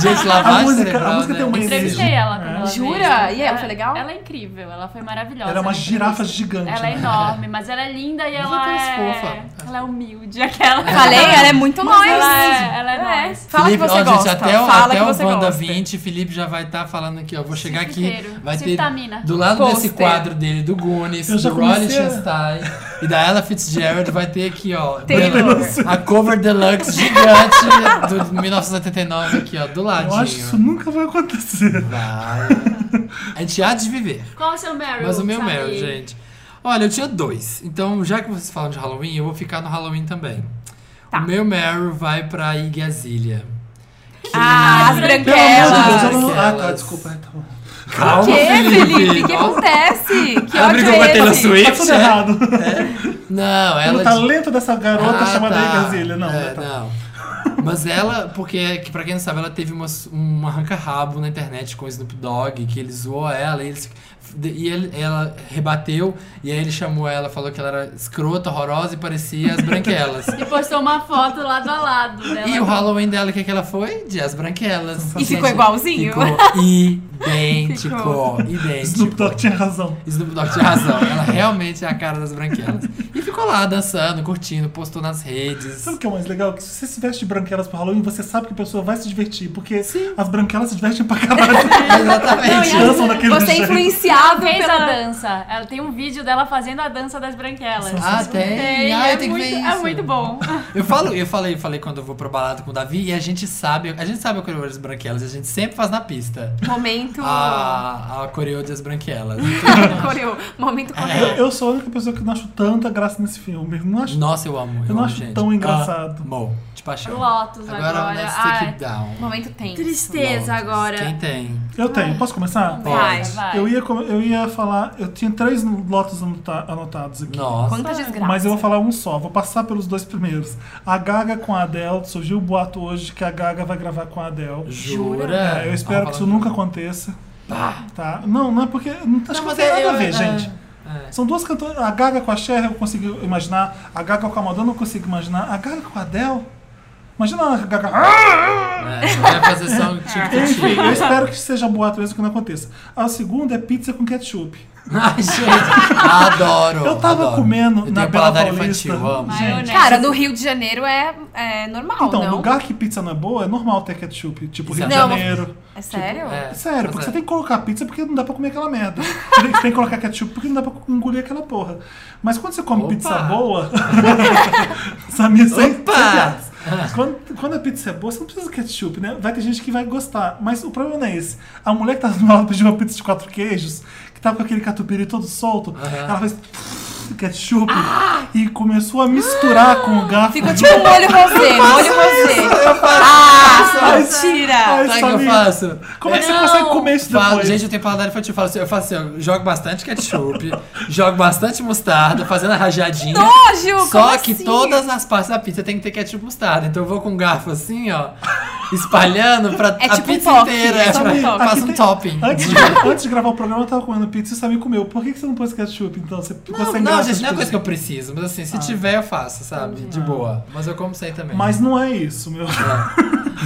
S2: <laughs> Gente, lavagem
S3: A música-
S2: cerebral,
S3: a música
S2: né?
S3: tem um uma
S2: Preciso.
S3: energia.
S5: Entrevistei ela quando ela
S1: Jura?
S5: veio.
S1: E ela
S5: Ela-
S1: foi legal?
S5: Ela é incrível, ela foi maravilhosa.
S3: Ela é uma
S5: na
S3: girafa
S5: entrevista.
S3: gigante.
S5: Ela é
S3: né?
S5: enorme, mas ela é linda e ela
S2: tá
S5: é...
S2: fofa.
S5: Ela é humilde, aquela.
S1: Falei,
S5: <laughs>
S1: ela é muito nós.
S5: Ela é, ela é nóis.
S1: Fala
S2: Felipe,
S1: que você
S2: ó,
S1: gosta.
S2: gente, até, o-
S1: Fala
S2: até
S1: que
S2: o
S1: você
S2: Wanda
S1: gosta.
S2: 20, Felipe já vai estar falando aqui, ó. Vou chegar aqui.
S5: Cifteiro.
S2: Vai ter.
S1: tá
S5: Ciftamina.
S2: Do lado desse
S1: Pôster.
S2: quadro dele, do Goonies,
S3: Eu já
S2: do Rolling
S3: comecei a-
S2: Chastain e da Ella Fitzgerald, vai ter aqui, ó.
S3: um
S1: Taylor.
S2: A cover deluxe gigante do 1979 aqui, ó. Do
S3: Eu
S2: ladinho.
S3: acho que isso nunca vai acontecer.
S2: Vai. A gente há de viver.
S5: Qual o seu Meryl?
S2: Mas o meu
S5: sabe?
S2: Meryl, gente. Olha, eu tinha dois. Então, já que vocês falam de Halloween, eu vou ficar no Halloween também.
S1: Tá.
S2: O meu Meryl vai pra Iggy Azalea.
S1: Ah, as
S3: Pelo amor de Deus,
S1: branquelas.
S3: eu não. Ah, tá,
S2: Aquelas.
S3: desculpa. é, Tá bom.
S2: Calma,
S1: Que, Felipe? O que
S2: Nossa.
S1: acontece? Que
S2: Ela
S1: ódio
S2: brigou com a
S1: é
S2: Taylor
S1: esse?
S2: Swift.
S3: Tá tudo errado. tá
S2: Não, ela... é
S3: Pelo talento dessa garota
S2: Ah,
S3: chamada
S2: tá.
S3: Igazilha. Não,
S2: É,
S3: né, tá.
S2: não. Mas ela, porque, que pra quem não sabe, ela teve uma, um arranca-rabo na internet com o Snoop Dogg, que ele zoou ela, e, eles- e ele- ela rebateu, e aí ele chamou ela, falou que ela era escrota, horrorosa e parecia as
S1: <laughs>
S2: branquelas.
S5: E postou uma foto lado a lado dela.
S2: E o Halloween dela, o que, é que ela foi? De as branquelas.
S1: E ficou igualzinho?
S2: Ficou idêntico.
S3: Snoop
S2: idêntico.
S3: Dogg tinha razão.
S2: Snoop Dogg tinha razão. Ela realmente é a cara das branquelas. E ficou lá dançando, curtindo, postou nas redes.
S3: Sabe o que é mais legal? Que se você se veste de branquela, branquelas pro Halloween, você sabe que a pessoa vai se divertir, porque as branquelas se divertem pra caralho. <laughs>
S2: <laughs> Exatamente.
S3: dançam daquele
S1: Você é
S3: jeito.
S1: influenciado
S5: fez
S1: pela
S5: a
S1: dança.
S5: dança. Ela tem um vídeo dela fazendo a dança das branquelas.
S2: Ah, tem.
S5: Tem,
S2: Ah,
S5: é
S2: eu tenho
S5: muito,
S2: que ver isso.
S5: é muito bom.
S2: Eu falo, eu falei, falei quando eu vou pro balada com o Davi e a gente sabe, a gente sabe a coreo das branquelas, a gente sempre faz na pista.
S1: Momento.
S2: Ah.
S5: Ah.
S2: A, a coreo das
S5: <laughs>
S2: branquelas.
S1: Coreo. Momento
S3: Eu,
S1: coreo.
S3: eu sou a única pessoa que não acho tanta graça nesse filme. Não acho.
S2: Nossa, eu amo. Eu,
S3: Eu não
S2: amo,
S3: acho
S2: gente.
S3: tão engraçado.
S2: Amo, de paixão.
S5: Lotus agora.
S2: Agora, let's
S5: Ai,
S2: take it down.
S1: Momento tenso.
S5: tristeza
S2: Lotus.
S5: agora.
S2: Quem tem?
S3: Eu tenho, posso começar?
S1: Vai,
S2: Pode.
S1: vai.
S3: Eu ia, com- eu ia falar. Eu tinha três lotos anota- anotados aqui.
S2: Nossa.
S1: Quanta desgraça.
S3: Mas eu vou falar um só, vou passar pelos dois primeiros. A Gaga com a Adele, surgiu o boato hoje que a Gaga vai gravar com a Adele.
S2: Jura?
S3: É, eu espero
S2: Ah,
S3: que isso
S2: falando-
S3: nunca aconteça. Tá? Não, não é porque. Não, acho que não
S2: mas
S3: tem
S2: é-
S3: nada a
S2: eu-
S3: ver,
S2: é-
S3: gente.
S2: é.
S3: São duas cantoras. A Gaga com a Cher eu consigo imaginar. A Gaga com a Madonna eu consigo imaginar. A Gaga com a Adele? Imagina a Gaga.
S2: É, vai fazer só um
S3: <laughs> Enfim, eu
S2: tic-tic.
S3: espero que seja boato mesmo que não aconteça. A segunda é pizza com ketchup.
S2: Ai, gente, adoro.
S3: Eu tava
S2: adoro.
S3: comendo
S2: eu tenho
S3: na Bela
S2: paladar
S3: Paulista.
S2: infantil, amo.
S5: Maionese.
S1: Cara, no Rio de Janeiro é, é
S2: Oh,
S1: normal,
S3: Então,
S1: não?
S3: lugar que pizza não é boa, é normal ter ketchup. Tipo, Rio de
S1: Não,
S3: Janeiro.
S1: É sério?
S2: É,
S3: Sério,
S2: mas
S3: porque
S2: é.
S3: você tem que colocar pizza porque não dá pra comer aquela merda. Você tem- você tem que colocar ketchup porque não dá pra engolir aquela porra. Mas quando você come
S2: Opa.
S3: pizza boa. <laughs> Samir, sem, sem
S2: Opa.
S3: piadas. Quando, quando a pizza é boa, você não precisa de ketchup, né? Vai ter gente que vai gostar. Mas o problema não é esse. A mulher que tá do meu lado pediu uma pizza de quatro queijos, que tava com aquele catupiry todo solto, ela fez ketchup
S2: Ah!
S3: e começou a misturar com o garfo.
S1: Ficou tipo um molho rosé, molho rosé.
S2: Eu faço
S1: Ah,
S3: isso.
S1: mentira!
S2: Sabe o
S3: Ai,
S2: que eu
S3: Samir,
S2: faço?
S3: Como é que você
S2: Eu
S3: consegue comer isso
S2: falo-
S3: depois?
S2: gente, eu tenho paladar infantil. Eu falo assim, eu faço assim, ó, jogo bastante ketchup, <laughs> jogo bastante mostarda, fazendo a rajadinha.
S1: Ô, Gil,
S2: é Só
S1: como
S2: que
S1: assim?
S2: todas as partes da pizza tem que ter ketchup e mostarda. Então eu vou com um garfo assim, ó, espalhando pra
S1: É
S2: a
S1: tipo um
S2: pizza
S1: toque,
S2: inteira.
S1: é tipo um
S2: Eu
S1: toque.
S2: faço um
S3: Aqui tem-
S2: topping. <laughs>
S3: Antes de, antes de gravar o programa, eu tava comendo pizza e o Samir comeu. Por que, que você não pôs ketchup, então? Você ficou
S2: Não,
S3: sem
S2: não, gente,
S3: graça de Ah.
S2: não é
S3: tudo.
S2: coisa que eu preciso, mas assim, se tiver eu faço, sabe?
S3: Ah.
S2: De boa. Mas eu como sei também.
S3: <laughs> Mas não é isso, meu.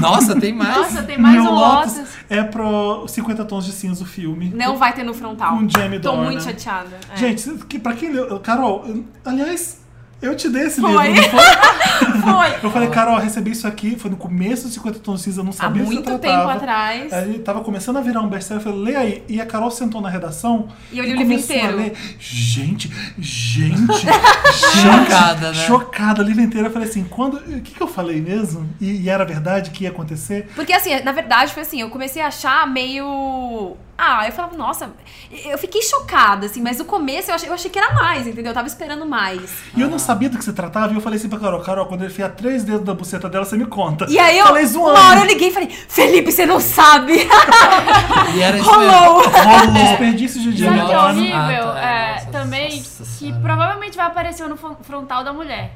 S2: Nossa, tem mais?
S3: <laughs>
S5: Nossa, tem mais
S3: meu
S5: um Lotus.
S3: é pro 50 Tons de Cinza, o filme.
S1: Não vai ter no frontal.
S3: Com Jamie
S1: Tô
S3: Dornan.
S1: muito chateada. É.
S3: né? Gente, que, pra quem leu... Carol, eu- aliás, eu te dei esse
S1: Foi.
S3: livro, não foi?
S1: Foi!
S3: Eu falei, Carol, eu recebi isso aqui. Foi no começo do 50 Tons de Cinza, eu É. não
S1: Há
S3: sabia do que
S1: muito
S3: eu
S1: tempo
S3: tratava.
S1: atrás.
S3: Aí tava começando a virar um best-seller, eu falei, lê aí. E a Carol sentou na redação
S1: E eu li o livro
S3: começou a
S1: inteiro.
S3: ler. Gente,
S2: <laughs>
S3: gente, gente.
S2: Chocada, né?
S3: Chocada, o livro inteiro. Eu falei assim, quando... O que que eu falei mesmo? E, e era verdade que ia acontecer?
S1: Porque assim, na verdade foi assim, eu comecei a achar meio. Ah, eu falava, nossa, eu fiquei chocada, assim, mas no começo eu achei, eu achei que era mais, entendeu? Eu tava esperando mais.
S3: E
S2: Ah.
S3: eu não sabia do que se tratava. E eu falei assim pra Carol, Carol, quando ele enfiar três dedos da buceta dela, você me conta.
S1: E aí eu.
S3: Falei zoando.
S1: Uma hora eu liguei e falei, Felipe, você não sabe!
S2: E era isso mesmo.
S1: tá <laughs> Rolou!
S3: Desperdício de
S5: Sabe
S3: dinheiro.
S5: o que é
S2: Nossa.
S5: horrível?
S2: Ah, tá, é,
S5: É,
S2: nossa,
S5: também
S2: nossa
S5: que
S2: senhora.
S5: provavelmente vai aparecer no fron- frontal da mulher.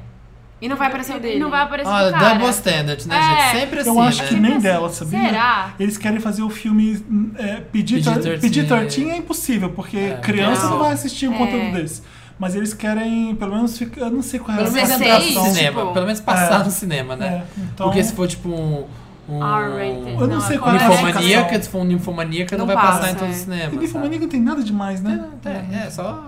S1: E não vai aparecer o
S5: E
S1: dele.
S5: Não vai aparecer
S2: Olha,
S5: do cara.
S2: double standard, né,
S5: É,
S2: gente? Sempre assim,
S3: Eu acho
S2: né?
S3: que nem dela, sabia?
S5: Será?
S3: Eles querem fazer o filme é, PG-13.
S2: PG-13.
S3: PG-13 é impossível, porque criança não
S2: não.
S3: vai assistir um conteúdo desse. Mas eles querem, pelo menos, ficar, eu não sei qual é a
S1: Pelo menos
S3: concentração.
S2: no
S1: seis,
S2: cinema.
S1: tipo-
S2: Pelo menos passar
S3: É.
S2: no cinema, né?
S3: É, então-
S2: Porque se for tipo um. um
S5: R-rated.
S3: Eu não,
S5: Não,
S3: sei
S5: é
S3: qual é a
S2: Ninfomaníaca,
S3: classificação.
S2: se for um ninfomaníaca, não,
S1: Não
S2: vai passar
S1: passa,
S2: em todo
S1: é.
S2: o cinema.
S3: E ninfomaníaca não tem nada demais, né?
S2: sabe? É, é só.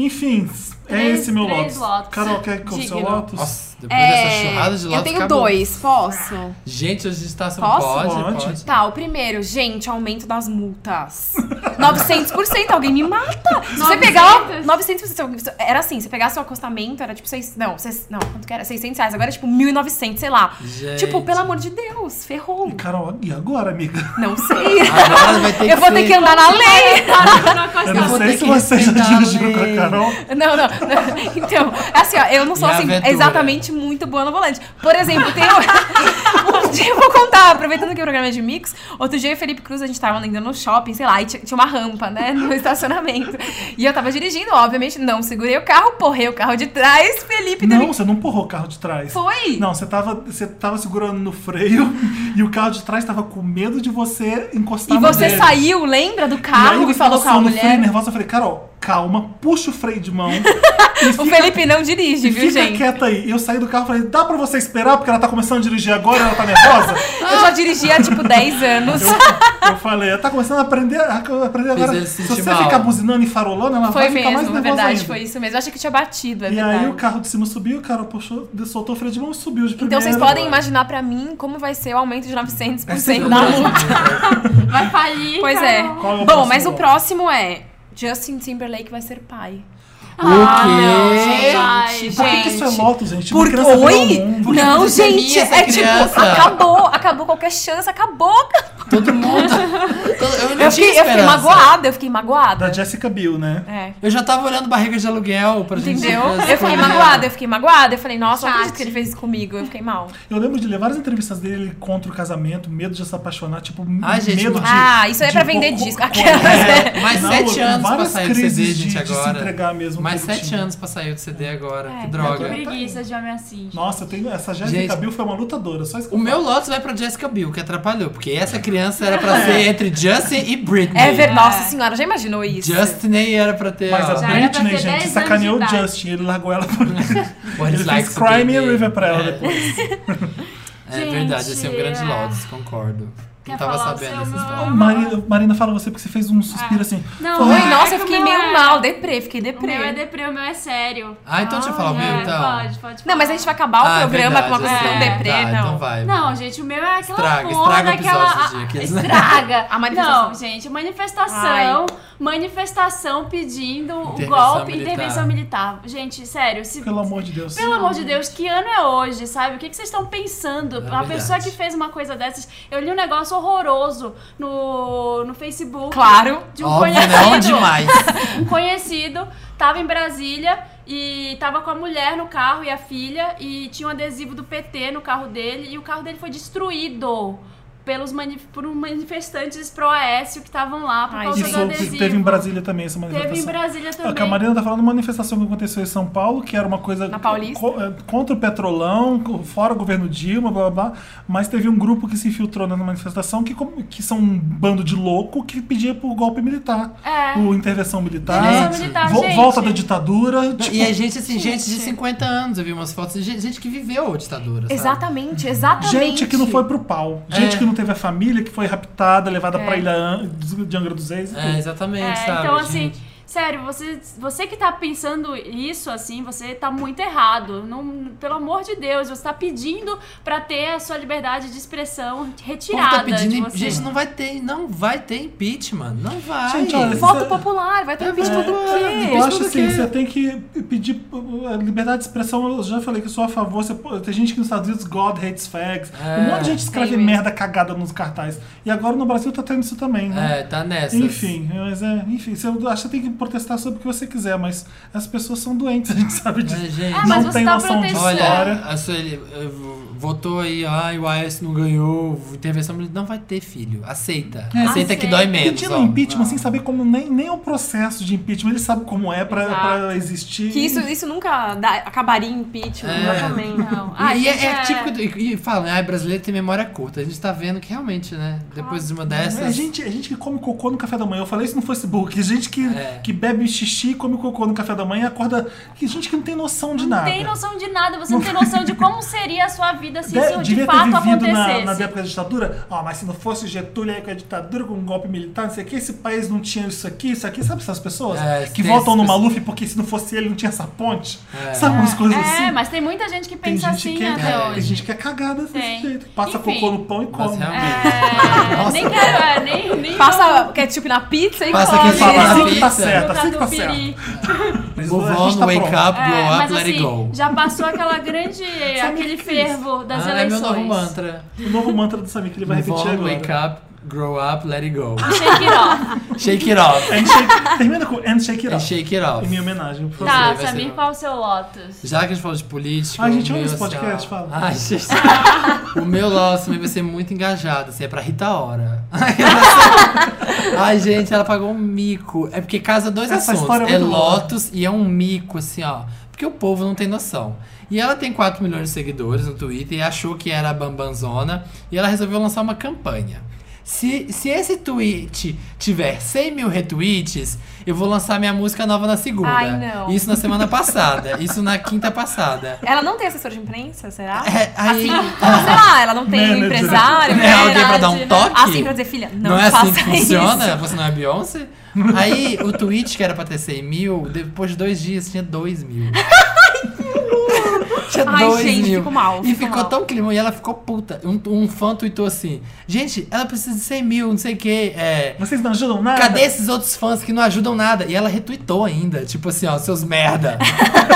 S3: Enfim, é
S5: Três-
S3: esse meu
S5: três
S3: Lotus.
S5: Lotus.
S3: Carol, quer que eu seu
S1: Digno.
S3: Lotus?
S2: Nossa, depois dessa
S1: É,
S2: churrada de lotes,
S1: eu tenho
S2: acabou.
S1: dois, posso?
S2: Gente, a gente tá só
S1: Posso?
S2: pode,
S3: Pode.
S2: pode.
S1: Tá, o primeiro, gente, aumento das multas. <laughs> 900%, alguém me mata. Se você pegar. 900%, era assim, você pegasse o acostamento, era tipo seis Não, seis- não, quanto que era? 600 reais, agora é tipo 1.900, sei lá.
S2: Gente.
S1: Tipo, pelo amor de Deus, ferrou.
S3: Carol, e agora, amiga?
S1: Não sei.
S2: Agora vai ter
S1: Eu vou
S2: <laughs>
S1: ter que andar na lei.
S3: Eu não
S2: vou
S3: sei
S2: ter
S3: se
S2: que
S3: você já
S2: respeitar a
S3: dirigiu com a
S2: lei.
S3: Carol.
S1: Não, <laughs> não, não. Então, assim, ó, eu não sou
S2: E a
S1: assim,
S2: aventura?
S1: exatamente muito boa no volante. Por exemplo, tem um, <laughs> um dia eu vou contar, aproveitando que o programa é de mix, outro dia eu e o Felipe Cruz, a gente tava ainda no shopping, sei lá, e tinha tinha uma rampa, né, no <laughs> estacionamento. E eu tava dirigindo, obviamente, não segurei o carro, porrei o carro de trás, Felipe
S3: Não,
S1: dele.
S3: você não empurrou o carro de trás.
S1: Então, Foi?
S3: Não, você tava, você tava segurando no freio <laughs> e o carro de trás tava com medo de você encostar
S1: E
S3: no
S1: você
S3: dele.
S1: saiu, lembra do
S3: E aí
S1: carro e,
S3: você
S1: falou com a
S3: passou no freio
S1: mulher?
S3: nervosa, eu falei, Carol, calma, puxa o freio de
S1: <laughs>
S3: mão.
S1: O Felipe não dirige, viu,
S3: Fica
S1: gente?
S3: quieta aí. Eu saí do carro e falei, dá pra você esperar? Porque ela tá começando a dirigir agora, ela tá nervosa.
S1: Eu já dirigi há, tipo, 10 anos. <laughs>
S3: Eu falei, ela tá começando a aprender, a aprender
S2: Fez
S3: agora.
S2: ele se
S3: Se
S2: sentir
S3: você
S2: mal.
S3: ficar buzinando e farolando, ela
S1: Foi
S3: vai ficar mais
S1: mesmo, é
S3: nervosa
S1: verdade,
S3: ainda.
S1: foi isso mesmo. Eu achei que tinha batido, é
S3: E
S1: verdade.
S3: aí o carro de cima subiu, o cara puxou, soltou o freio de mão e subiu de primeira.
S1: Então vocês podem imaginar pra mim como vai ser o aumento de 900% da multa.
S5: Vai falir.
S1: Pois
S5: cara.
S1: é.
S3: Qual é o
S1: Bom, mas o
S3: próximo?
S1: próximo é Justin Timberlake vai ser pai.
S5: Ah,
S1: Ah,
S2: O quê?
S5: Vai,
S1: Gente,
S3: Por que que isso é loto, gente? Uma
S1: Por...
S3: criança veio ao
S1: Oi?
S3: mundo.
S2: Por que
S1: Não,
S2: você temia
S1: gente,
S2: essa
S1: é tipo,
S2: criança?
S1: acabou, acabou qualquer chance, acabou. cara.
S2: Todo mundo. todo- eu não
S1: Eu
S2: tinha
S1: fiquei, eu fiquei
S2: esperança.
S1: magoada, eu fiquei magoada.
S3: Da Jessica Biel, né?
S1: É.
S2: Eu já tava olhando barriga de aluguel pra gente.
S1: Entendeu?
S2: ver
S1: Eu fiquei
S2: essa
S1: magoada, eu fiquei magoada. Eu falei, nossa, eu não
S5: Chat.
S1: acredito que ele fez isso comigo. Eu fiquei mal.
S3: Eu lembro de ler várias entrevistas dele contra o casamento, medo de se apaixonar, tipo,
S2: Ai, gente,
S3: medo de.
S2: mas-
S1: Ah, isso aí é
S3: de
S1: pra vender
S3: co- co-
S1: disco. Aquelas.
S2: É, mais
S3: Não,
S2: sete
S3: tem
S2: anos pra
S3: várias
S2: sair do
S3: crises
S2: CD, gente,
S3: de- de se
S2: agora.
S3: entregar mesmo um
S2: mais sete
S3: pouquinho.
S2: anos pra sair do CD agora.
S1: É.
S2: que
S5: Que
S2: droga.
S5: preguiça de homem assim.
S3: Nossa, eu tenho. Essa Jessica
S2: Gente.
S3: Biel foi uma lutadora, só isso que
S2: O
S3: eu
S2: meu Lotus vai pra Jessica Biel, que atrapalhou. Porque essa criança era pra ser entre Justin e Britney.
S1: É verdade. Nossa senhora, já imaginou isso?
S2: Justin era pra ter.
S3: Mas a
S2: ó,
S5: Já era pra
S3: Britney,
S5: ter 10
S3: gente,
S5: anos
S3: sacaneou
S5: de
S3: o
S5: idade.
S3: Justin, ele largou ela
S1: <laughs>
S3: por
S2: What
S3: Ele
S2: It's
S3: fez
S2: Like to
S3: Cry
S2: Be
S3: Me
S2: Me.
S3: River pra ela
S2: É.
S3: depois.
S2: É verdade,
S5: Gente,
S2: esse é um grande
S5: é.
S2: Lotus, concordo.
S5: Quer
S2: não tava
S5: falar o
S2: sabendo
S5: seu,
S2: essa
S5: meu
S2: história.
S5: amor?
S3: Marina, Marina, fala você porque você fez um suspiro assim.
S5: Não,
S1: Ui,
S5: é
S1: nossa,
S5: que
S1: eu
S5: o
S1: fiquei
S5: meu
S1: meio
S5: é-
S1: mal, deprê, fiquei
S5: O
S1: deprê.
S5: meu é deprê, o meu é sério.
S2: Ah, então deixa eu falar o meu,
S5: É,
S2: então.
S5: Pode, pode falar.
S1: Não, mas a gente vai acabar o
S2: Ah, é
S1: programa com uma
S2: verdade,
S1: coisa tão
S2: é.
S1: deprê,
S2: Tá,
S1: não.
S2: Então vai.
S5: Não, gente, o meu é aquela
S2: Estraga,
S5: porra
S2: estraga o episódio
S5: daquela...
S2: do dia, <laughs> aqueles-
S5: <laughs> Estraga.
S1: A manifestação.
S5: Não, gente, manifestação.
S1: Ai.
S5: Manifestação pedindo o
S2: Intervenção
S5: golpe,
S2: militar.
S5: intervenção militar. Gente, sério, se...
S3: Pelo amor de Deus.
S5: Pelo amor de Deus, que ano é hoje, sabe? O que, que vocês estão pensando?
S2: É
S5: a
S2: verdade.
S5: pessoa que fez uma coisa dessas. Eu li um negócio horroroso no, no Facebook.
S1: Claro.
S5: De um
S2: Óbvio, né?
S5: conhecido.
S2: não
S5: <laughs>
S2: demais.
S5: Um conhecido tava em Brasília e tava com a mulher no carro e a filha e tinha um adesivo do PT no carro dele e o carro dele foi destruído pelos mani- por um manifestantes pro Aécio que estavam lá por
S1: Ai,
S5: causa
S1: gente.
S5: do
S3: Isso
S5: adesivo.
S3: teve em Brasília também essa
S5: Teve em
S3: manifestação.
S5: Brasília
S3: Ah, que A
S5: também.
S3: Marina tá falando de uma manifestação que aconteceu em São Paulo, que era uma coisa
S1: Na Paulista?
S3: co- eh, contra o Petrolão, co- fora o governo Dilma, blá blá blá. Mas teve um grupo que se infiltrou nessa manifestação que, com- que são um bando de louco que pedia por golpe militar.
S5: É.
S3: Por intervenção militar.
S5: Intervenção militar,
S3: vo-
S5: gente.
S3: Volta da ditadura. tipo,
S2: E a gente, assim, gente de 50 anos, eu vi umas fotos, gente, gente que viveu a ditadura. sabe?
S1: Exatamente, exatamente.
S3: Gente que não foi pro pau. Gente
S2: É.
S3: que não teve a família, que foi raptada, levada pra ilha An- de Angra dos Reis. e tudo.
S2: É, exatamente,
S5: É,
S2: sabe?
S5: então, assim,
S2: gente?
S5: sério, você, você que tá pensando isso, assim, você tá muito errado. Não, pelo amor de Deus, você tá pedindo pra ter a sua liberdade de expressão
S2: O povo
S5: retirada
S2: tá pedindo.
S5: de
S2: im-
S5: você.
S2: Gente, não vai ter, não vai ter impeachment. Não vai. É
S3: Gente, olha,
S1: Voto popular, vai
S5: tá
S1: ter um vídeo do quê?
S3: Eu acho
S2: do
S3: assim,
S2: quê?
S3: você tem que pedir uh, liberdade de expressão. Eu já falei que eu sou a favor. Você, pô, tem gente que nos Estados Unidos, God hates fags.
S2: É.
S3: um monte de gente escreve
S1: Tem mesmo.
S3: merda cagada nos cartazes. E agora no Brasil tá tendo isso também, né?
S2: É, tá nessa.
S3: Enfim, mas é, enfim, você, eu acho que tem que protestar sobre o que você quiser, mas as pessoas são doentes, a gente sabe disso.
S2: É, gente.
S5: Ah,
S3: não
S5: mas você
S3: tem
S5: tá
S3: noção de
S5: protestando.
S3: história.
S2: Olha, a Sueli eh, votou aí, ai, o AS não ganhou, intervenção militar. Não vai ter, filho. Aceita. Aceita, que dói menos.
S3: É, Pedindo um
S2: ó.
S3: impeachment
S2: Ah.
S3: sem saber como nem, nem o processo de impeachment, ele sabe como é pra, pra existir.
S1: Que isso, isso nunca dá- acabaria em impeachment,
S2: É.
S1: exatamente.
S5: Não.
S2: E, e é, é
S5: gente,
S2: típico do, e, e falam, ai, brasileiro tem memória curta. A gente tá vendo que realmente, né? Depois de uma dessas.
S3: É gente, é gente que come cocô no café da manhã. Eu falei isso no Facebook. É Gente que,
S2: É.
S3: que bebe xixi, come cocô no café da manhã e acorda. Que gente que não tem noção de
S5: Não
S3: nada.
S5: tem noção de nada, você não tem noção de como seria a sua vida se
S3: De-
S5: isso de
S3: devia
S5: fato
S3: ter vivido
S5: acontecesse.
S3: na, na época da ditadura. Ah, mas se não fosse Getúlio aí com a ditadura, com um golpe militar, não sei o que, esse país não tinha isso aqui, isso aqui. Sabe essas pessoas?
S2: É,
S3: que
S2: tem
S3: votam
S2: essas
S3: no
S2: pessoas.
S3: Maluf porque se não fosse ele não tinha essa ponte.
S2: É.
S3: Sabe umas coisas assim?
S5: É, mas tem muita gente que
S3: Tem
S5: pensa
S3: gente,
S5: assim
S3: que é,
S5: até
S3: tem
S5: hoje.
S3: gente que é cagada desse
S5: Tem.
S3: jeito. que Passa
S5: Enfim.
S3: cocô no pão e
S2: Mas
S3: come.
S2: realmente.
S5: É, nem quero, é, nem, nem
S1: Passa ketchup na pizza e
S2: Passa
S1: come.
S2: quem fala
S3: Assim
S2: na
S3: que tá
S2: pizza.
S3: certo.
S5: Botar
S3: assim que tá
S5: tupiri.
S3: Mas
S2: Move
S3: a gente
S2: on,
S3: tá
S2: wake
S3: pronto.
S2: up,
S5: É,
S2: blow
S5: mas
S2: up, let it
S5: assim,
S2: go.
S5: já passou
S3: <laughs>
S5: aquela grande,
S3: Sabe
S5: aquele
S3: o que é isso?
S5: fervo das
S2: Ah, é meu
S5: eleições.
S2: novo mantra.
S3: O novo mantra do Samir que ele vai
S2: Move
S3: repetir
S2: on,
S3: agora.
S2: wake up, grow up, let it go.
S5: Shake
S2: <laughs>
S5: it off.
S2: Shake it off.
S3: And shake- É termina com and shake it
S2: And
S3: up.
S2: shake É it off.
S3: Em minha homenagem, por favor.
S5: Tá,
S2: vai ser
S5: Samir,
S2: bom.
S5: qual o seu Lotus?
S2: Já que a gente falou de política.
S3: Ai, Ah, gente,
S2: o
S3: olha
S2: meu,
S3: esse podcast,
S2: assim, ó.
S3: fala.
S2: Ai, gente. o meu Lotus também vai ser muito engajado, assim, é pra Rita Hora. Ai, gente, ela pagou um mico. É porque casa dois
S3: Essa história
S2: assuntos.
S3: é
S2: É,
S3: muito boa.
S2: Lotus e é um mico, assim, ó. Porque o povo não tem noção. E ela tem 4 milhões de seguidores no Twitter e achou que era a Bambanzona. E ela resolveu lançar uma campanha. Se, se esse tweet tiver 100 mil retweets, eu vou lançar minha música nova na segunda.
S1: Ai, não.
S2: Isso na semana passada. isso na quinta passada.
S1: Ela não tem assessor de imprensa, será?
S2: É, aí-
S1: assim, sei lá, ela não tem
S3: Manager.
S1: empresário,
S2: É alguém pra dar um
S1: verdade,
S2: toque?
S1: Assim, pra dizer, filha, não,
S2: Não, é
S1: faça
S2: assim que
S1: isso.
S2: funciona? Você não é Beyoncé? Aí o tweet que era pra ter 100 mil, depois de dois dias tinha 2
S1: <laughs>
S2: mil. tinha
S1: Ai,
S2: 2
S1: gente,
S2: mil.
S1: fico mal,
S2: e
S1: fico
S2: ficou
S1: mal.
S2: tão clima e ela ficou puta. Um, um fã tweetou assim: Gente, ela precisa de 100 mil, não sei o que. É,
S3: Vocês não ajudam nada?
S2: cadê esses outros fãs que não ajudam nada? E ela retweetou ainda, tipo assim, ó, seus
S1: <laughs>
S2: merda.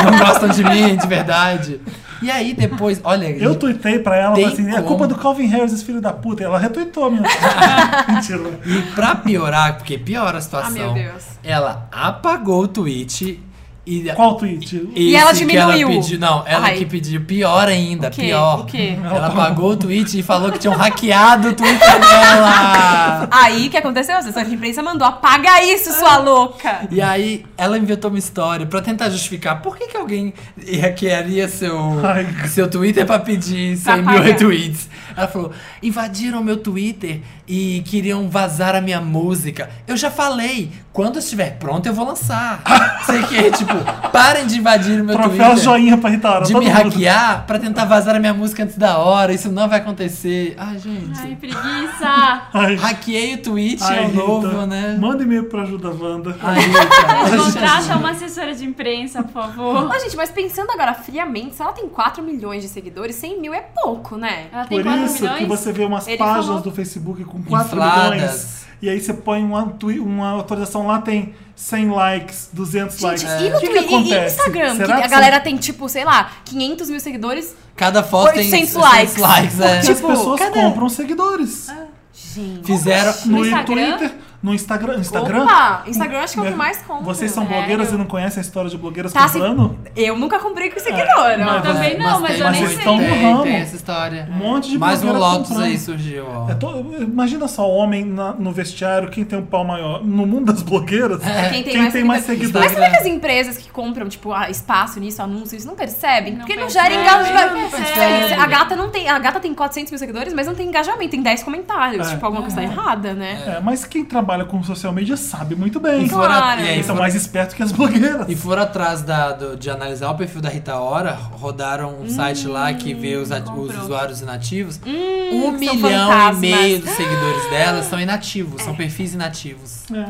S2: não gostam de mim, de verdade. E aí depois, olha.
S3: Eu tuitei pra ela,
S2: Tem
S3: falei assim, é
S2: como.
S3: culpa do Calvin Harris, esse filho da puta. E ela retuitou, minha. <laughs> Mentira.
S2: E pra piorar, porque piora a situação.
S1: Ah, meu Deus.
S2: Ela apagou o tweet e.
S3: Qual tweet?
S2: esse
S1: E ela
S2: que ela
S1: diminuiu.
S2: pediu- não, ela
S1: Ai.
S2: que pediu pior ainda,
S1: O quê?
S2: pior.
S1: O quê?
S2: Ela apagou o tweet e falou que tinham hackeado o Twitter dela.
S1: Aí, o que aconteceu? A assessora de imprensa mandou, apaga isso,
S2: É.
S1: sua louca!
S2: E aí, ela inventou uma história pra tentar justificar por que, que alguém hackearia seu,
S3: Ai.
S2: seu Twitter pra pedir 100
S1: Pra
S2: mil
S1: pagar.
S2: retweets. Ela falou: invadiram meu Twitter e queriam vazar a minha música. Eu já falei, quando estiver pronto eu vou
S3: <laughs>
S2: lançar. Sei que, tipo, parem de invadir o meu
S3: Troféu
S2: Twitter.
S3: joinha pra Rita Ora.
S2: De
S3: todo
S2: me
S3: mundo.
S2: hackear pra tentar vazar a minha música antes da hora, isso não vai acontecer. Ai, gente. <laughs>
S5: Ai, preguiça!
S3: Ai,
S2: Hackeei o tweet,
S3: ai,
S2: é o
S3: Rita.
S2: novo, né? Ah,
S3: Manda e-mail pra ajuda a Wanda.
S2: Ai,
S3: <laughs>
S2: Rita.
S5: Contrata uma assessora de imprensa, por favor.
S1: Mas, gente, mas pensando agora friamente, se ela tem 4 milhões de seguidores, 100 mil é pouco, né?
S5: Ela tem
S3: Por
S5: 4
S3: isso
S5: milhões.
S3: que você vê umas
S1: Ele
S3: páginas
S1: falou-
S3: do Facebook com 4
S2: Infladas.
S3: milhões. E aí você põe uma, twi- uma atualização lá, tem 100 likes, 200 likes.
S1: Gente, e no
S3: O que que
S1: Twitter, e- e
S3: acontece?
S1: Instagram,
S3: Será
S1: que a
S3: que
S1: galera tem, tipo, sei lá, 500 mil seguidores.
S2: Cada foto tem
S1: 800
S2: 600
S1: likes.
S2: likes. é.
S3: são- Porque
S1: tipo,
S3: as pessoas
S1: cadê? Ah,
S3: compram seguidores.
S1: Gente.
S2: Fizeram.
S3: No,
S5: Instagram?
S3: Twitter, no Instagram. Instagram? Né?
S1: Opa! Instagram acho que é o que mais compra.
S3: Vocês são blogueiras e não conhecem a história de blogueiras
S1: Tá, se-
S3: comprando?
S1: Eu nunca comprei com seguidor.
S3: É, não,
S1: ó.
S3: mas-
S5: Também não, mas, eu
S2: tem-
S5: nem
S3: vocês
S5: sei.
S3: estão no
S2: tem,
S3: ramo.
S2: tem essa história.
S1: É.
S3: Um monte de
S2: Mais um
S3: blogueira
S2: Lotus
S3: comprando.
S2: aí surgiu, ó.
S3: É to- Imagina só, homem na- no vestiário, quem tem um pau maior? No mundo das blogueiras,
S1: É
S3: quem, tem,
S1: Mas
S3: mais, seguidores?
S1: será que as empresas que compram, tipo, ah, espaço nisso, anúncio, isso não percebem? Porque não gera
S2: não
S1: engajamento.
S2: percebe.
S1: A gata não tem. A gata tem 400 mil seguidores, mas não tem engajamento, tem 10 comentários.
S3: É.
S1: Tipo, alguma coisa tá errada, né?
S3: É, mas quem trabalha com social media sabe muito bem.
S2: E
S1: Claro.
S2: foram, a- e, aí
S3: Eles são
S2: foram,
S3: mais espertos que as blogueiras.
S2: e foram atrás da, do- de analisar o perfil da Rita Ora, rodaram um site lá que vê os, at- os usuários inativos. um
S1: que Hum, são
S2: milhão
S1: fantasmas. É.
S2: e meio dos seguidores dela são inativos, são perfis inativos.
S3: É.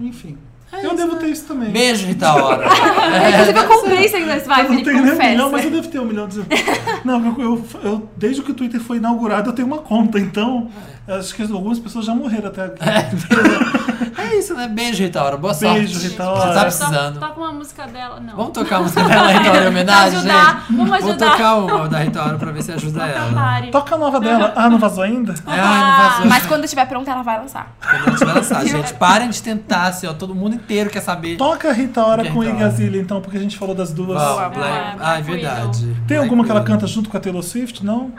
S3: Enfim. eu devo
S2: né?
S3: ter isso também.
S2: Beijo, Rita <laughs> Ora.
S1: <laughs> Inclusive, eu comprei seguidores, vai,
S3: eu não
S1: Felipe,
S3: tenho nem um milhão, mas
S1: confessa.
S3: eu devo ter um milhão de
S2: <laughs>
S3: Não, eu, eu- eu- desde que o Twitter foi inaugurado, eu tenho uma conta, então acho que algumas pessoas já morreram até aqui.
S2: é isso, né? Beijo, Rita Ora. Boa
S3: Beijo,
S2: sorte.
S3: Rita
S2: Você tá
S3: Ora.
S2: precisando.
S5: Toca uma música dela. Não.
S2: Vamos tocar a música dela, Rita Ora, em homenagem?
S5: Vamos ajudar,
S2: gente?
S5: vamos
S2: Vou
S5: ajudar.
S2: tocar uma da Rita Ora pra ver se ajuda
S1: tá
S5: Então
S2: ela.
S5: pare.
S3: Toca a nova dela. Ah, não vazou ainda?
S2: É,
S1: então
S2: ah, não vazou.
S1: Mas quando estiver pronta, ela vai lançar.
S2: Quando ela te lançar, gente, parem de tentar, assim, ó. Todo mundo inteiro quer saber.
S3: Toca a Rita Ora
S2: Rita
S3: com
S2: Ora.
S3: Igazilha, então, porque a gente falou das duas.
S2: Vamos,
S1: Black-
S2: Black-
S5: Black
S2: Ah, é verdade.
S3: Tem
S2: Black
S3: alguma que ela
S2: Widow.
S3: canta junto com a Taylor Swift, não?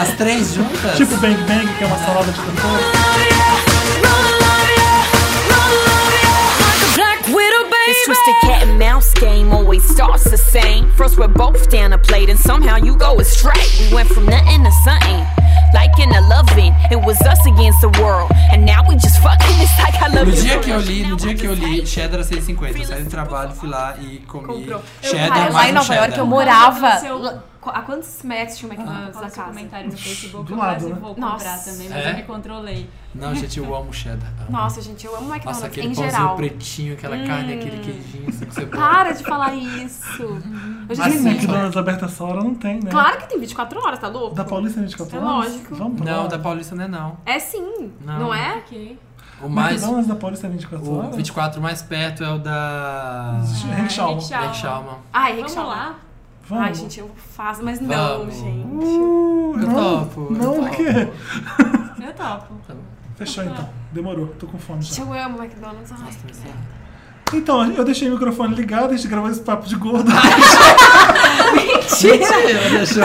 S2: As três juntas?
S3: Tipo Bang Bang, que é uma salada de cantor.
S8: This twisted cat and mouse game always starts the same. First we're both down a plate, and somehow you go astray. We went from nothing to something, like in a loving. It was us against the world, and now we just fucking. <laughs> It's like I love
S2: No
S8: you.
S2: dia que eu li, no
S1: um
S2: dia que eu li Cheddar 650, eu saí do trabalho, fui lá e comi
S1: Cara,
S2: cheddar
S1: lá em
S2: mais um
S1: Nova York eu
S2: cheddar.
S1: morava.
S5: Seu-
S1: lá- A quantos metros tinha o McDonald's da
S5: Olha o seu
S1: casa?
S5: comentário no Facebook,
S3: Do
S5: eu
S3: lado,
S5: quase
S3: né?
S5: vou
S1: Nossa.
S5: comprar também, mas
S2: É?
S5: eu me controlei.
S2: Não, gente, eu amo cheddar. Amo.
S1: Nossa, gente, eu amo McDonald's
S2: Nossa, aquele
S1: em
S2: pãozinho
S1: geral. Hum.
S2: pretinho, aquela carne, aquele queijinho, assim, com cebola.
S1: Para de falar <laughs> isso. Eu já
S2: Assim,
S3: Mas
S1: disse.
S2: tipo,
S3: McDonald's aberta essa hora não tem, né?
S1: Claro que tem 24 horas, tá louco?
S3: Da Paulista 24
S1: É
S3: horas?
S1: lógico.
S3: Vamos pra
S2: Não,
S3: lá.
S2: da Paulista não é não.
S1: É sim, não,
S2: Não.
S1: é?
S5: Ok.
S2: O mais...
S3: McDonald's da Paulista 24
S2: O
S3: horas?
S2: 24 mais perto é o da...
S3: Gente, calma.
S5: Rick Shaw.
S2: Black Shalman.
S1: Ai,
S5: Vamos
S1: Rickshaw.
S5: lá.
S3: Vamos. Uh,
S1: Ai, gente, eu faço, mas não,
S2: Vamos.
S1: gente.
S2: Eu
S3: não,
S2: topo. eu
S3: não o
S2: topo.
S3: quê?
S5: Eu topo.
S3: Fechou então. Demorou, tô com fome já.
S1: Gente, eu amo McDonald's. Ai.
S3: Então, eu deixei o microfone ligado, a gente gravou esse papo de gordo. <laughs>
S2: Gente, deixou...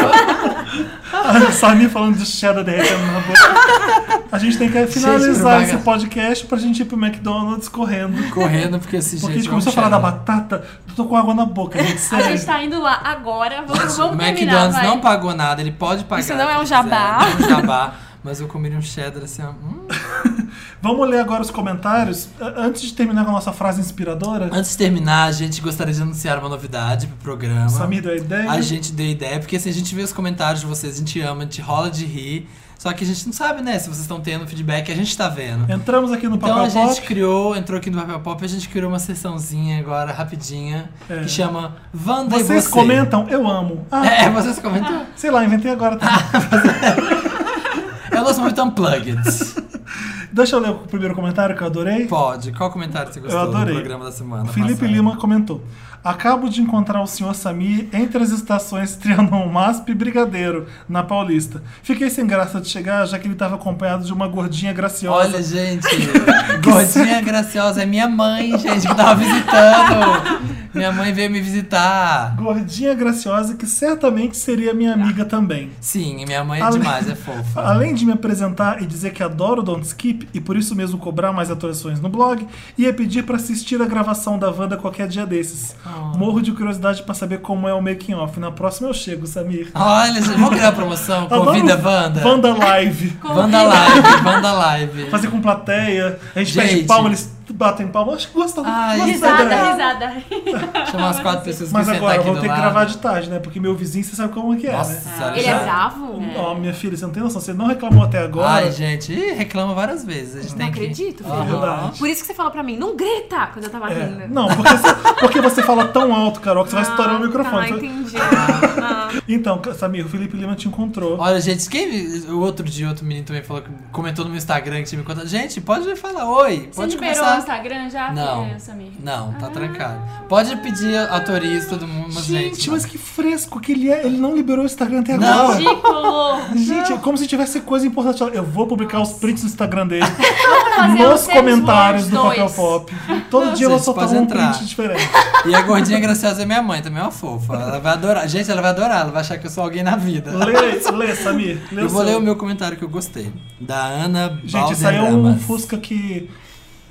S3: A Sami falando de cheddar derretendo na boca. é A gente tem que finalizar
S2: Braga.
S3: esse podcast pra gente ir pro McDonald's correndo.
S2: <laughs> correndo, porque esse
S3: <laughs> Porque a
S2: jeito é um
S3: gente começou a falar da batata, eu tô com água na
S5: <laughs>
S3: boca, gente.
S5: A
S3: Sério.
S5: gente tá indo lá agora. Vamos,
S2: O
S5: vamos terminar,
S2: McDonald's
S5: vai.
S2: não pagou nada, ele pode pagar.
S1: Isso não é um
S2: se quiser,
S1: jabá.
S2: não é um jabá. Mas eu comeria um cheddar assim, ó. Hum.
S3: Vamos ler agora os comentários. A- Antes de terminar com a nossa frase inspiradora,
S2: Antes de terminar, a gente gostaria de anunciar uma novidade pro programa.
S3: Samir deu a ideia.
S2: A gente deu ideia, porque assim, a gente vê os comentários de vocês, a gente ama, a gente rola de rir. Só que a gente não sabe, né, se vocês estão tendo feedback, a gente tá vendo.
S3: Entramos aqui no
S2: Então
S3: Papel
S2: a gente
S3: Pop.
S2: criou, entrou aqui no Papel Pop, a gente criou uma sessãozinha agora, rapidinha,
S3: É.
S2: que chama Wanda e
S3: Vocês
S2: Você.
S3: comentam, eu amo. Ah,
S2: <laughs> É, vocês comentam.
S3: sei lá, inventei agora. também.
S2: <laughs> Elas são muito unplugged.
S3: Deixa eu ler o primeiro comentário que eu adorei.
S2: Pode, qual comentário você gostou
S3: Eu adorei.
S2: do programa da semana?
S3: Felipe
S2: passada?
S3: Lima comentou. Acabo de encontrar o senhor Samir entre as estações Trianon Masp e Brigadeiro, na Paulista. Fiquei sem graça de chegar, já que ele estava acompanhado de uma gordinha graciosa.
S2: Olha,
S3: <laughs>
S2: gente, gordinha graciosa é minha mãe, gente, que tava visitando. Minha mãe veio me visitar.
S3: Gordinha graciosa que certamente seria minha amiga também.
S2: Sim, minha mãe Ah, é
S3: Ale-
S2: demais, é fofa.
S3: <laughs> Além de me apresentar e dizer que adoro Don't Skip e por isso mesmo cobrar mais atuações no blog, ia pedir pra assistir a gravação da Wanda qualquer dia desses.
S2: Ah.
S3: Morro de curiosidade pra saber como é o making off. Na próxima eu chego, Samir.
S2: Olha, gente, vamos criar uma promoção.
S3: <laughs> Adoro
S2: Convida a Wanda.
S3: Tá Wanda Live.
S2: Wanda Live, Wanda Live.
S3: Fazer com plateia, a gente,
S2: Gente.
S3: pede palma, eles batem palma. Acho que gostam.
S2: Ai,
S3: gostam
S2: risada,
S3: da galera.
S4: risada.
S2: Chamar as quatro pessoas que
S3: Mas
S2: sentar
S3: agora,
S2: aqui
S3: vou
S2: do
S3: ter que
S2: lado.
S3: gravar de tarde, né? Porque meu vizinho, você sabe como é que é,
S2: Nossa,
S1: Ah,
S3: né?
S2: senhora,
S4: Ele
S2: já-
S4: é bravo?
S3: Ó, minha filha, você não tem noção, você não reclamou até agora. É
S2: Ai, gente, ih, reclama várias vezes. A gente tem
S1: Não
S2: que-
S1: acredito, filho.
S2: Aham.
S3: Verdade.
S1: Por isso que você falou pra mim, não grita quando eu tava
S3: É,
S1: rindo.
S3: Não, porque você, porque você fala tão alto, Carol, que você vai estourar o
S1: Ah,
S3: microfone. Você-
S1: <laughs> entendi.
S3: Então, Samir, o Felipe Lima te encontrou.
S2: Olha, gente, quem me- o outro dia, outro menino também falou, que- comentou no meu Instagram que tinha me contado. Gente, pode falar oi,
S4: Você
S2: pode
S4: liberou o
S2: começar.
S5: tá?
S4: Instagram já?
S2: Não.
S4: É, Samir?
S2: Não, tá trancado. Pode pedir autoriza todo mundo, mas gente.
S3: Gente, mas que fresco que ele é. Ele não liberou o Instagram até
S2: Não.
S4: <laughs>
S3: agora.
S4: Ridículo!
S3: Gente, é como se tivesse coisa importante. Eu vou publicar os prints do
S4: <laughs>
S3: Instagram dele
S4: fazer um
S3: nos
S4: Seres
S3: comentários
S4: Wars
S3: do Papel
S4: 2.
S3: Pop. Todo dia eu vou
S2: Vocês
S3: soltar
S2: podem
S3: um
S2: entrar.
S3: print diferente.
S2: E a gordinha graciosa é minha mãe, também é uma fofa. Ela vai adorar. Gente, ela vai adorar, ela vai achar que eu sou alguém na
S4: <laughs>
S2: vida.
S3: Lê, lê Samir. Lê
S2: Eu vou
S3: seu.
S2: ler o meu comentário que eu gostei. Da Ana
S3: Gente, isso aí é um
S2: Balderramas.
S3: Fusca que.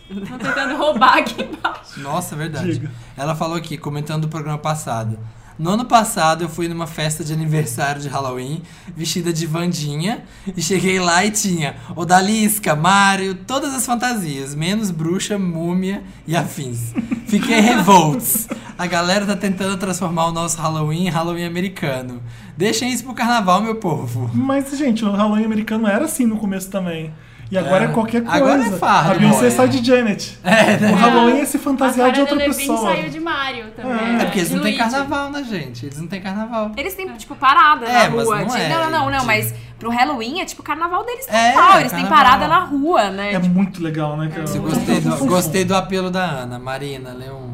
S4: Tô tentando roubar aqui embaixo.
S2: Nossa, verdade.
S3: Diga.
S2: Ela falou aqui, comentando o programa passado. No ano passado eu fui numa festa de aniversário de Halloween, vestida de Vandinha, e cheguei lá e tinha Odalisca, Mario, todas as fantasias, menos bruxa, múmia e afins. Fiquei revolts. A galera tá tentando transformar o nosso Halloween em Halloween americano. Deixem isso pro carnaval, meu povo.
S3: Mas, gente, o Halloween americano era assim no começo também. E agora é,
S2: É.
S3: qualquer coisa.
S2: Agora é farra,
S3: A Beyoncé
S2: né?
S3: sai de Janet.
S2: É, né?
S3: O Halloween é se
S4: A
S3: fantasiar
S4: cara
S3: de outra
S4: da Levin
S3: pessoa.
S4: saiu de Mario também.
S3: É.
S2: É porque eles
S4: De
S2: não têm
S4: Luigi.
S2: carnaval, né, gente? Eles não têm carnaval.
S1: Eles têm, tipo, parada
S2: É,
S1: na
S2: mas
S1: rua.
S2: não
S1: de-
S2: é,
S1: não, não, não, não,
S2: gente.
S1: mas pro Halloween é tipo carnaval deles total.
S2: É,
S1: eles têm
S2: carnaval.
S1: parada na rua, né?
S3: É muito legal, né, cara?
S2: Eu gostei do, gostei do apelo da Ana, Marina, Leone.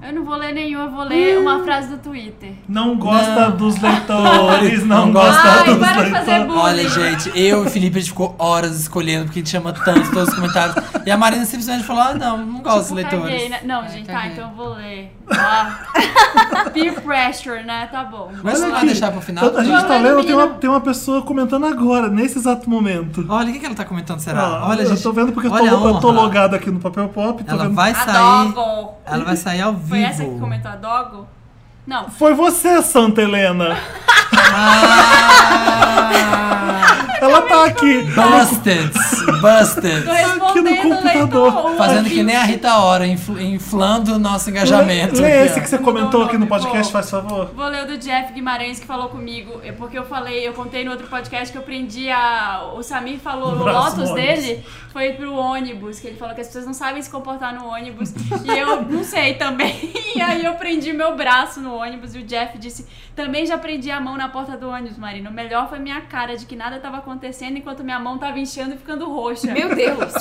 S4: Eu não vou ler nenhum, eu vou ler uma frase do Twitter.
S3: Não gosta
S2: Não. <laughs>
S3: dos leitores, não,
S2: Não
S3: gosta
S2: gosta.
S4: Ai, para
S3: dos
S4: de
S3: leitores.
S4: fazer bullying.
S2: Olha, gente, eu e o Felipe a gente ficou horas escolhendo porque a gente ama tanto todos os comentários. E a Marina simplesmente falou: ah, não, não gosto dos
S4: Tipo, caguei,
S2: leitores.
S4: né? Não,
S2: É,
S4: gente, tá,
S2: caguei.
S4: então eu vou ler. Ah, <laughs> peer pressure, né? Tá bom.
S2: Mas você não vai deixar pro final?
S3: A gente tá
S4: Olha,
S3: lendo, tem uma,
S4: menino.
S3: tem uma pessoa comentando agora, nesse exato momento.
S2: Olha, o que que ela tá comentando, será?
S3: Ah,
S2: Olha,
S3: eu
S2: gente.
S3: tô vendo porque eu tô,
S2: olha a
S3: eu tô
S2: honra.
S3: logado aqui no papel pop. Tô
S2: Ela
S3: vendo...
S2: vai sair.
S4: Adogo.
S2: Ela vai sair ao vivo.
S4: Foi essa que comentou a Dogo? Não.
S3: Foi você, Santa Helena!
S2: Ah,
S3: Ela tá aqui!
S2: busted!
S4: Tô
S2: Busted!
S4: respondendo o
S3: computador.
S4: leitor.
S2: Fazendo que nem a Rita Ora, influ- inflando o nosso engajamento.
S3: Lê, lê
S2: aqui,
S3: esse
S2: ó.
S3: que você
S4: Mudou
S3: comentou
S4: o
S3: aqui no
S4: nome,
S3: podcast,
S4: pô.
S3: faz favor.
S4: Vou ler o do Jeff Guimarães que falou comigo, é porque eu falei, eu contei no outro podcast que eu prendi a. O Samir falou no
S3: Braço
S4: Lotus
S3: no ônibus.
S4: dele, foi pro ônibus, que ele falou que as pessoas não sabem se comportar no ônibus. e eu não sei também. <laughs> E aí eu prendi meu braço no ônibus e o Jeff disse: também já prendi a mão na porta do ônibus, Marina. O melhor foi minha cara de que nada tava acontecendo enquanto minha mão tava inchando e ficando roxa.
S1: Meu Deus.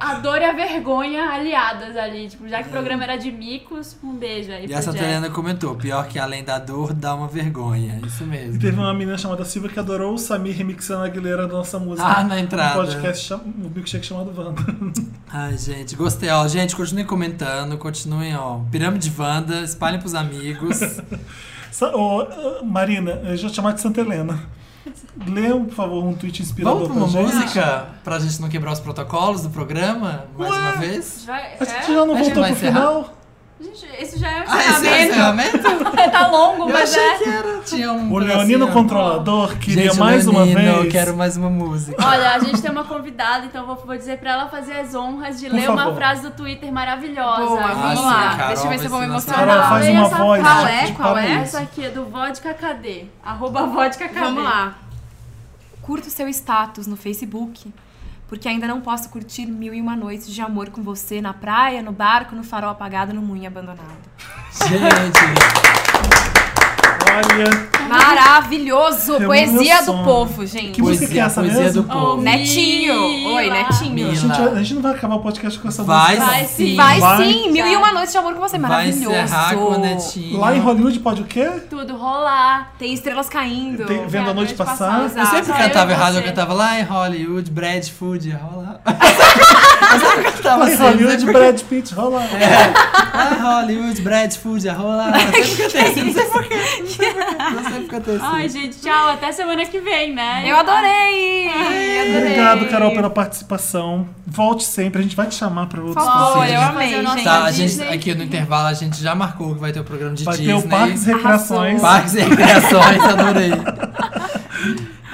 S4: A dor e a vergonha aliadas ali, tipo, já que o programa era de micos, um beijo aí.
S2: E
S4: pro
S2: a Santa
S4: Jeff.
S2: Helena comentou: pior que além da dor, dá uma vergonha. Isso mesmo.
S3: Teve uma menina chamada Silvia que adorou o Samir remixando a Aguilera da nossa música.
S2: Ah, na entrada.
S3: Um podcast, cham- um milkshake chamado Wanda. <laughs>
S2: Ai, gente, gostei. Ó, gente, continuem comentando, continuem, ó. Pirâmide Wanda, espalhem pros
S3: <laughs>
S2: amigos.
S3: Sa- ô, ah, Marina, eu já te chamava de Santa Helena. Lê, por favor, um tweet
S2: Vamos
S3: inspirador
S2: pra uma
S3: pra gente.
S2: música? Pra gente não quebrar os protocolos do programa, mais uma vez?
S4: Vai-
S3: A
S4: é?
S3: gente já não
S2: A gente
S3: voltou
S2: vai
S3: pro
S2: encerrar?
S3: final?
S5: Gente, esse já é um
S2: Ah, esse é o
S5: encerramento.
S2: encerramento?
S1: tá longo,
S2: Eu
S1: mas
S2: achei
S1: é.
S2: que era. Tinha um.
S3: O Leonino
S2: assim, ó.
S3: Controlador queria
S2: Gente,
S3: mais uma
S2: Leonino,
S3: vez.
S2: Eu quero mais uma música.
S5: Olha, a gente tem uma convidada, então vou, vou dizer pra ela fazer as honras de
S3: Por
S5: ler uma
S3: favor.
S5: frase do Twitter maravilhosa.
S1: Boa,
S2: Ah,
S1: vamos
S2: sim,
S1: lá.
S2: Carol
S1: Deixa eu ver se eu vou me
S2: vai ser
S1: emocionar.
S3: Carol, faz
S5: Olha
S3: uma
S5: essa
S3: voz.
S1: Qual
S3: gente,
S1: é?
S3: de
S1: Qual é?
S3: Paris.
S5: Essa aqui é do Vodka Cadê? Arroba Vodka Cadê?
S1: Vamos lá. Curto seu status no Facebook, porque ainda não posso curtir mil e uma noites de amor com você na praia, no barco, no farol apagado, no moinho abandonado.
S3: Ah!
S2: Gente,
S3: Olha,
S1: Maravilhoso!
S3: É o
S1: Poesia
S3: meu
S1: do
S3: sonho.
S1: povo, gente.
S3: Que música que é
S2: poesia,
S3: essa
S2: poesia
S3: mesmo? né?
S2: do povo.
S1: Netinho! Oi,
S5: Mila.
S1: Netinho.
S3: a
S2: Mila.
S3: gente, a gente não vai acabar o podcast com essa
S2: Vai,
S3: música.
S5: Vai
S2: sim.
S1: Vai,
S3: Vai.
S1: sim, mil e uma noites de amor com
S5: é
S1: você.
S2: Vai
S1: Maravilhoso.
S2: encerrar é com o Netinho.
S3: Lá em Hollywood pode o quê?
S5: Tudo rolar.
S1: Tem estrelas caindo. É,
S3: Tem- vendo a noite passar.
S2: Eu sempre
S5: Só Tá, eu
S2: cantava
S5: e
S2: errado, eu
S5: você.
S2: cantava lá em Hollywood, Brad Food,
S3: <laughs>
S2: rola. Eu sempre cantava
S3: Lá em
S2: assim.
S3: Hollywood,
S2: sempre-
S3: Brad Pitt, rola.
S2: É. Lá em Hollywood, Brad Food, rola. Eu sempre cantei assim, não sei porquê. Não sei porquê.
S5: Ai, gente, tchau. Até semana que vem, né?
S1: Eu adorei! adorei.
S3: Obrigado, Carol, pela participação. Volte sempre, a gente vai te chamar para outros
S1: Por favor, eu
S3: conselhos.
S1: amei,
S5: Fazer o nosso
S1: gente.
S2: Tá, a
S5: Disney.
S2: gente, aqui no intervalo a gente já marcou que vai ter o programa de
S3: Vai ter
S2: Disney.
S3: o Parques e Recreações.
S2: Parques e
S3: <laughs>
S2: Recreações, adorei.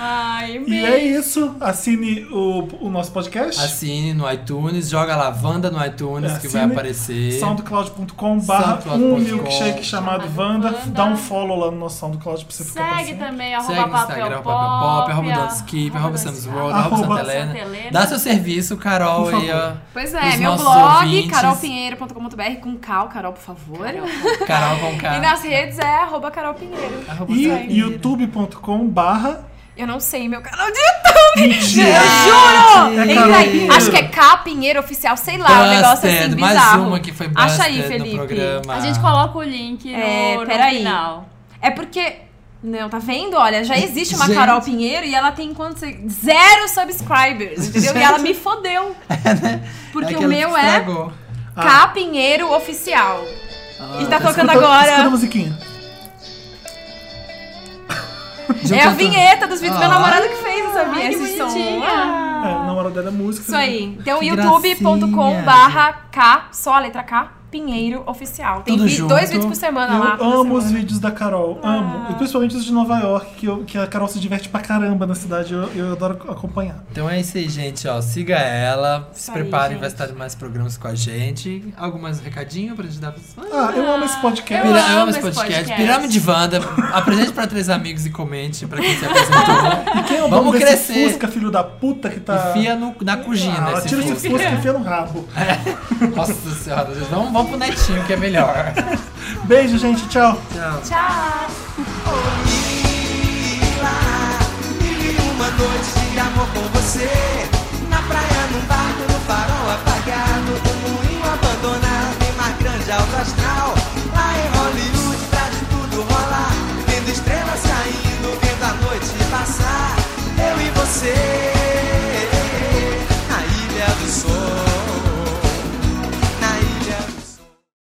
S5: Ai,
S3: E é isso. Assine o, o nosso podcast.
S2: Assine no iTunes, joga Lavanda no iTunes que vai
S3: É, Assine um
S2: aparecer.
S3: soundcloud.com barra um
S2: soundcloud.com.
S3: milkshake chamado
S5: Chamado
S3: Wanda.
S5: Wanda.
S3: Dá um follow lá no nosso SoundCloud pra você ficar por
S5: Segue
S3: cima.
S5: também,
S2: Segue
S5: arroba
S2: no Instagram,
S5: papel
S2: o Papel Pop, arroba
S5: arroba
S2: Danskip, arroba Sam's World,
S3: Arroba
S2: arroba Santa
S3: Santa
S2: Helena.
S5: Helena.
S2: Dá seu serviço, Carol,
S3: Por
S2: aí, ó.
S1: Pois é,
S2: Dos
S1: meu
S2: nossos
S1: blog,
S2: ouvintes.
S1: carolpinheiro.com.br, com cal, Carol, por favor.
S2: Carol com
S1: E
S2: K.
S1: nas redes é arroba Carol Pinheiro.
S2: Arroba
S3: E
S2: Santa Helena.
S3: youtube.com barra
S1: Eu não sei meu canal de YouTube.
S3: Mentira!
S1: Eu juro!
S3: É
S1: Entra aí.
S3: Carol
S1: Acho que é K Pinheiro Oficial, sei lá, um negócio assim
S2: Busted,
S1: bizarro.
S2: mais uma que foi
S1: Acha aí,
S2: Busted
S1: Felipe.
S2: no programa.
S5: A gente coloca o link no,
S1: É,
S5: no
S1: peraí.
S5: final.
S1: É porque. Não, tá vendo? Olha, já existe uma
S2: Gente.
S1: Carol Pinheiro e ela tem quantos? Zero subscribers, entendeu? E ela
S2: <laughs>
S1: me fodeu. Porque o
S2: É, né? Aquela que
S1: meu é
S2: estragou. Ah.
S1: K Pinheiro Oficial. e tá tocando
S3: Escuta- Escuta a
S1: agora.
S3: musiquinha.
S1: É a vinheta dos vídeos. Meu
S2: então. Ah.
S1: namorado que fez essa vinheta. Esse som. Ah,
S3: É, na hora dela é música.
S1: Isso aí. Então,
S2: Que
S1: youtube.com
S2: gracinha.
S1: barra K, só a letra K, Pinheiro Oficial. Tem
S2: Tudo
S1: vi-
S2: junto.
S1: dois vídeos por semana lá. Ah.
S3: Eu
S1: toda
S3: amo os
S1: semana.
S3: vídeos da Carol, amo. E principalmente os de Nova York, que, eu- que a Carol se diverte pra caramba na cidade. Eu, eu adoro acompanhar.
S2: Então é isso aí, gente. Ó, siga ela, se
S1: Isso aí,
S2: preparem,
S1: gente.
S2: vai estar em mais programas com a gente. Algumas recadinho pra gente dar pra vocês?
S3: Ah, eu amo esse podcast.
S2: Pira-
S5: amo
S2: eu amo esse
S5: esse
S2: podcast.
S5: podcast.
S2: Pirâmide Wanda. Apresente pra três amigos e comente pra quem se apresentou.
S3: E quem é o
S2: Vamos
S3: dono desse
S2: crescer.
S3: Fusca, filho da puta, que tá...
S2: Enfia no, na cugina
S3: Ah,
S2: esse
S3: tira esse
S2: Fusca.
S3: Fusca e enfia no
S2: <laughs>
S3: rabo.
S2: Nossa senhora, gente, vamos, vamos pro netinho que é melhor.
S3: Beijo, gente. Tchau.
S2: Tchau.
S9: Uma noite de amor com você Na praia, num barco, no farol apagado Um moinho abandonado e uma grande alta astral Lá em Hollywood pra de tudo rolar Vendo estrelas caindo, vendo a noite passar Eu e você Na Ilha do Sol